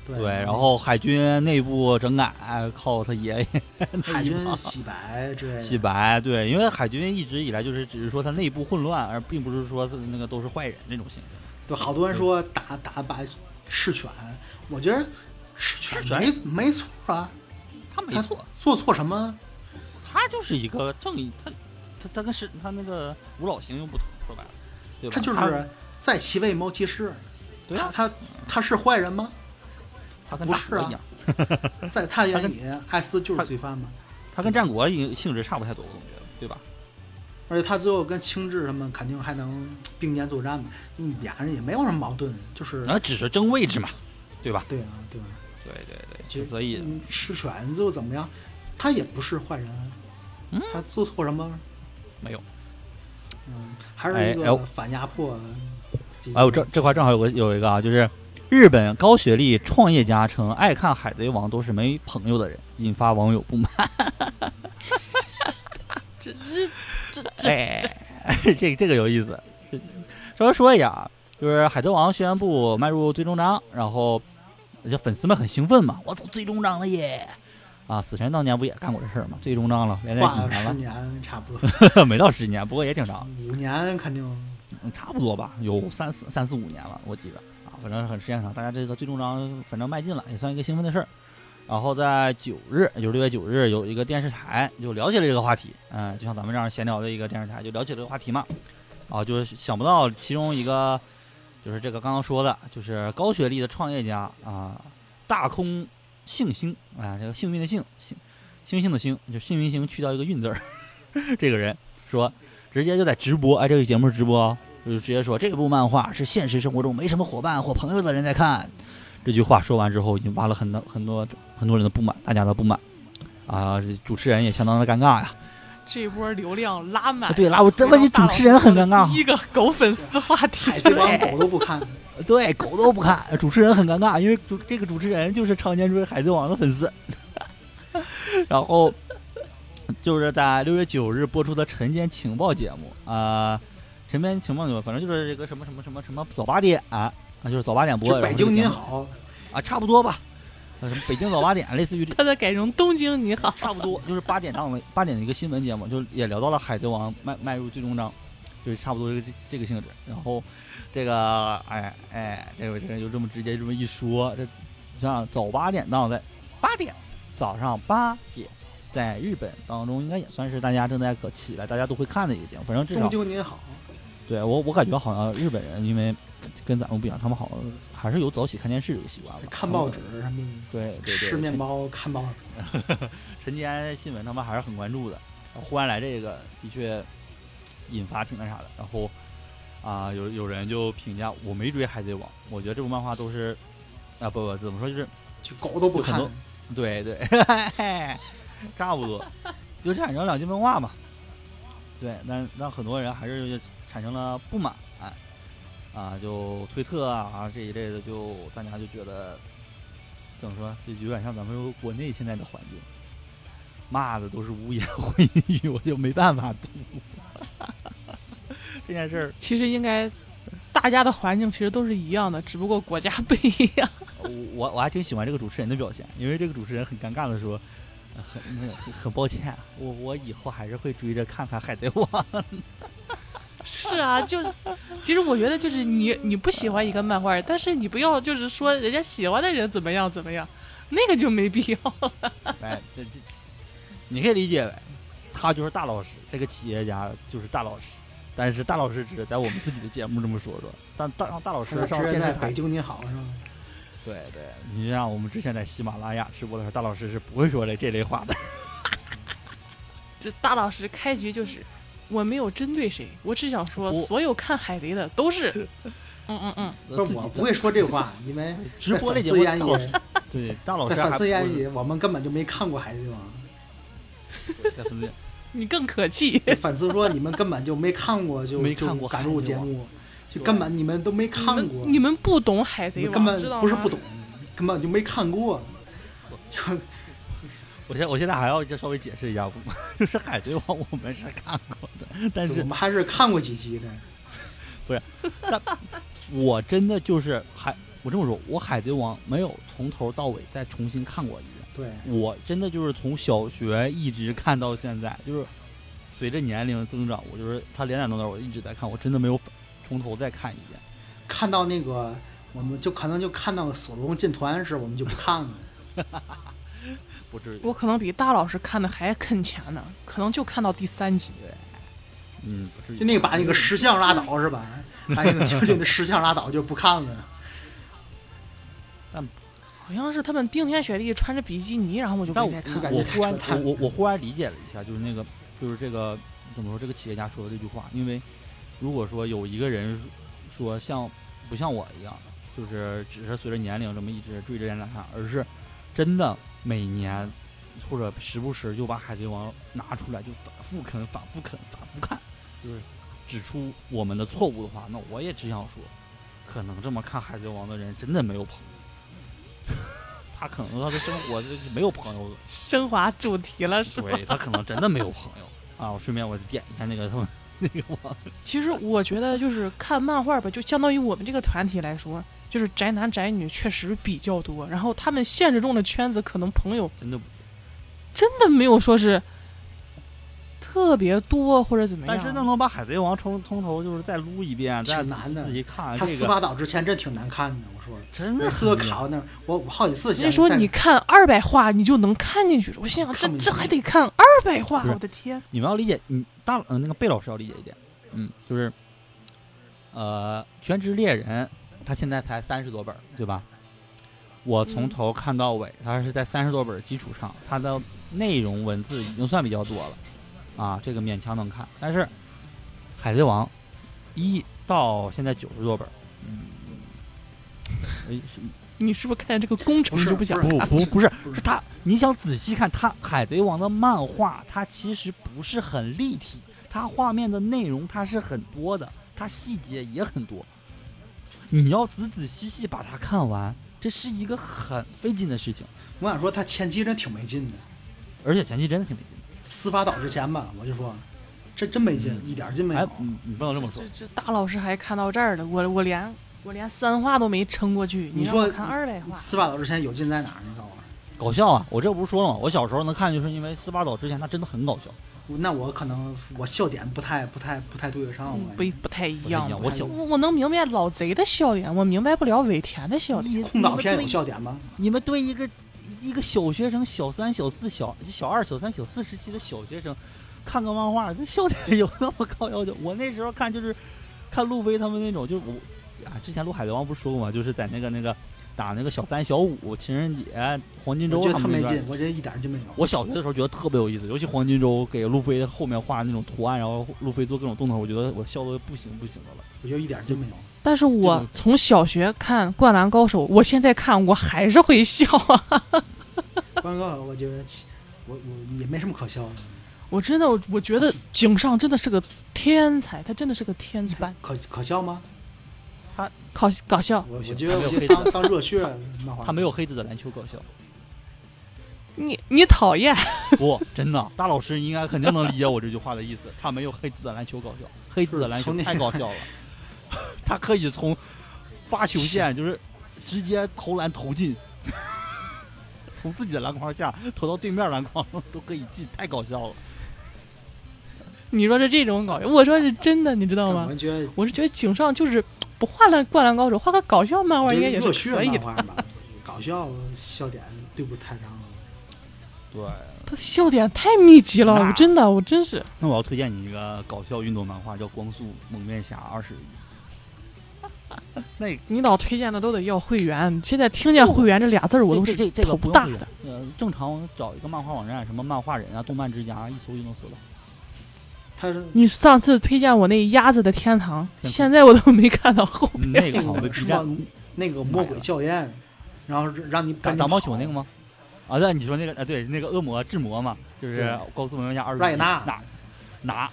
抗。，对，然后海军内部整改靠他爷爷哎海军洗白之类的，洗白，嗯对，因为海军一直以来就是只是说他内部混乱，而并不是说是那个都是坏人那种形象。对，好多人说打打把赤犬，我觉得赤犬没没错啊，他没他错，做错什么？他就是一个正义，他他他跟是他那个五老行又不同，说白了，对吧？他就是在其位谋其事，对他啊，他他是坏人吗？他跟不大是佛啊一样。在他眼里，艾斯就是罪犯吗？它跟战国性性质差不太多，我总觉得，对吧？而且他最后跟青雉他们肯定还能并肩作战嘛，嗯，俩人也没有什么矛盾，就是嗯然后只是争位置嘛，对吧？对啊，对吧？对对对，其实所以嗯赤犬最后怎么样？他也不是坏人啊，嗯他做错什么？没有。嗯，还是一哎哎个我反压迫。哎，我这这块正好有个有一个啊，就是日本高学历创业家称爱看《海贼王》都是没朋友的人，引发网友不满。这这这这哎， *laughs* 这个这个有意思。稍微说一下啊，就是《海贼王》宣布迈入最终章，然后就粉丝们很兴奋嘛，我走最终章了耶！啊，死神当年不也干过这事儿吗？最终章了，连载挂几了十年年差不多，了，没到十年，不过也挺长。五年肯定。嗯，差不多吧，有三四三四五年了，我记着啊，反正很时间长。大家这个最终章反正迈进了，也算一个兴奋的事儿。然后在九日，也就是六月九日，有一个电视台就聊起了这个话题，嗯，就像咱们这样闲聊的一个电视台就聊起了这个话题嘛，啊，就是想不到其中一个就是这个刚刚说的，就是高学历的创业家啊，大空幸星啊，这个幸运的幸，幸星星的星，就幸运星去掉一个运字儿， *laughs* 这个人说直接就在直播，哎，这个节目是直播、哦，就直接说这部漫画是现实生活中没什么伙伴或朋友的人在看。这句话说完之后，引发了很多很多很多人的不满，大家的不满啊，主持人也相当的尴尬呀。这波流量拉满。对啦，我这问题主持人很尴尬第，一个狗粉丝话题海，贼王狗都不看，对，狗都不看，主持人很尴尬，因为主这个主持人就是常年追《海贼王》的粉丝。 *laughs* 然后就是在六月九日播出的晨间情报节目啊、晨间情报节目，反正就是这个什么什么什么什么早八点啊，就是早八点播。就然北后这个京节您目好，啊，差不多吧，呃什么北京早八点，类似于这他在改成东京你好。差不多，就是八点档的八点的一个新闻节目，就是也聊到了《海贼王》迈迈入最终章，就是差不多这个这个性质。然后这个哎哎，这位这个就这么直接这么一说，这你像早八点档在八点早上八点。在日本当中，应该也算是大家正在可起来，大家都会看的一个节目。反正至少终究您好，对我，我感觉好像日本人因为跟咱们不一样，他们好像还是有早起看电视这个习惯吧，看报纸什么，他们，对对对，吃面包看报纸。晨间新闻他们还是很关注的。然后忽然来这个，的确引发挺那啥的。然后啊、有有人就评价我没追《海贼王》，我觉得这部漫画都是啊不不怎么说就是就狗都不看有，很对 *laughs* 对，差不多，就产生两极分化嘛。对，但让很多人还是产生了不满，啊，就推特啊这一类的就，大家就觉得怎么说，就有点像咱们国内现在的环境，骂的都是污 *laughs* 言秽语，我就没办法读。 *laughs* 这件事儿其实应该大家的环境其实都是一样的，只不过国家不一样。我我我还挺喜欢这个主持人的表现，因为这个主持人很尴尬的说，呃很那个很很抱歉，啊我我以后还是会追着看看《海贼王》 *laughs* 是啊，就 *laughs* 其实我觉得就是你你不喜欢一个漫画，但是你不要就是说人家喜欢的人怎么样怎么样，那个就没必要。哎，这这你可以理解呗，他就是大老师，这个企业家就是大老师。但是大老师只是在我们自己的节目这么说说，但大让大老师直上接电在视北台，京您好是吧？对对，你就像我们之前在喜马拉雅直播的时候，大老师是不会说这这类话的。这大老师开局就是我没有针对谁，我只想说我所有看海贼的都是， *laughs* 嗯嗯嗯，不是我不会说这话，因为直播类在节目，粉丝大眼老里师，对大老在师还粉不丝眼会里，我们根本就没看过《海贼王在粉丝眼你更 *laughs* 可气。》。粉丝说你们根本就没看过，就没看就过赶海入贼节王目，就对根本你们都没你看过，们你们不懂海你贼们王，根知道本啊吗不是不懂，根本就没看过。就我现我现在还要再稍微解释一下， *laughs* 就是《海贼王》我们是看过的， *laughs* 但我是们还是看过几集的，我真的就是海，我这么说，我《海贼王》没有从头到尾再重新看过一遍，对，我真的就是从小学一直看到现在，就是随着年龄增长，我就是它连载到那儿我一直在看，我真的没有从头再看一遍。看到那个我们就可能就看到索隆进团时，我们就不看了。不至于，我可能比大老师看的还坑钱呢，可能就看到第三集。嗯，不至于。就那个把那个石像拉倒是吧？把那个将军的石像拉倒就不看了。好像是他们冰天雪地穿着比基尼，然后我就但没我再看感了。觉我太忽然扯我淡我我忽然理解了一下，就是那个就是这个怎么说这个企业家说的这句话，因为如果说有一个人说说像不像我一样，就是只是随着年龄这么一直追着人来看，而是真的每年或者时不时就把《海贼王》拿出来就反复啃、反复啃、反复看，就是指出我们的错误的话，那我也只想说，可能这么看《海贼王》的人真的没有朋友。 *laughs* 他可能他的生活就是没有朋友，升华主题了是吧？对他可能真的没有朋友啊！我顺便我点一下那个他们那个网，其实我觉得就是看漫画吧，就相当于我们这个团体来说，就是宅男宅女确实比较多，然后他们现实中的圈子可能朋友真的不，真的没有说是特别多或者怎么样。但真的能把《海贼王》从从头就是再撸一遍，再挺难的自己看他这斯个，巴岛之前真挺难看的，我说真每的次都很卡到那儿，我我好几次人想家说在你看二百话你就能看进去，我心想这看不进去这还得看二百话，不是我的天！你们要理解，你大嗯、那个贝老师要理解一点，嗯，就是，呃，《全职猎人》他现在才三十多本儿，对吧？我从嗯头看到尾，他是在三十多本儿基础上，他的内容文字已经算比较多了，啊，这个勉强能看。但是《海贼王》一到现在九十多本儿， *laughs* 嗯，哎，是啊你是不是看见这个工程不是就不想不是不不不是不是是他，你想仔细看他《海贼王》的漫画，它其实不是很立体，它画面的内容它是很多的，它细节也很多。你要仔仔细细把它看完，这是一个很费劲的事情，我想说他前期真挺没劲的，而且前期真的挺费劲的。斯巴岛之前吧，我就说这真没劲，嗯一点儿劲没哎有，。你你不能这么说这，这大老师还看到这儿了，我我连我连三话都没撑过去，你让我说看二嗯百话，斯巴岛之前有劲在哪儿？你告诉我，搞笑啊！我这不是说了吗？我小时候能看，就是因为斯巴岛之前他真的很搞笑，那我可能我笑点不太不太哎不太对得上，嗯我不一不太一不太样一样吧。我小我我能明白老贼的笑点，我明白不了尾田的笑点。空岛片有笑点吗？你们对一个一个小学生、小三、小四、小小二、小三、小四时期的小学生看个漫画，这笑点有那么高要求？我那时候看就是看路飞他们那种，就是我啊，之前录《海贼王》不是说过吗？就是在那个那个打那个小三、小五、情人节、 *laughs* 黄金周我觉得他特们那没段劲，我觉得一点儿劲没有。我小学的时候觉得特别有意思，尤其黄金周给路飞后面画那种图案，然后路飞做各种动作，我觉得我笑的不行不行的了。我觉得一点儿劲没有。但是我从小学看《灌篮高手》，我现在看我还是会笑啊！ *laughs* 关哥，我觉得其我我也没什么可笑的，我真的，我我觉得井上真的是个天才，他真的是个天才。可可笑吗？搞搞笑，我我行觉得他没有我觉得黑子当当热血漫画，他没有黑子的篮球搞笑，你你讨厌？不、真的，大老师应该肯定能理解我这句话的意思。他没有黑子的篮球搞笑，黑子的篮球太搞笑 *laughs* 了，他可以从发球线就是直接投篮投进，从自己的篮筐下投到对面篮筐都可以进，太搞笑了。你说是这种搞笑，我说是真的，你知道我吗？们觉得我是觉得井上就是不画了《灌篮高手》，画个搞笑漫画应该也热是血可以漫画的。吧，搞笑笑点对不太上了。对，他笑点太密集了，那我真的，我真是那我要推荐你一个搞笑运动漫画，叫《光速蒙面侠二十》。你老推荐的都得要会员，现在听见会员这俩字儿我都这是这这头个不用大推荐的。呃，正常找一个漫画网站，什么漫画人啊、动漫之家，一搜就能搜到。他是你上次推荐我那鸭子的天堂，天堂现在我都没看到后嗯那 *laughs* 边。个好像被那 B 个什站么那个魔鬼校宴，然后让你打赶紧打啊毛跑球那个吗？啊，对，你说那个，啊，对，那个恶魔智魔嘛，就是对高速文下二十，赖纳拿拿，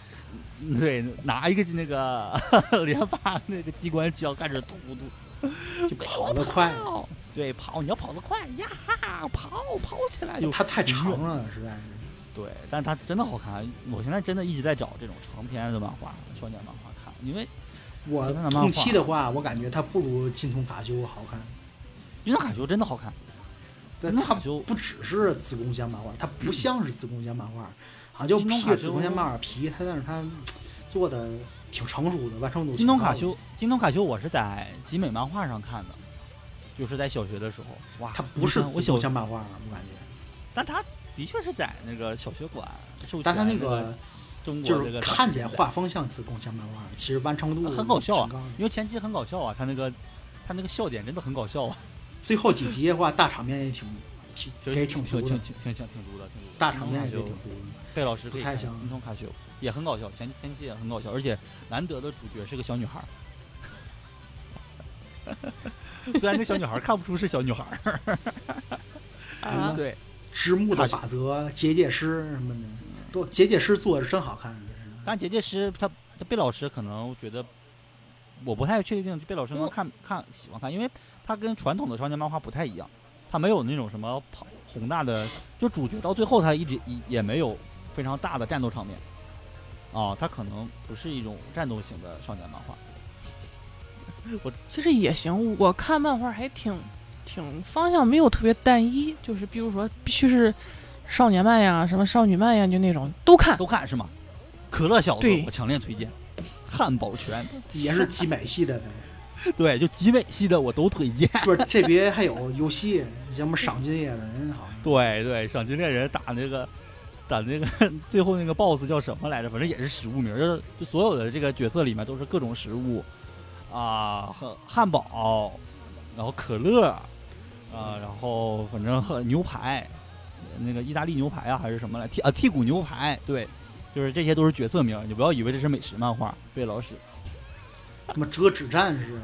嗯对，拿一个那个 *laughs* 连发那个机关枪开始突突，就跑得快，跑，对，跑，你要跑得快呀，哈，跑跑起来就它太长了，嗯实在是。对，但它真的好看，我现在真的一直在找这种长篇的漫画、少年漫画看，因为我真的漫同期画的话，我感觉它不如《金童卡修》好看。 《云卡修》真的好看，但那它卡修不只是子宫像漫画，它不像是子宫像漫画，好像就金童披卡着子宫像漫画皮，它但是它做的挺成熟的，完成度挺金童高卡的，修，金童卡修，我是在集美漫画上看的，就是在小学的时候。哇，它不是你看我子小宫，像漫画，我感觉，但他的确是在那个小学馆授但它权那个个中国就这是个看起来小学画风像子宫像漫画，其实完成度很搞笑啊挺高的馆，因为前期很搞笑啊，他那个他那个笑点真的很搞笑啊，最后几集的话，大场面也挺挺给挺挺挺足挺嗯的，挺挺挺挺足的，挺足的。大场面也金给童挺卡修足的。贝老师可以不太看像金童卡修也很搞笑，前前期也很搞笑，而且难得的主角是个小女孩儿。 *laughs* 虽然那小女孩儿看不出是小女孩儿，啊嗯对，之木卡的西法则、结界师什么的，都结界师做的真好看。真但结界师他他贝老师可能觉得，我不太确定贝老师能嗯看、看喜欢看，因为他跟传统的少年漫画不太一样，他没有那种什么庞宏大的，就主角到最后他一直也也没有非常大的战斗场面，啊，他可能不是一种战斗型的少年漫画。其实也行，我看漫画还挺挺方向没有特别单一，就是比如说必须是少年漫呀，什么少女漫呀，就那种都看。都看是吗？可乐小子对，我强烈推荐。汉堡拳，是也是集美 *laughs* 系的呗，对，就集美系的我都推荐。不是这边还有游戏，什么赏金野人好像。 *laughs* 对对，赏金猎人打那个打那个 *laughs* 最后那个 BOSS 叫什么来着？反正也是食物名儿，就是就所有的这个角色里面都是各种食物啊，汉汉堡，然后可乐啊，然后反正和牛排，那个意大利牛排啊还是什么来剔啊剔骨牛排，对，就是这些都是角色名儿，你不要以为这是美食漫画，被老师什么折纸战士，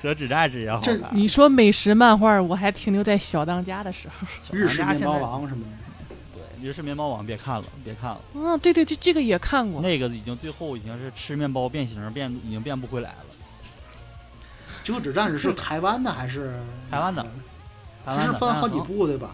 折纸战士也好这看，你说美食漫画，我还停留在小当家的时候。小日当式家面现包在王什么的，对日式面包王别看了，别看了。嗯，对对对，这个也看过。那个已经最后已经是吃面包变形变已经变不回来了。折纸战士是台湾的还是台湾的？台它湾是的嗯分好几，但很部对吧？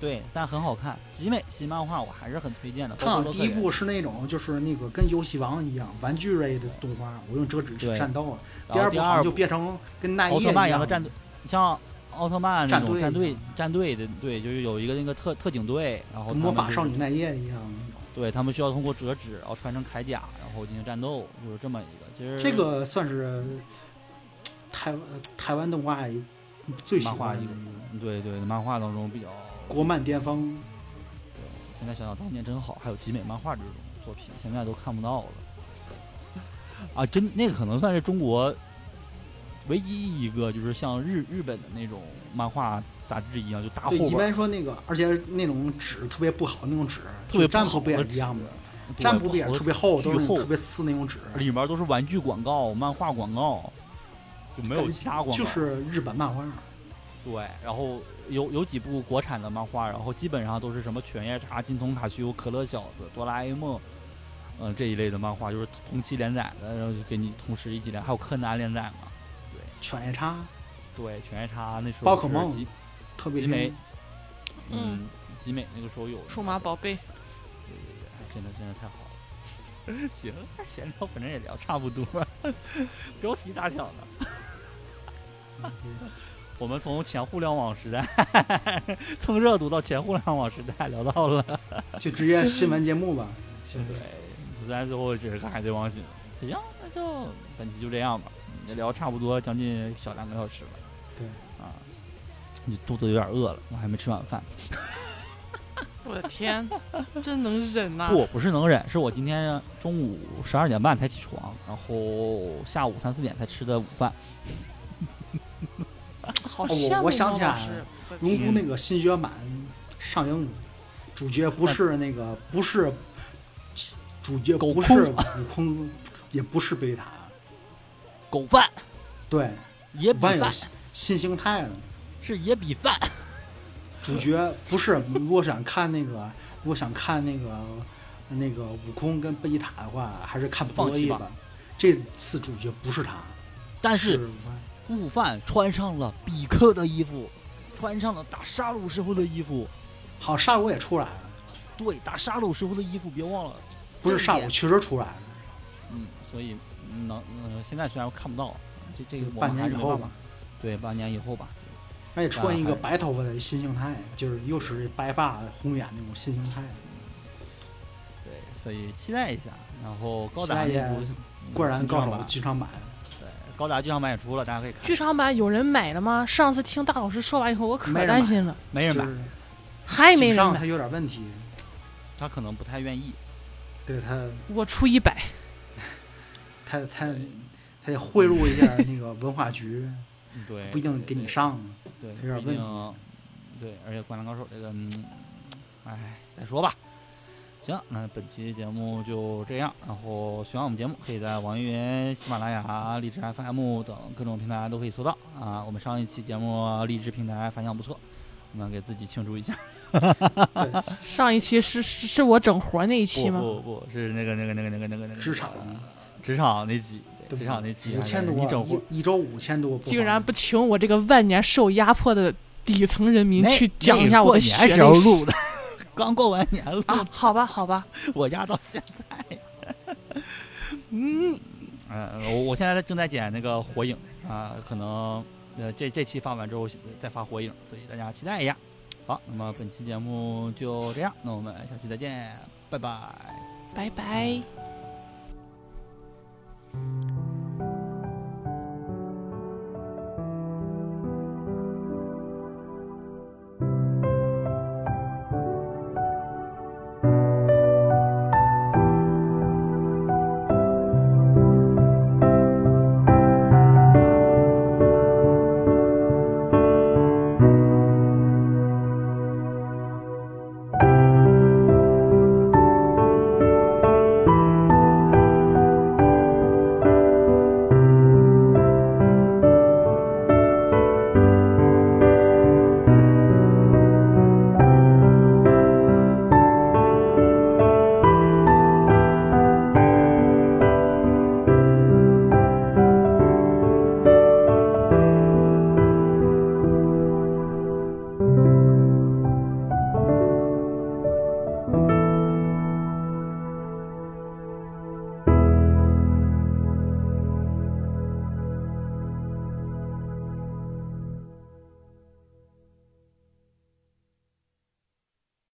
对，但很好看。集美系漫画我还是很推荐的。它包好括像洛第克一人部是那种就是那个跟游戏王一样玩具类的动画，我用折纸去对战斗。然第后二第好像二就部变成跟奈奥叶特曼一样样的战队，像奥特曼那战种队战一队样战队的，对，就是有一个那个特特警队，然后他魔们法就少是女奈叶一样那种。对他们需要通过折纸，然后穿成铠甲，然后进行战斗，就是这么一个。其实这个算是台湾台湾动画最喜欢的一个对对漫画当中比较，国漫巅峰。现在想想当年真好，还有集美漫画这种作品，现在都看不到了。啊，真那个可能算是中国唯一一个就是像日日本的那种漫画杂志一样，就大对，厚一本儿，般说那个，而且那种纸特别不好，那种纸特别占不好卜不也的是一样吗？对占卜不也是薄特别厚，都是那巨种厚特别撕那种纸，里面都是玩具广告、漫画广告，就没有感觉其他广告。就是日本漫画。对，然后有有几部国产的漫画，然后基本上都是什么犬夜叉、金童卡西欧、可乐小子、哆啦 A 梦，嗯、这一类的漫画，就是同期连载的，然后就给你同时一起连，还有柯南连载嘛。犬夜叉对，犬夜叉那时候宝可是梦集特别集美灵，嗯嗯，集美那个时候有的数码宝贝，对对对，哎真的真的太好了。 *laughs* 行，那闲聊反正也聊差不多，标题咋想的？我们从前互联网时代 *laughs* 蹭热度到前互联网时代聊到了，就直接新闻节 *laughs* 目吧。就对，虽然最后只是看《海贼王》行，行，那就本期就这样吧，也聊差不多将近小两个小时了。对，啊，你肚子有点饿了，我还没吃晚饭。我的天，真能忍啊呐、不，不是能忍，是我今天中午十二点半才起床，然后下午三四点才吃的午饭。好哦羡慕、啊我我想起来老师了我的龙嗯天珠那个新学版上映了，主角不是那个不是主角狗不是悟空，也不是贝塔，狗饭、对，野悟比饭有饭新形态了。是野比饭，主角不是，如果想看那个，如果想看那个那个悟空跟贝塔的话，还是看博放弃弈吧吧。这次主角不是他，但是是悟饭穿上了比克的衣服，穿上了打杀戮时候的衣服。好沙鲁也出来了，对，打杀戮时候的衣服别忘了。不是这一沙点鲁确实出来了，嗯，所以嗯能、呃、现在虽然看不到，这这个我半们还年以是没后办吧法。。对，半年以后吧。而且出现一个啊还白头发的新形态，就是又是白发红眼那种新形态。嗯对，所以期待一下。然后高期达待一那下部嗯灌篮新高上手版剧场版，对，高达剧场版也出了，大家可以看。剧场版有人买了吗？上次听大老师说完以后，我可没人担买心了，没就人买，是还哎没井人上买他。有点问题，他可能不太愿意。对他我出一百，他他他得贿赂一 *laughs* 下那个文化局，嗯对，不一定给你 *laughs* 上。对，他有点毕问竟题对，而且《灌篮高手》这个，嗯，哎，再说吧。行，那本期节目就这样。然后喜欢我们节目，可以在网易云、喜马拉雅、荔枝 FM 等各种平台都可以搜到啊。我们上一期节目荔枝平台反响不错，我们给自己庆祝一下。对，上一期是是是我整活那一期不吗？不不是那个那个那个那个那个那个职场职场那集，对职场那集五千哎多，你整活一一周五千多播放，竟然不请我这个万年受压迫的底层人民那去讲一下那我过的血年泪时候史录的， *laughs* 刚过完年录啊！好吧，好吧， *laughs* 我压到现在。 *laughs* 嗯，呃，我我现在正在剪那个火影啊、可能呃这这期发完之后再发火影，所以大家期待一下。好，那么本期节目就这样，那我们下期再见，拜拜。拜拜。